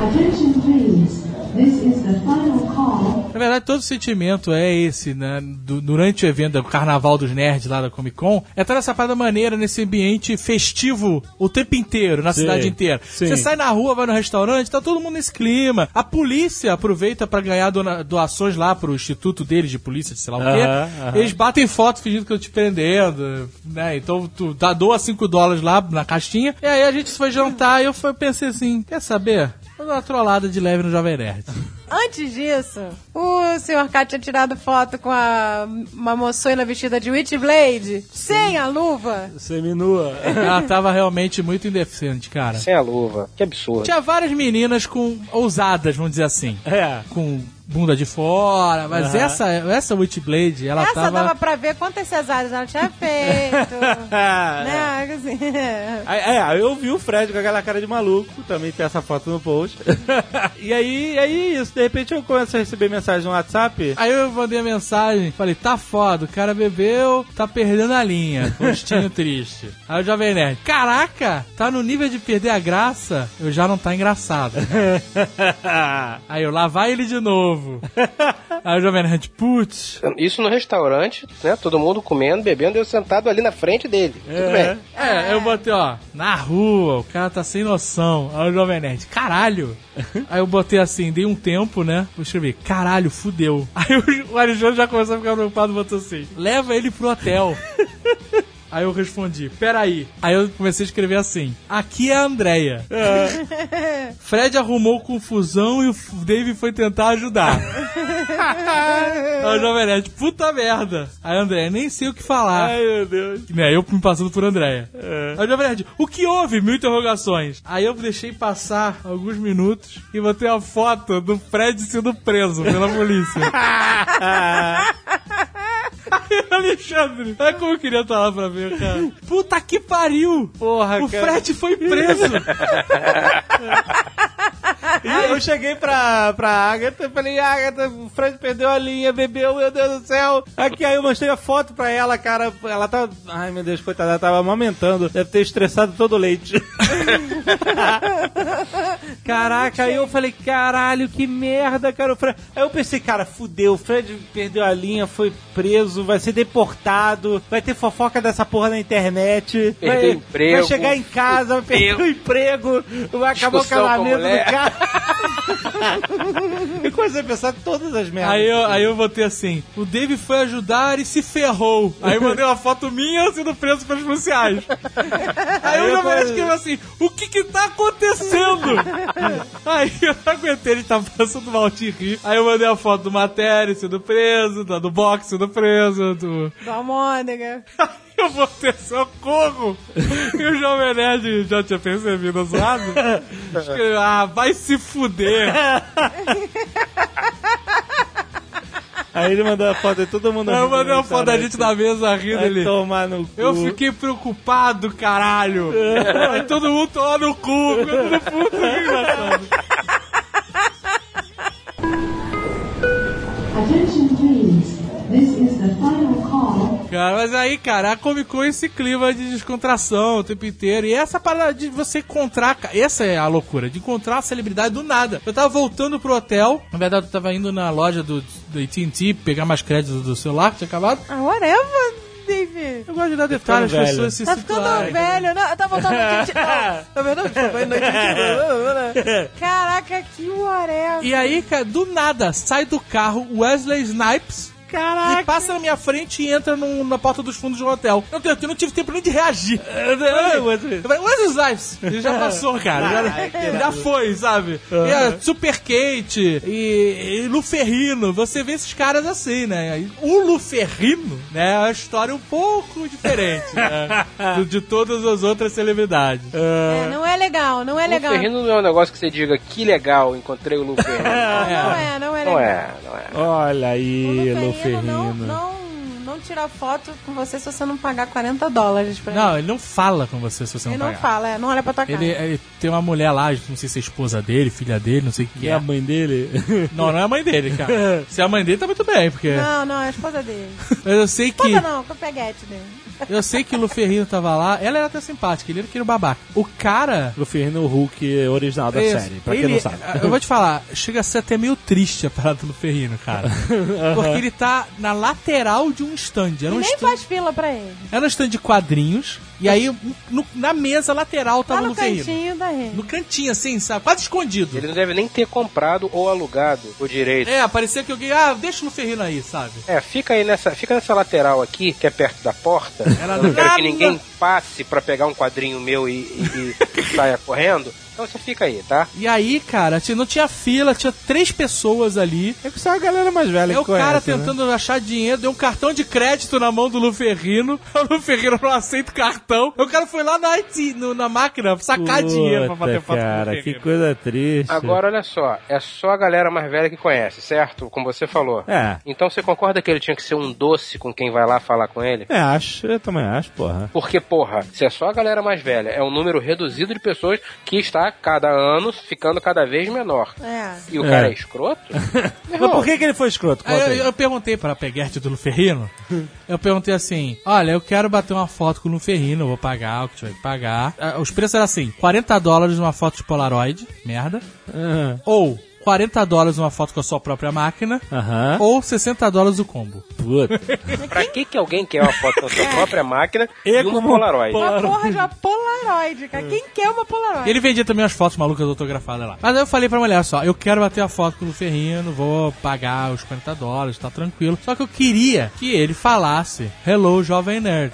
Speaker 10: Attention please, this is the final call.
Speaker 7: Na verdade, todo sentimento é esse, né? Du- durante o evento, o carnaval dos nerds lá da Comic Con, é estar nessa parada maneira, nesse ambiente festivo o tempo inteiro, na
Speaker 2: Sim,
Speaker 7: cidade inteira.
Speaker 2: sim.
Speaker 7: Você sai na rua, vai no restaurante, tá todo mundo nesse clima. A polícia aproveita pra ganhar dona- doações lá pro instituto deles de polícia, sei lá o quê.
Speaker 2: Aham, aham.
Speaker 7: Eles batem foto fingindo que eu te prendendo, né? Então tu dá, doa 5 dólares lá na caixinha. E aí a gente foi jantar e eu fui- pensei assim: quer saber? Vou dar uma trollada de leve no Jovem Nerd.
Speaker 6: Antes disso, o senhor K tinha tirado foto com a, uma moçoila vestida de Witchblade, sem a luva.
Speaker 2: Seminua.
Speaker 7: Ela tava realmente muito indecente, cara.
Speaker 4: Sem a luva. Que absurdo.
Speaker 7: Tinha várias meninas com ousadas, vamos dizer assim.
Speaker 2: É.
Speaker 7: Com bunda de fora, mas
Speaker 2: Aham.
Speaker 7: essa essa Witchblade, ela
Speaker 6: Essa
Speaker 7: tava
Speaker 6: dava pra ver quantas cesáreas ela tinha feito. né? Assim,
Speaker 2: É, é, aí eu vi o Fred com aquela cara de maluco, também tem essa foto no post. e aí, aí isso, de repente eu começo a receber mensagem no WhatsApp.
Speaker 7: Aí eu mandei a mensagem, falei, tá foda, o cara bebeu, tá perdendo a linha, rostinho triste. Aí o Jovem Nerd, caraca, tá no nível de perder a graça, eu já não tá engraçado. Aí eu, lá vai ele de novo. novo. Aí o Jovem Nerd, putz.
Speaker 4: Isso no restaurante, né? Todo mundo comendo, bebendo, eu sentado ali na frente dele. Tudo bem.
Speaker 7: É, eu botei, ó, na rua, o cara tá sem noção. Aí o Jovem Nerd, caralho. Aí eu botei assim, dei um tempo, né? Eu escrevi, caralho, fudeu. Aí o, o Arijano já começou a ficar preocupado, botou assim, leva ele pro hotel. Aí eu respondi, peraí. Aí eu comecei a escrever assim, aqui é a Andrea. Fred arrumou confusão e o F- Dave foi tentar ajudar. Aí o Jovem Nerd, puta merda. Aí André, nem sei o que falar.
Speaker 2: Ai, meu Deus.
Speaker 7: Né, eu me passando por Andréia.
Speaker 2: É.
Speaker 7: Aí o Jovem Nerd, o que houve? Mil interrogações. Aí eu deixei passar alguns minutos e botei a foto do Fred sendo preso pela polícia. Aí o Alexandre, olha como eu queria estar lá pra ver, cara. Puta que pariu! Porra, o
Speaker 2: cara.
Speaker 7: Fred foi preso!
Speaker 2: E eu cheguei pra, pra Agatha e falei, Agatha, o Fred perdeu a linha, bebeu, meu Deus do céu. Aqui aí eu mostrei a foto pra ela, cara. Ela tá. Ai meu Deus, coitada, ela tava amamentando. Deve ter estressado todo o leite. Caraca, aí eu falei, caralho, que merda, cara. O Fred... Aí eu pensei, cara, fudeu, o Fred perdeu a linha, foi preso, vai ser deportado, vai ter fofoca dessa porra na internet.
Speaker 4: Perdeu
Speaker 2: vai,
Speaker 4: emprego.
Speaker 2: Vai chegar em casa, vai perder o emprego, vai acabar o
Speaker 4: Discussão com a
Speaker 2: casamento do
Speaker 4: mulher.
Speaker 2: cara. Eu comecei a pensar todas as merdas.
Speaker 7: Aí eu, aí eu botei assim: o Dave foi ajudar e se ferrou. Aí eu mandei uma foto minha sendo preso pelos policiais. Aí
Speaker 2: Aí
Speaker 7: o
Speaker 2: eu
Speaker 7: Jovem Nerd
Speaker 2: falei-
Speaker 7: escreveu assim: o que que tá acontecendo? aí eu não aguentei, ele tava passando mal de rir. Aí eu mandei a foto do Matéria sendo preso, da do Box sendo preso, do.
Speaker 6: Da almôndega.
Speaker 7: Eu vou ter socorro! E o Jovem Nerd já tinha percebido, zoado? Escreveu, ah, vai se fuder!
Speaker 2: Aí ele mandou a foto de todo mundo.
Speaker 7: Aí eu mandei uma foto da gente na mesa rindo
Speaker 2: Vai
Speaker 7: ele.
Speaker 2: tomar no cu.
Speaker 6: Uhum.
Speaker 7: Eu fiquei preocupado, caralho.
Speaker 6: É.
Speaker 7: Aí todo mundo tomou no cu. ficou tudo puto, que engraçado.
Speaker 10: Attention please. This is the final call.
Speaker 7: Cara, mas aí, cara, a Comic Con é esse clima de descontração o tempo inteiro. E essa parada de você encontrar. ca- Essa é a loucura, de encontrar a celebridade do nada. Eu tava voltando pro hotel. Na verdade, eu tava indo na loja do, do ATT pegar mais créditos do celular que tinha acabado.
Speaker 6: Ah, whatever, Dave.
Speaker 7: Eu gosto de dar detalhes,
Speaker 6: Ficando
Speaker 7: as
Speaker 6: velho.
Speaker 7: pessoas se
Speaker 6: Tá ficando
Speaker 7: situarem.
Speaker 6: velho. né? Não, eu tava voltando no Titi. Tá vendo? Desculpa, no Titi. Caraca, que whatever.
Speaker 7: E aí, cara, do nada, sai do carro Wesley Snipes.
Speaker 2: Caraca.
Speaker 7: E passa na minha frente e entra num- na porta dos fundos de um hotel. Eu, não- eu não tive tempo nem de reagir.
Speaker 2: é, Wesley.
Speaker 7: Eu falei, Wesley Snipes. Ele já passou, cara. Já,
Speaker 2: Ai, que
Speaker 7: já
Speaker 2: irado.
Speaker 7: foi, sabe? E a Super Kate e, e Luferrino. Você vê esses caras assim, né? E O Luferrino, né? É uma história um pouco diferente né? Do- de, todas as outras celebridades.
Speaker 6: É, não é legal, não é legal.
Speaker 4: Luferrino não é um negócio que você diga que legal, encontrei o Luferrino.
Speaker 6: Não é, não é
Speaker 4: Não
Speaker 6: legal.
Speaker 4: é, não
Speaker 2: Ah,
Speaker 4: é.
Speaker 11: Olha aí,
Speaker 6: Não,
Speaker 7: né?
Speaker 11: Luferrino.
Speaker 6: não, não tira foto com você se você não pagar 40 dólares pra
Speaker 7: Não, ele não fala com você se você
Speaker 6: ele.
Speaker 7: não
Speaker 6: Ele não
Speaker 7: pagar.
Speaker 6: fala, é, não olha pra tua cara.
Speaker 7: Ele, ele tem uma mulher lá, não sei se é esposa dele, filha dele, não sei o que
Speaker 11: É a mãe dele?
Speaker 7: Não, não é a mãe dele, cara. Se é a mãe dele, tá muito bem, porque.
Speaker 6: Não, não, é a esposa dele.
Speaker 7: Mas eu sei que.
Speaker 11: tá
Speaker 6: Esposa não, com o peguete dele.
Speaker 7: Eu sei que o Luferrino tava lá. Ela era até simpática, ele era aquele babaca. O cara.
Speaker 11: Luferrino, é o Hulk original da
Speaker 7: Esse,
Speaker 11: série, pra
Speaker 7: ele-
Speaker 11: quem não sabe.
Speaker 7: Eu vou te falar, chega a ser até meio triste a parada do Luferrino, cara. Porque ele tá na lateral de um stand. Era um
Speaker 6: E nem
Speaker 7: stand,
Speaker 6: faz fila pra ele.
Speaker 7: era um stand de quadrinhos. E aí, no- na mesa lateral
Speaker 6: Tá
Speaker 7: tava o
Speaker 6: no
Speaker 7: Luferrino.
Speaker 6: cantinho da rede.
Speaker 7: No cantinho, assim, sabe? Quase escondido.
Speaker 4: Ele não deve nem ter comprado ou alugado o direito.
Speaker 7: É, parecia que alguém. Ah, deixa o Luferrino aí, sabe?
Speaker 4: É, fica aí nessa, fica nessa lateral aqui, que é perto da porta.
Speaker 7: Ela
Speaker 4: Eu não quero
Speaker 7: nada.
Speaker 4: que ninguém passe pra pegar um quadrinho meu e, e- e saia correndo. Então você fica aí, tá?
Speaker 7: E aí, cara, tinha- não tinha fila, tinha três pessoas ali.
Speaker 2: É que só a galera mais velha
Speaker 7: É
Speaker 2: que
Speaker 7: o cara
Speaker 2: conhece, né?
Speaker 7: tentando achar dinheiro, deu um cartão de crédito na mão do Luferrino. O Luferrino não aceita o cartão. O cara foi lá na, IT, no- na máquina sacar dinheiro pra bater foto do
Speaker 11: cara,
Speaker 7: Luferrino.
Speaker 2: né?
Speaker 11: que coisa triste.
Speaker 4: Agora, olha só, é só a galera mais velha que conhece, certo? Como você falou.
Speaker 11: É.
Speaker 4: Então você concorda que ele tinha que ser um doce com quem vai lá falar com ele?
Speaker 11: É, acho, eu também acho, porra.
Speaker 4: Porque, porra, se é só a galera mais velha, é um número reduzido de pessoas que está, cada ano, ficando cada vez menor.
Speaker 6: É.
Speaker 4: E o
Speaker 11: É.
Speaker 4: cara é escroto?
Speaker 2: Mas por que, que ele foi escroto?
Speaker 7: Aí
Speaker 2: Conta
Speaker 7: eu,
Speaker 2: aí.
Speaker 7: eu perguntei pra Peguete do Luferrino. eu perguntei assim: Olha, eu quero bater uma foto com o Luferrino, eu vou pagar o que tiver que pagar. Ah, Os preços eram assim: 40 dólares uma foto de Polaroid, merda. Ou 40 dólares uma foto com a sua própria máquina
Speaker 11: Aham.
Speaker 7: ou 60 dólares o combo.
Speaker 11: Puta.
Speaker 4: pra que, que alguém quer uma foto da sua própria máquina e, um
Speaker 7: como
Speaker 4: Polaroid?
Speaker 6: Uma porra de uma Polaroid, cara. Quem quer uma Polaroid?
Speaker 7: Ele vendia também as fotos malucas autografadas lá. Mas aí eu falei pra mulher, olha só, eu quero bater a foto com o Ferrino, vou pagar os 40 dólares, tá tranquilo. Só que eu queria que ele falasse Hello, Jovem Nerd.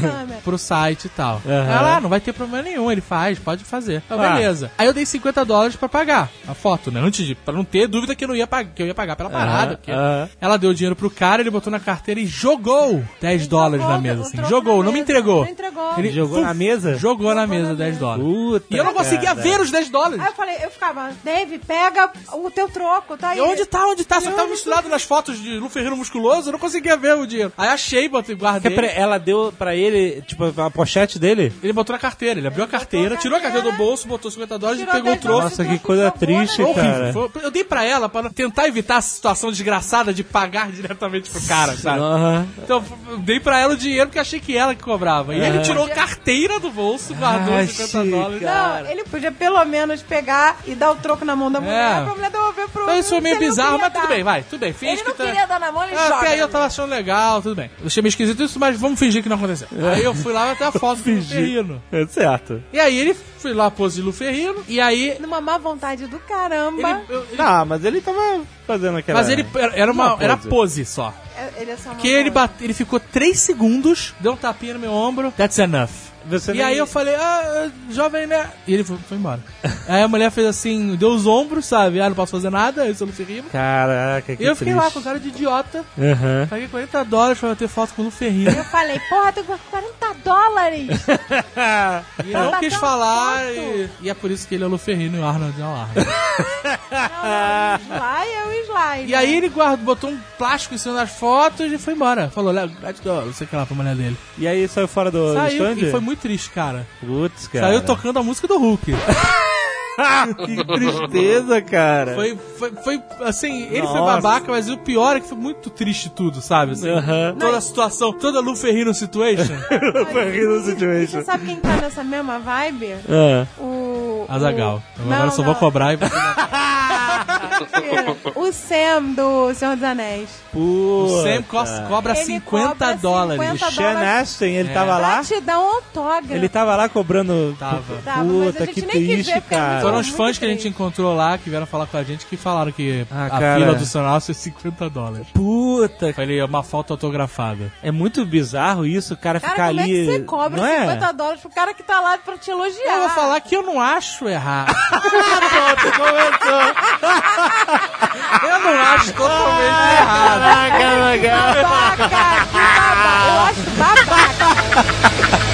Speaker 6: câmera.
Speaker 7: Pro site e tal.
Speaker 11: Aham.
Speaker 7: Ela, ah, não vai ter problema nenhum, ele faz, pode fazer. Eu,
Speaker 11: Ah.
Speaker 7: beleza. Aí eu dei 50 dólares pra pagar a foto, né? Antes de, pra não ter dúvida que eu, não ia, pag- que eu ia pagar pela parada. porque
Speaker 11: aham.
Speaker 7: Ela deu o dinheiro pro cara, ele botou na carteira e jogou 10 dólares na mesa, assim. Jogou, não me entregou.
Speaker 6: Não entregou.
Speaker 7: Ele
Speaker 11: Jogou
Speaker 7: fuf,
Speaker 11: na mesa?
Speaker 7: Jogou na mesa 10 dólares. e eu não conseguia
Speaker 11: cara.
Speaker 7: ver os 10 dólares.
Speaker 6: Aí eu falei, eu ficava, Dave, pega o teu troco, tá aí.
Speaker 7: E onde tá, onde tá? Só
Speaker 6: Eu
Speaker 7: tava
Speaker 6: não
Speaker 7: misturado nas fotos de Lu Ferreiro musculoso, eu não conseguia ver o dinheiro. Aí achei, botei, guardei.
Speaker 2: Porque é pra- ela deu pra ele, tipo, a pochete dele?
Speaker 7: Ele botou na carteira, ele abriu a carteira, tirou a carteira do bolso, botou 50 dólares e
Speaker 6: Tirou
Speaker 7: pegou o
Speaker 6: 10
Speaker 7: troço.
Speaker 2: Nossa, que coisa
Speaker 6: né?
Speaker 2: triste,
Speaker 7: Horrível.
Speaker 2: cara.
Speaker 7: Foi- Eu dei pra ela pra tentar evitar a situação desgraçada de pagar diretamente pro cara, sabe?
Speaker 2: Aham.
Speaker 7: Então, eu dei pra ela o dinheiro porque achei que ela que cobrava. E ele
Speaker 11: Ah.
Speaker 7: tirou a carteira do bolso, guardou
Speaker 11: Ai,
Speaker 7: os 50 dólares.
Speaker 6: Não, ele podia pelo menos pegar e dar o troco na mão da mulher pra mulher devolver pro
Speaker 7: Então, É. isso foi meio
Speaker 6: Ele não
Speaker 7: bizarro,
Speaker 6: queria
Speaker 7: mas tudo
Speaker 6: dar.
Speaker 7: bem, vai, tudo bem. Finge
Speaker 6: Ele
Speaker 7: que
Speaker 6: não
Speaker 7: tá-
Speaker 6: queria dar na mão, ele
Speaker 7: Ah,
Speaker 6: joga. né?
Speaker 7: Até aí eu tava achando legal, tudo bem. Eu achei meio esquisito isso, mas vamos fingir que não aconteceu. Aí eu fui lá até a foto do Luferrino.
Speaker 11: É certo.
Speaker 7: E aí ele foi lá pose de Luferrino, e aí.
Speaker 6: Numa má vontade do caramba.
Speaker 7: Ele, eu-
Speaker 11: Ah, mas ele tava fazendo
Speaker 2: É.
Speaker 11: aquela.
Speaker 7: Mas ele era- era uma, era pose só.
Speaker 6: É- Ele é só uma
Speaker 7: Porque ele, bate, ele ficou 3 segundos, deu um tapinha no meu ombro, that's enough.
Speaker 2: Você
Speaker 7: e
Speaker 2: nem-
Speaker 7: aí eu falei, ah, jovem, né? E ele foi, foi embora. aí a mulher fez assim, deu os ombros, sabe? Ah, não posso fazer nada, eu sou Luferrino.
Speaker 11: Caraca, que
Speaker 7: E eu fiquei lá
Speaker 11: triste.
Speaker 7: com cara de idiota.
Speaker 11: Aham.
Speaker 7: Paguei 40 dólares pra ter foto com o Lu Ferreira.
Speaker 6: Eu falei, porra, tem 40 dólares.
Speaker 7: E não
Speaker 6: Pra
Speaker 7: quis
Speaker 6: bater
Speaker 7: falar.
Speaker 6: uma
Speaker 7: E, e é por isso que ele é o Lu Ferreira e o Arnold é o Arnold.
Speaker 6: Sly é o Sly.
Speaker 7: e
Speaker 6: né?
Speaker 7: aí ele guarda, botou um plástico em cima das fotos e foi embora. Falou, Léo, gratidão, não sei o que lá pra mulher dele.
Speaker 11: E aí saiu fora do, do
Speaker 7: Saiu
Speaker 11: stand?
Speaker 7: e foi muito triste, cara.
Speaker 11: Putz, cara.
Speaker 7: Saiu tocando a música do Hulk.
Speaker 11: que tristeza, cara.
Speaker 7: Foi, foi, foi, assim, ele foi
Speaker 11: Nossa.
Speaker 7: babaca, mas o pior é que foi muito triste tudo, sabe? Assim,
Speaker 11: Aham.
Speaker 7: Toda a situação, toda Lu Ferrino situation.
Speaker 11: Foi rindo
Speaker 6: Você
Speaker 11: situation.
Speaker 6: sabe quem tá nessa mesma vibe?
Speaker 11: Ah.
Speaker 6: O.
Speaker 7: Azagal.
Speaker 6: o-
Speaker 7: Agora eu
Speaker 6: Não,
Speaker 7: só
Speaker 6: não. é.
Speaker 7: vou cobrar e.
Speaker 6: O Sam do Senhor dos Anéis.
Speaker 7: O
Speaker 2: Puta.
Speaker 7: Sam cos- cobra
Speaker 6: Ele
Speaker 7: 50
Speaker 6: cobra
Speaker 7: dólares.
Speaker 6: 50
Speaker 2: Sean Astin, ele
Speaker 7: É.
Speaker 2: tava tá lá?
Speaker 6: Pra te dar um autógrafo.
Speaker 2: Ele tá tava lá cobrando.
Speaker 7: Tava.
Speaker 6: Tava, mas
Speaker 2: Puta,
Speaker 6: a gente
Speaker 2: que
Speaker 6: nem quis
Speaker 2: triste,
Speaker 6: ver, porque é muito
Speaker 2: cara.
Speaker 7: Foram os
Speaker 6: muito
Speaker 7: fãs que a gente
Speaker 6: triste.
Speaker 7: encontrou lá que vieram falar com a gente que falaram que
Speaker 2: Ah,
Speaker 7: a
Speaker 2: cara.
Speaker 7: fila do Sonalço é 50 dólares.
Speaker 2: Puta,
Speaker 7: Falei, é uma foto autografada.
Speaker 2: é muito bizarro isso, o cara,
Speaker 6: Cara,
Speaker 2: ficar
Speaker 6: como
Speaker 2: ali.
Speaker 6: é que você cobra
Speaker 2: não
Speaker 6: 50
Speaker 2: é?
Speaker 6: dólares pro cara que tá lá pra te elogiar?
Speaker 7: Eu vou falar que eu não acho errado. eu não acho totalmente errado.
Speaker 11: Caraca, legal.
Speaker 6: Babaca, que babaca. Eu acho babaca.